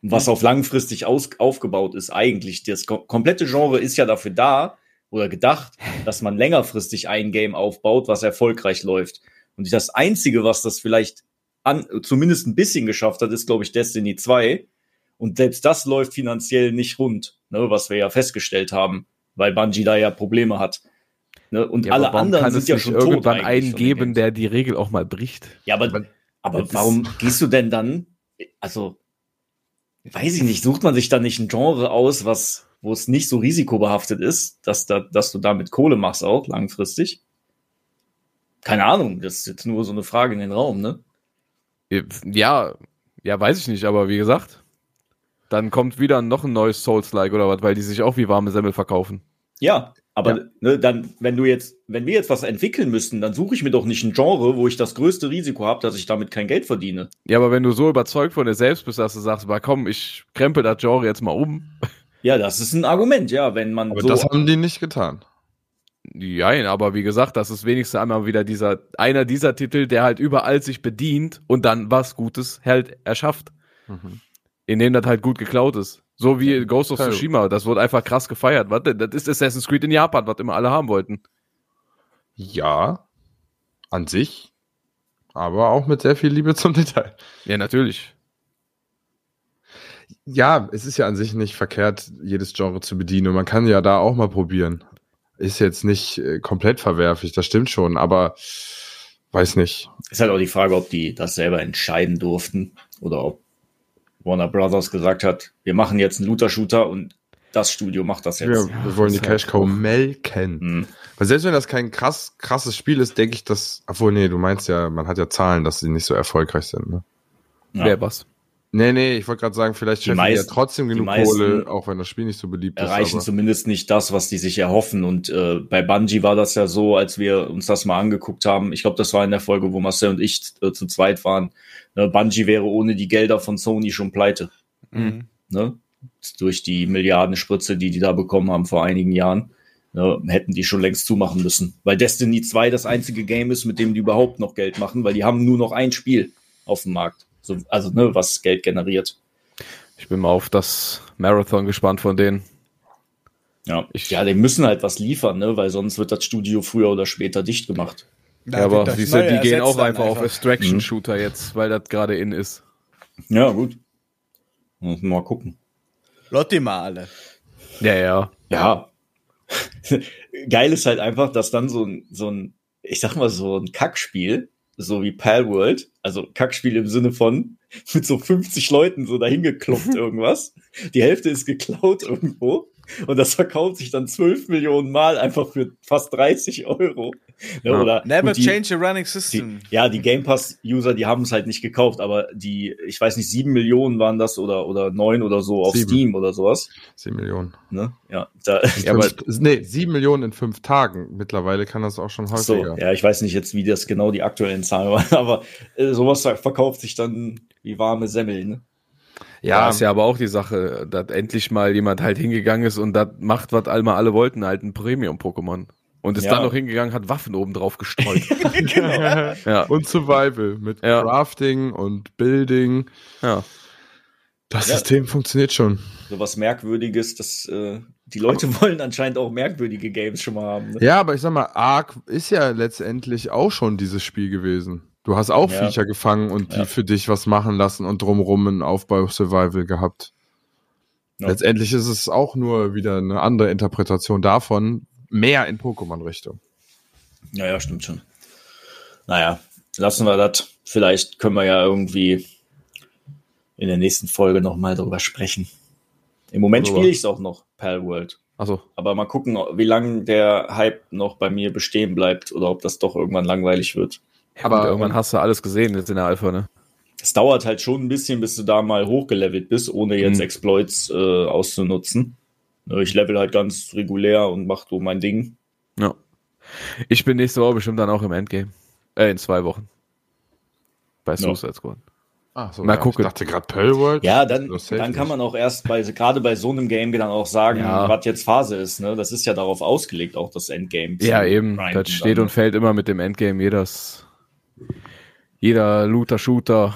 Was auf langfristig aus, aufgebaut ist, eigentlich. Das ko- komplette Genre ist ja dafür da oder gedacht, dass man längerfristig ein Game aufbaut, was erfolgreich läuft. Und das Einzige, was das vielleicht an, zumindest ein bisschen geschafft hat, ist, glaube ich, Destiny 2. Und selbst das läuft finanziell nicht rund, ne, was wir ja festgestellt haben, weil Bungie da ja Probleme hat. Ne, und Ja, aber alle warum anderen kann sind es ja nicht schon tot irgendwann eigentlich einen von den geben, Games. der die Regel auch mal bricht. Ja, aber, Aber- aber das ist- warum gehst du denn dann? Also, weiß ich nicht, sucht man sich da nicht ein Genre aus, was, wo es nicht so risikobehaftet ist, dass, da, dass du damit Kohle machst auch langfristig? Keine Ahnung, das ist jetzt nur so eine Frage in den Raum, ne? Äh, Ja, ja, weiß ich nicht, aber wie gesagt, dann kommt wieder noch ein neues Souls-like oder was, weil die sich auch wie warme Semmel verkaufen. Ja, aber Ne, dann, wenn du jetzt, wenn wir jetzt was entwickeln müssen, dann suche ich mir doch nicht ein Genre, wo ich das größte Risiko habe, dass ich damit kein Geld verdiene. Ja, aber wenn du so überzeugt von dir selbst bist, dass du sagst, "Bah, komm, ich krempel das Genre jetzt mal um. Ja, das ist ein Argument, ja, wenn man Aber so das haben die nicht getan. Nein, aber wie gesagt, das ist wenigstens einmal wieder dieser, einer dieser Titel, der halt überall sich bedient und dann was Gutes halt erschafft, Mhm. indem das halt gut geklaut ist. So wie Ghost of Ja. Tsushima, das wurde einfach krass gefeiert. Was denn? Das ist Assassin's Creed in Japan, was immer alle haben wollten. Ja, an sich, aber auch mit sehr viel Liebe zum Detail. Ja, natürlich. Ja, es ist ja an sich nicht verkehrt, jedes Genre zu bedienen und man kann ja da auch mal probieren. Ist jetzt nicht äh, komplett verwerflich, das stimmt schon, aber weiß nicht. Ist halt auch die Frage, ob die das selber entscheiden durften oder ob Warner Brothers gesagt hat, wir machen jetzt einen Looter-Shooter und das Studio macht das Wir, jetzt. wir wollen die das ist halt Cash Cow melken. Hm. Weil selbst wenn das kein krass, krasses Spiel ist, denke ich, dass. Obwohl, nee, du meinst ja, man hat ja Zahlen, dass sie nicht so erfolgreich sind. Ne? Ja. Wer was? Nee, nee, ich wollte gerade sagen, vielleicht Die schaffen die ja meisten- trotzdem genug meisten Kohle, auch wenn das Spiel nicht so beliebt Erreichen ist. zumindest nicht das, was die sich erhoffen. Und äh, bei Bungie war das ja so, als wir uns das mal angeguckt haben. Ich glaube, das war in der Folge, wo Marcel und ich äh, zu zweit waren. Ne, Bungie wäre ohne die Gelder von Sony schon pleite. Mhm. ne? Durch die Milliardenspritze, die die da bekommen haben vor einigen Jahren, ne, hätten die schon längst zumachen müssen. Weil Destiny 2 das einzige Game ist, mit dem die überhaupt noch Geld machen, weil die haben nur noch ein Spiel auf dem Markt. So, also, ne, was Geld generiert. Ich bin mal auf das Marathon gespannt von denen. Ja, Ich- ja, die müssen halt was liefern, ne, weil sonst wird das Studio früher oder später dicht gemacht. Da Ja, aber wird das siehst du, Neue die gehen ersetzt auch dann einfach, auf Mhm. Extraction-Shooter jetzt, weil das gerade in ist. Ja, gut. Muss man Mal gucken. Lotti mal alle. Ja, ja. ja, geil ist halt einfach, dass dann so ein, so ein, ich sag mal, so ein Kackspiel, so wie Palworld, also Kackspiel im Sinne von mit so 50 Leuten so dahin geklopft irgendwas. Die Hälfte ist geklaut irgendwo. Und das verkauft sich dann 12 Millionen Mal einfach für fast 30 Euro. Ne, Ja. Oder Never gut, die- change a running die, system. ja, die Game Pass-User, die haben es halt nicht gekauft, aber die, ich weiß nicht, sieben Millionen waren das oder, oder neun oder so auf Sieben. Steam oder sowas. 7 Millionen. Ne? Ja, da, Ja, aber- Fünf- nee, 7 Millionen in fünf Tagen. Mittlerweile kann das auch schon Ach So, häufiger. ja, ich weiß nicht jetzt, wie das genau die aktuellen Zahlen waren, aber äh, sowas ver- verkauft sich dann wie warme Semmeln. Ne? Ja, ist ja aber auch die Sache, dass endlich mal jemand halt hingegangen ist und das macht, was einmal alle wollten, halt ein Premium-Pokémon. Und ist Ja. dann noch hingegangen, hat Waffen oben drauf gestreut. ja, Und Survival mit Ja. Crafting und Building. ja. Das Ja. System funktioniert schon. Sowas Merkwürdiges, das äh, die Leute wollen anscheinend auch merkwürdige Games schon mal haben. Ne? Ja, aber ich sag mal, Ark ist ja letztendlich auch schon dieses Spiel gewesen. Du hast auch Ja. Viecher gefangen und die Ja. für dich was machen lassen und drumrum einen Aufbau Survival gehabt. Ja. Letztendlich ist es auch nur wieder eine andere Interpretation davon, mehr in Pokémon-Richtung. Ja, ja, stimmt schon. Naja, lassen wir das. Vielleicht können wir ja irgendwie in der nächsten Folge nochmal drüber sprechen. Im Moment Drüber. spiele ich es auch noch, Pal World. Achso. Aber mal gucken, wie lange der Hype noch bei mir bestehen bleibt oder ob das doch irgendwann langweilig wird. Aber- Aber irgendwann hast du alles gesehen jetzt in der Alpha, ne? es dauert halt schon ein bisschen, bis du da mal hochgelevelt bist, ohne jetzt Mhm. Exploits äh, auszunutzen. Ne, Ich level halt ganz regulär und mach so mein Ding. Ja. Ich bin nächste Woche bestimmt dann auch im Endgame. Äh, in zwei Wochen. Bei Suicide Squad. Ach Ah, so, Mal ja, gucken. Ich dachte gerade Pearl World. Ja, dann, Das hilft dann kann nicht. man auch erst bei, gerade bei so einem Game dann auch sagen, Ja. was jetzt Phase ist. Ne? Das ist ja darauf ausgelegt, auch das Endgame. zu Ja, eben. grinden Das steht dann. ne? und fällt immer mit dem Endgame. Jedes, jeder Looter-Shooter.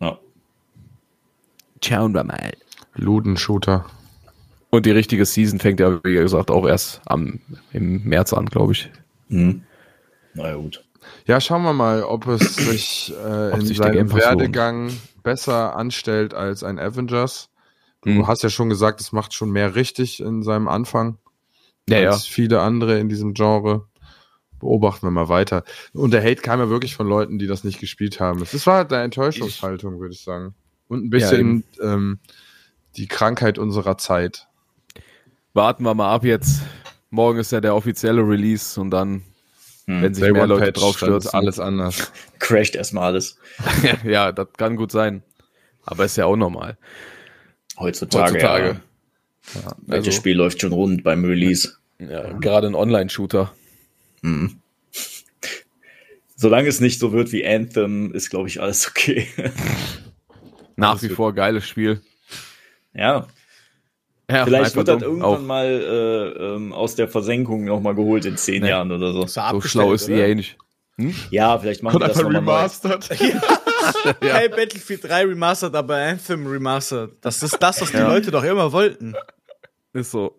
ne? Ja. Schauen wir mal. Luden-Shooter. Und die richtige Season fängt ja, wie gesagt, auch erst am, im März an, glaube ich. Hm. Na ja, gut. Ja, schauen wir mal, ob es sich äh, Ob in sich der Game seinem Pass lohnt. Werdegang besser anstellt als ein Avengers. Du Mhm. hast ja schon gesagt, es macht schon mehr richtig in seinem Anfang Ja, ja. als viele andere in diesem Genre. Beobachten wir mal weiter. Und der Hate kam ja wirklich von Leuten, die das nicht gespielt haben. Es war halt eine Enttäuschungshaltung, würde ich sagen. Und ein bisschen ähm, die Krankheit unserer Zeit. Warten wir mal ab jetzt. Morgen ist ja der offizielle Release und dann, Hm. wenn sich Day mehr One Leute Patch, dann ist draufstürzen. alles anders. Crasht erstmal alles. ja, das kann gut sein. Aber ist ja auch normal. Heutzutage. Heutzutage. Ja. Welches Also- Spiel läuft schon rund beim Release? Ja, gerade ein Online-Shooter. Hm. Solange es nicht so wird wie Anthem, ist, glaube ich, alles okay. Nach Alles wie gut. vor geiles Spiel. ja, Ja, vielleicht wird einfach das dumm. irgendwann mal äh, ähm, aus der Versenkung nochmal geholt in zehn Nee. Jahren oder so. Ist er So abgestellt, schlau ist oder? EA nicht. Ja, vielleicht machen wir das nochmal neu. Ja. Hey, Battlefield 3 remastered, aber Anthem remastered. Das ist das, was die Ja. Leute doch immer wollten. Ist so.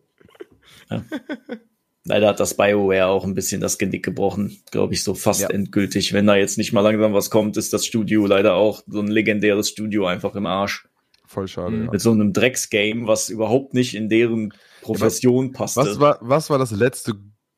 Leider hat das BioWare auch ein bisschen das Genick gebrochen, glaube ich, so fast Ja. endgültig. Wenn da jetzt nicht mal langsam was kommt, ist das Studio leider auch so ein legendäres Studio einfach im Arsch. Voll schade. Mhm. Ja. Mit so einem Drecksgame, was überhaupt nicht in deren Profession passte. Was, war, was war das letzte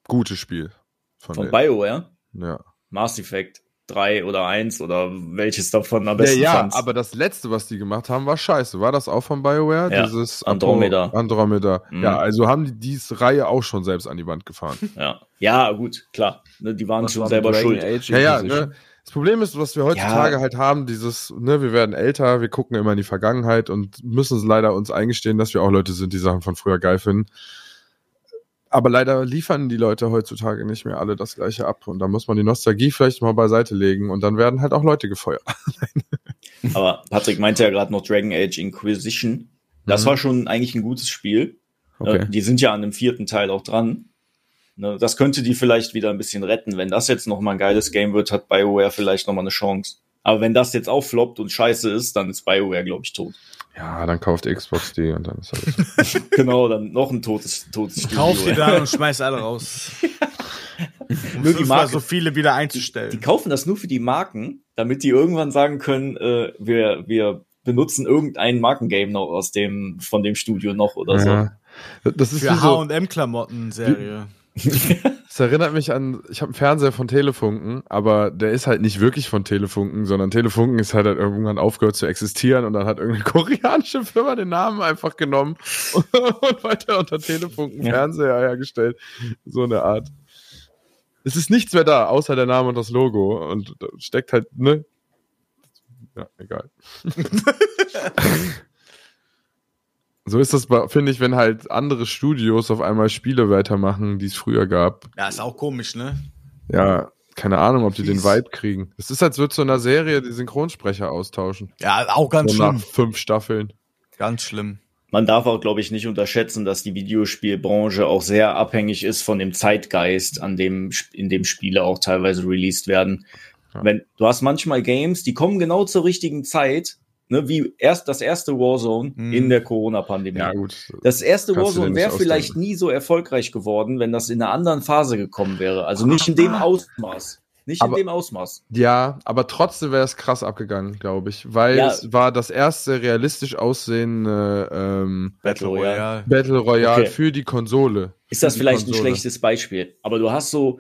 gute Spiel von, Von denen? BioWare? Ja. Mass Effect 3 oder 1 oder welches davon am Ja, besten ja, fandst. aber das letzte, was die gemacht haben, war scheiße. War das auch von BioWare? Ja, Dieses Andromeda. Apo- Andromeda. Mhm. Ja, also haben die diese Reihe auch schon selbst an die Wand gefahren. ja. ja, gut, klar. Ne, die waren Was schon war mit selber Dragon schuld. Age ja, ja, Inquisition? ne? Das Problem ist, was wir heutzutage Ja. halt haben, dieses, ne, wir werden älter, wir gucken immer in die Vergangenheit und müssen es leider uns eingestehen, dass wir auch Leute sind, die Sachen von früher geil finden. Aber leider liefern die Leute heutzutage nicht mehr alle das gleiche ab. Und da muss man die Nostalgie vielleicht mal beiseite legen und dann werden halt auch Leute gefeuert. Aber Patrick meinte ja gerade noch Dragon Age Inquisition. Das Mhm. war schon eigentlich ein gutes Spiel. Okay. Ne, Die sind ja an dem vierten Teil auch dran. Ne, Das könnte die vielleicht wieder ein bisschen retten. Wenn das jetzt nochmal ein geiles Game wird, hat BioWare vielleicht nochmal eine Chance. Aber wenn das jetzt auch floppt und scheiße ist, dann ist BioWare, glaube ich, tot. Ja, dann kauft Xbox die und dann ist halt- alles. Genau, dann noch ein totes, totes Studio. Kauf die ey. dann und schmeiß alle raus. Um Nur die fünfmal Marke- so viele wieder Die einzustellen. kaufen das nur für die Marken, damit die irgendwann sagen können, äh, wir, wir benutzen irgendein Markengame noch aus dem, von dem Studio noch oder so. Ja. Das ist wie Für so, H&M-Klamotten-Serie. das erinnert mich an, ich habe einen Fernseher von Telefunken, aber der ist halt nicht wirklich von Telefunken, sondern Telefunken ist halt, halt irgendwann aufgehört zu existieren und dann hat irgendeine koreanische Firma den Namen einfach genommen und, weiter unter Telefunken Ja. Fernseher hergestellt. So eine Art. Es ist nichts mehr da, außer der Name und das Logo und da steckt halt, ne? Ja, egal. So ist das, bei- finde ich, wenn halt andere Studios auf einmal Spiele weitermachen, die es früher gab. Ja, ist auch komisch, ne? Ja, keine Ahnung, ob die den Fies. Vibe kriegen. Es ist, als würdest du in einer Serie die Synchronsprecher austauschen. Ja, auch ganz so nach schlimm. fünf Staffeln. Ganz schlimm. Man darf auch, glaube ich, nicht unterschätzen, dass die Videospielbranche auch sehr abhängig ist von dem Zeitgeist, an dem, in dem Spiele auch teilweise released werden. Ja. Wenn, du hast manchmal Games, die kommen genau zur richtigen Zeit, ne, wie erst das erste Warzone Mhm. in der Corona-Pandemie. Ja, gut. Das erste Kannst du dir Warzone nicht wäre vielleicht nie so erfolgreich geworden, wenn das in einer anderen Phase gekommen wäre. Also nicht in dem Ausmaß. Nicht Ah. Aber- in dem Ausmaß. Ja, aber trotzdem wäre es krass abgegangen, glaube ich, weil Ja. es war das erste realistisch aussehende ähm, Battle Royale. Battle Royale Okay. für die Konsole. Ist Für das die vielleicht ein Konsole. schlechtes Beispiel? Aber du hast so,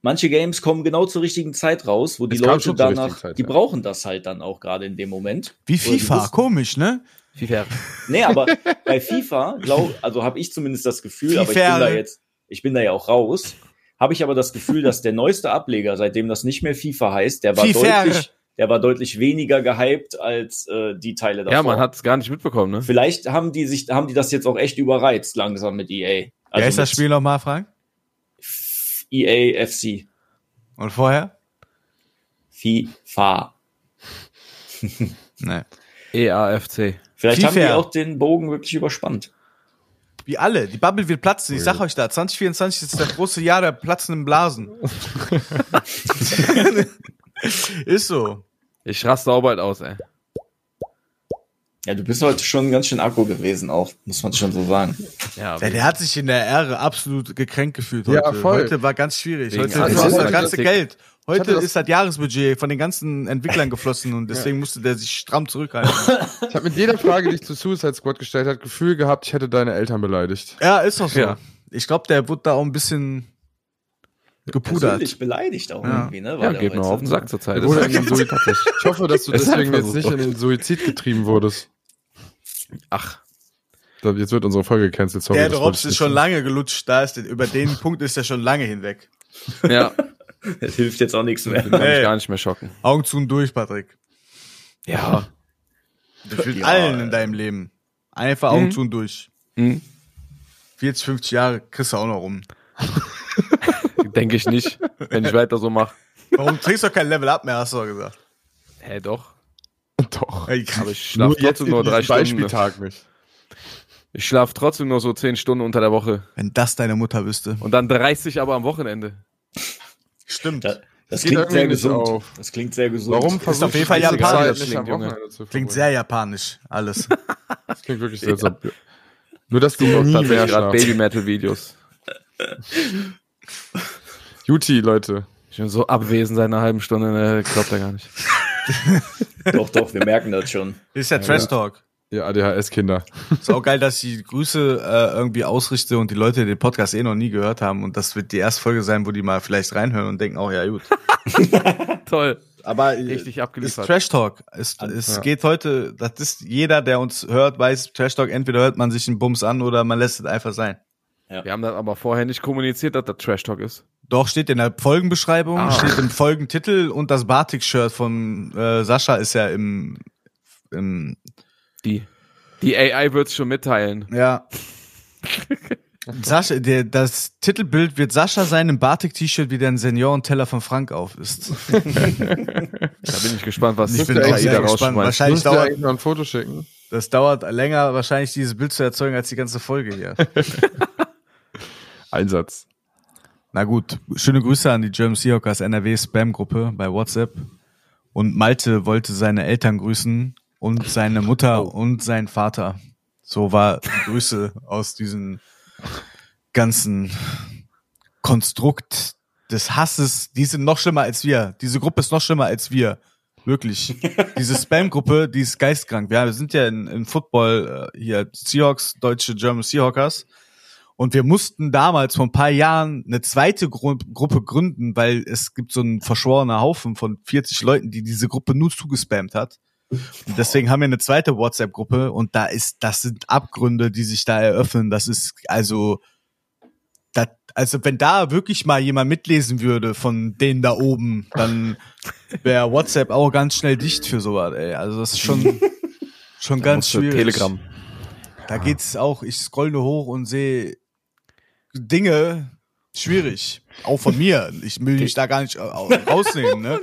manche Games kommen genau zur richtigen Zeit raus, wo die Es kam Leute schon zur richtigen danach, Zeit, die ja. brauchen das halt dann auch gerade in dem Moment. Wie Oder die FIFA, wissen- komisch, ne? FIFA. Nee, aber bei FIFA, glaub, also habe ich zumindest das Gefühl, aber ich FIFA. ne? bin da jetzt, ich bin da ja auch raus, habe ich aber das Gefühl, dass der neueste Ableger, seitdem das nicht mehr FIFA heißt, der war FIFA. deutlich, der war deutlich weniger gehypt als äh, die Teile davor. Ja, man hat es gar nicht mitbekommen, ne? Vielleicht haben die sich, haben die das jetzt auch echt überreizt langsam mit EA. Wer ist das Also mit E Spiel nochmal, Frank? EA FC. Und vorher? FIFA. Nee. E EAFC. Vielleicht haben die FIFA. auch den Bogen wirklich überspannt. Wie alle, die Bubble wird platzen. Ich sag euch da, 2024 ist das große Jahr der platzenden Blasen. ist so. Ich raste auch bald aus, ey. Ja, du bist heute schon ganz schön Akku gewesen, auch, muss man schon so sagen. Ja, Der, der hat sich in der Ehre absolut gekränkt gefühlt heute. Ja, voll. Heute war ganz schwierig. Wegen Heute Arte- ist das Arte- ganze Arte- Geld. Heute hatte das- ist das Jahresbudget von den ganzen Entwicklern geflossen und deswegen musste der sich stramm zurückhalten. Ich habe mit jeder Frage, die ich zu Suicide Squad gestellt habe, Gefühl gehabt, ich hätte deine Eltern beleidigt. ja, ist doch so. Ja. Ich glaube, der wurde da auch ein bisschen gepudert. Persönlich beleidigt auch Ja. irgendwie, ne? ja War der geht mir heute. auf den Sack zur Zeit. Das Oder ist in den so- Ich hoffe, dass du Es ist deswegen einfach jetzt so. nicht in den Suizid getrieben wurdest. Ach, Da- Jetzt wird unsere Folge gecancelt. Sorry, der das Drops wollte ich ist schon nicht. lange gelutscht. Da ist, über den Punkt ist er schon lange hinweg. ja, Das hilft jetzt auch nichts mehr. kann Ey. mich gar nicht mehr schocken. Augen zu und durch, Patrick. Ja. Gefühlt Ja, allen ey. in deinem Leben. Einfach Augen zu und durch. Hm, 40, 50 Jahre kriegst du auch noch rum. Denke ich nicht, wenn ich weiter so mache. Warum trinkst du kein Level Up mehr, hast du doch gesagt. Hä, doch. Doch. Ey, Aber ich schlafe trotzdem in nur drei diesem Stunden. Beispieltag nicht. Ich schlafe trotzdem nur so zehn Stunden unter der Woche. Wenn das deine Mutter wüsste. Und dann 30 aber am Wochenende. Stimmt. Da, das Geht klingt irgendwie sehr nicht gesund. auf. Das klingt sehr gesund. Warum auf versuchst jeden Fall diese Japan, Zeit das nicht klingt, am Junge. Wochenende zu Klingt verbringen? sehr japanisch, alles. Das klingt wirklich seltsam. Nur, dass du nie mehr gerade schlafst. Baby-Metal-Videos. Juti, Leute. Ich bin so abwesend seit einer halben Stunde, ne, glaubt er gar nicht. Doch, doch, wir merken das schon. Ist ja, Trash Talk. Ihr ADHS-Kinder. Ist auch geil, dass ich die Grüße äh, irgendwie ausrichte und die Leute den Podcast eh noch nie gehört haben. Und das wird die erste Folge sein, wo die mal vielleicht reinhören und denken, oh ja, gut. Toll. Aber äh, Richtig ist abgeliefert. Trash Talk. Es, es geht heute, das ist jeder, der uns hört, weiß, Trash Talk, entweder hört man sich einen Bums an oder man lässt es einfach sein. Wir haben das aber vorher nicht kommuniziert, dass das Trash Talk ist. Doch, steht in der Folgenbeschreibung, Ah. steht im Folgentitel und das Batik-Shirt von äh, Sascha ist ja im, im Die. Die AI wird's schon mitteilen. Ja. Sascha, der, das Titelbild wird Sascha sein im Batik-T-Shirt, wie der ein Seniorenteller von Frank auf ist. Da bin ich gespannt, was Ich die bin auch AI da sehr gespannt. rausschmeißt. Wahrscheinlich Müsst ihr dauert, eigentlich noch ein Foto schicken? das dauert länger, wahrscheinlich dieses Bild zu erzeugen, als die ganze Folge hier. Einsatz. Na gut, schöne Grüße an die German Seahawkers NRW Spam-Gruppe bei WhatsApp. Und Malte wollte seine Eltern grüßen und seine Mutter und seinen Vater. So war die Grüße aus diesem ganzen Konstrukt des Hasses. Die sind noch schlimmer als wir. Diese Gruppe ist noch schlimmer als wir. Wirklich. Diese Spam-Gruppe, die ist geistkrank. Wir sind ja in, in Football äh, hier Seahawks, deutsche German Seahawkers. Und wir mussten damals vor ein paar Jahren eine zweite Gru Gruppe gründen, weil es gibt so einen verschworenen Haufen von 40 Leuten, die diese Gruppe nur zugespammt hat. Und deswegen haben wir eine zweite WhatsApp-Gruppe und da ist, das sind Abgründe, die sich da eröffnen. Das ist also, das, also wenn da wirklich mal jemand mitlesen würde von denen da oben, dann wäre WhatsApp auch ganz schnell dicht für sowas, ey. Also das ist schon, schon ganz Musst du schwierig. Telegram. Da geht's auch, ich scroll nur hoch und sehe Dinge schwierig. Auch von mir. Ich will mich da gar nicht äh, rausnehmen, ne?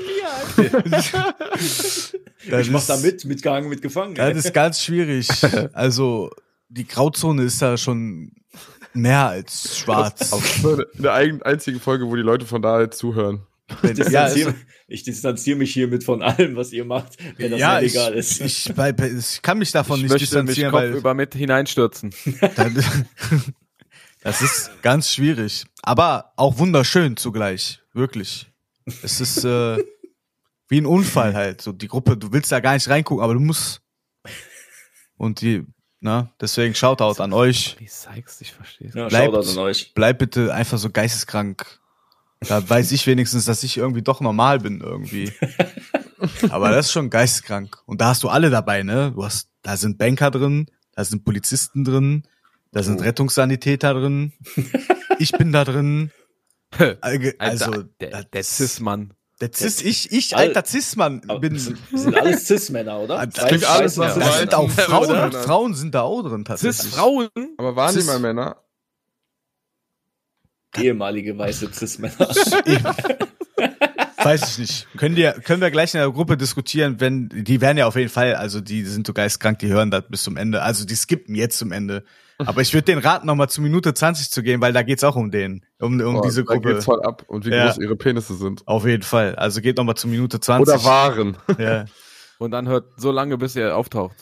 Das ich mach da ist- mit, mitgehangen, mitgefangen. Das ist ganz schwierig. Also, die Grauzone ist da schon mehr als schwarz. In der eigenen- einzigen Folge, wo die Leute von da halt zuhören. ich, Ja, ist- distanziere, ich distanziere mich hiermit von allem, was ihr macht, wenn das ja, ich, illegal ist. ich, weil- ich kann mich davon Ich nicht möchte mich distanzieren, weil kopfüber mit hineinstürzen. Dann- Das ist ganz schwierig, aber auch wunderschön zugleich, wirklich. Es ist äh, wie ein Unfall halt. So die Gruppe, du willst da gar nicht reingucken, aber du musst. Und die, na, deswegen Shoutout an euch. Wie Sykes, ich verstehe ja, bleibt- Shoutout an euch. Bleibt bitte einfach so geisteskrank. Da weiß ich wenigstens, dass ich irgendwie doch normal bin irgendwie. Aber das ist schon geisteskrank. Und da hast du alle dabei, ne? Du hast, da sind Banker drin, da sind Polizisten drin, da sind Rettungssanitäter drin. Ich bin da drin. Allge- Also, Also, Alter, der, der das- Cis-Mann. der Cis, ich, ich, alter Cis-Mann Aber bin. sind, sind alles Cis-Männer, oder? Das klingt alles nach Weiß- so Da sind Mann. auch Frauen. Oder? Frauen sind da auch drin tatsächlich. Cis-Frauen? Aber waren Cis- die mal Männer? ehemalige weiße Cis-Männer. Weiß ich nicht. Können, die, können wir gleich in der Gruppe diskutieren, wenn, die werden ja auf jeden Fall, also die sind so geistkrank, die hören das bis zum Ende. Also die skippen jetzt zum Ende. Aber ich würde den raten, nochmal zu Minute 20 zu gehen, weil da geht's auch um den, um, um Boah, diese da Gruppe. geht's voll ab und wie Ja. groß ihre Penisse sind. Auf jeden Fall. Also geht nochmal zu Minute 20. Oder waren. Ja. Und dann hört so lange, bis ihr auftaucht.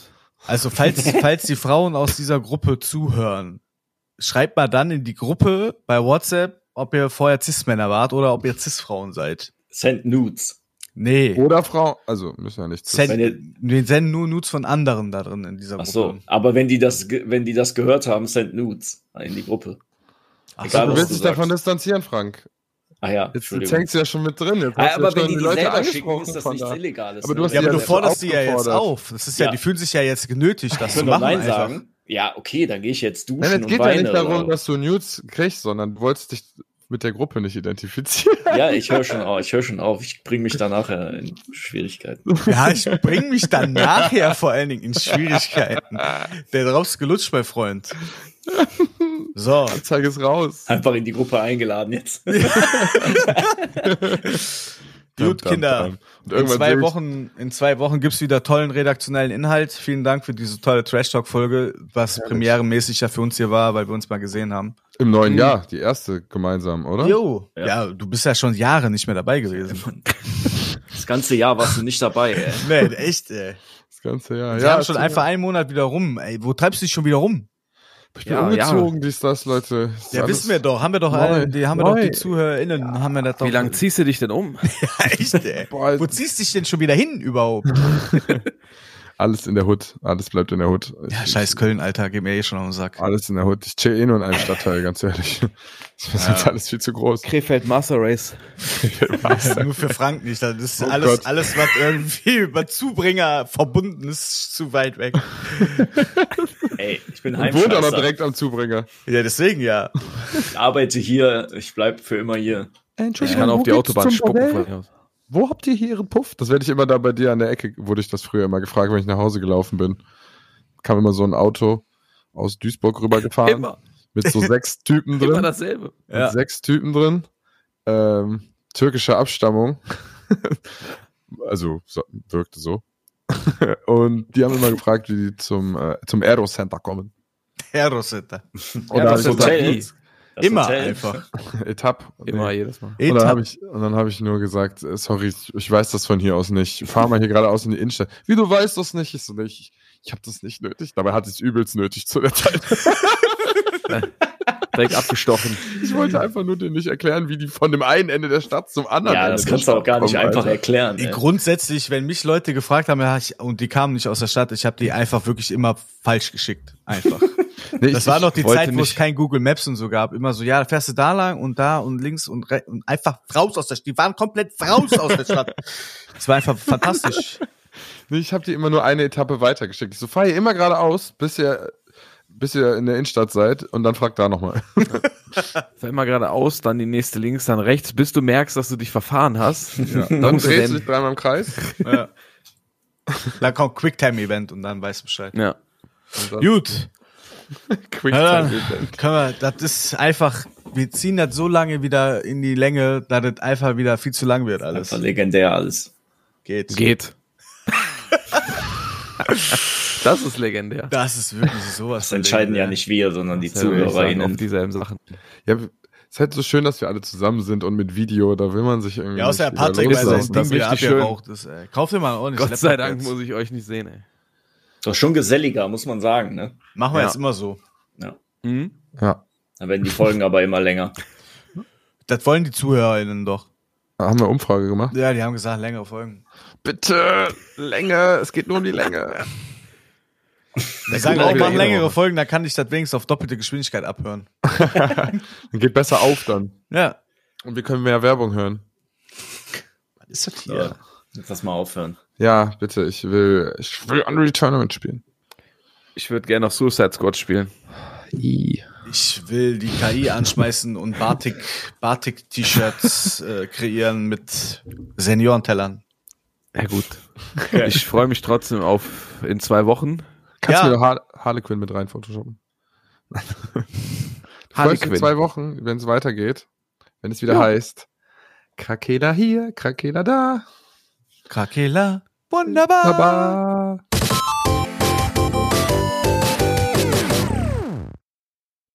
Also falls, falls die Frauen aus dieser Gruppe zuhören, schreibt mal dann in die Gruppe bei WhatsApp, ob ihr vorher Cis-Männer wart oder ob ihr Cis-Frauen seid. Send Nudes. Nee. Oder Frau, also müssen wir nicht zu. Wenn ihr- Send, wir senden nur Nudes von anderen da drin in dieser Ach Gruppe. so, aber wenn die das, ge- wenn die das gehört haben, send Nudes in die Gruppe. Ach Egal, so. Du was willst du dich davon sagst. distanzieren, Frank. Ah ja, Jetzt, Entschuldigung. jetzt hängst du ja schon mit drin. Jetzt Ah, hast du ja aber wenn schon die die Leute selber schicken, angesprochen ist das von nichts da. Illegales. Aber du ne? hast Ja, Das aber ist du Ja, forderst sie ja jetzt aufgefordert. auf. Das ist ja, Ja. die fühlen sich ja jetzt genötigt, das zu können doch machen. Nein einfach. sagen. Ja, okay, dann gehe ich jetzt duschen Nein, es und geht ja weine. nicht darum, oder- dass du Nudes kriegst, sondern du wolltest dich mit der Gruppe nicht identifizieren. ja, ich höre schon auf. Ich höre schon auf. Ich bringe mich da nachher in Schwierigkeiten. Ja, ich bring mich dann nachher vor allen Dingen in Schwierigkeiten. Der drauf's gelutscht, mein Freund. So, Zeig es raus. Einfach in die Gruppe eingeladen jetzt. gut, Dam, dam, Kinder. dam. Und In irgendwann zwei, sehe ich- Wochen, in zwei Wochen gibt's wieder tollen redaktionellen Inhalt. Vielen Dank für diese tolle Trash Talk-Folge, was premieremäßig ja für uns hier war, weil wir uns mal gesehen haben. Im neuen Jahr, die erste gemeinsam, oder? Hm. Jo. Ja. Ja, du bist ja schon Jahre nicht mehr dabei gewesen. Das ganze Jahr warst du nicht dabei. Ey. nee, echt, ey. Das ganze Jahr. Wir ja, haben schon ist- einfach einen Monat wieder rum. Ey, wo treibst du dich schon wieder rum? Ich bin Ja, umgezogen, dies, das, Leute. Ist Ja, alles- wissen wir doch. Haben wir doch, Neu, alle, die, haben wir doch neu. die ZuhörerInnen, haben wir das doch. Wie lange ziehst du dich denn um? Echt, ey. Boah, Wo ziehst du dich denn schon wieder hin überhaupt? alles in der Hut. Alles bleibt in der Hut. Ja, scheiß Köln, Alter, geht mir eh schon auf den Sack. Alles in der Hut. Ich chill eh nur in einem Stadtteil, ganz ehrlich. Das ist jetzt alles viel zu groß. Krefeld halt Master Race. Nur für Frank nicht. Das ist Oh alles, Gott. alles, was irgendwie über Zubringer verbunden ist, ist zu weit weg. Ey, ich bin Und wohnt auch noch Heimscheißer. direkt am Zubringer. Ja, deswegen ja. Ich arbeite hier. Ich bleib für immer hier. Ich Entschuldigung, kann auf die Autobahn spucken. von hier aus. Wo habt ihr hier ihren Puff? Das werde ich immer da bei dir an der Ecke, wurde ich das früher immer gefragt, wenn ich nach Hause gelaufen bin. Kam immer so ein Auto aus Duisburg rübergefahren. Immer, Mit so sechs Typen drin. immer dasselbe. mit Ja. sechs Typen drin, ähm, türkischer Abstammung, also so, wirkte so. Und die haben immer gefragt, wie die zum, äh, zum Aero Center kommen. Herr Rosetta. Und da hab ich Center. gesagt, Hotel. Das Immer Hotel. einfach. Etapp. Immer, Nee. jedes Mal. Und dann habe Etappe. ich, und dann hab ich nur gesagt, äh, sorry, ich ich weiß das von hier aus nicht. Fahr mal hier geradeaus in die Innenstadt. Wie du weißt das nicht? Ich so nicht. Ich habe das nicht nötig. Dabei hatte ich es übelst nötig zu der Zeit. Direkt abgestochen. Ich wollte einfach nur dir nicht erklären, wie die von dem einen Ende der Stadt zum anderen Ja, Ende das der kannst du auch Stadt gar nicht kommen, einfach Alter. erklären. Ey. Grundsätzlich, wenn mich Leute gefragt haben, ja, ich, und die kamen nicht aus der Stadt, ich habe die einfach wirklich immer falsch geschickt. Einfach. Nee, ich- Das war noch die ich wollte Zeit, wo es nicht- kein Google Maps und so gab. Immer so, ja, da fährst du da lang und da und links und rechts und einfach raus aus der Stadt. Die waren komplett raus aus der Stadt. Das war einfach fantastisch. Nee, ich habe die immer nur eine Etappe weitergeschickt. Ich so, fahr ihr immer geradeaus, bis ihr, bis ihr in der Innenstadt seid und dann fragt da nochmal. Fahr immer geradeaus, dann die nächste links, dann rechts, bis du merkst, dass du dich verfahren hast. Dann Dann musst du drehst du dich senden. dreimal im Kreis. Ja. Dann kommt Quicktime-Event und dann weißt du Bescheid. Ja. Gut, Quick Ja, Time Event. können wir, das ist einfach, wir ziehen das so lange wieder in die Länge, dass das einfach wieder viel zu lang wird alles. Einfach legendär alles. Geht. Geht. das ist legendär. Das ist wirklich sowas. Das entscheiden äh, ja nicht wir, sondern die Ja, würde ich sagen, auf ZuhörerInnen. dieselben Sachen. Ja, ist halt so schön, dass wir alle zusammen sind und mit Video, da will man sich irgendwie. Ja, außer der nicht Patrick, über weil sein Das loslassen. ist Ding wieder richtig schön. abgeraucht ist. Ey. Kauf dir mal einen ordentlichen Gott sei Laptop Dank jetzt. muss ich euch nicht sehen, ey. Doch schon geselliger, muss man sagen. Ne? Machen wir Ja. jetzt immer so. Hm? Ja, Dann werden die Folgen aber immer länger. Das wollen die ZuhörerInnen doch. haben wir Umfrage gemacht. Ja, die haben gesagt, längere Folgen. Bitte, Länge, es geht nur um die Länge. Die sagen kommt auch, auch mach wieder längere jeder. Folgen, dann kann ich das wenigstens auf doppelte Geschwindigkeit abhören. Geht besser auf dann. Ja. Und wir können mehr Werbung hören. Was ist das So, Jetzt lass mal aufhören. Ja, bitte, ich will, ich will Unreal Tournament spielen. Ich würde gerne noch Suicide Squad spielen. Ich will die KI anschmeißen und Batik, Batik-T-Shirts äh, kreieren mit Seniorentellern. Ja gut. Ich freue mich trotzdem auf in zwei Wochen. Kannst Ja. du mir Har Harley Quinn mit rein photoshoppen? du Harley freust dich in Quinn. zwei Wochen, wenn es weitergeht, wenn es wieder heißt, Krakela hier, Krakela da, Krakela, wunderbar. Baba.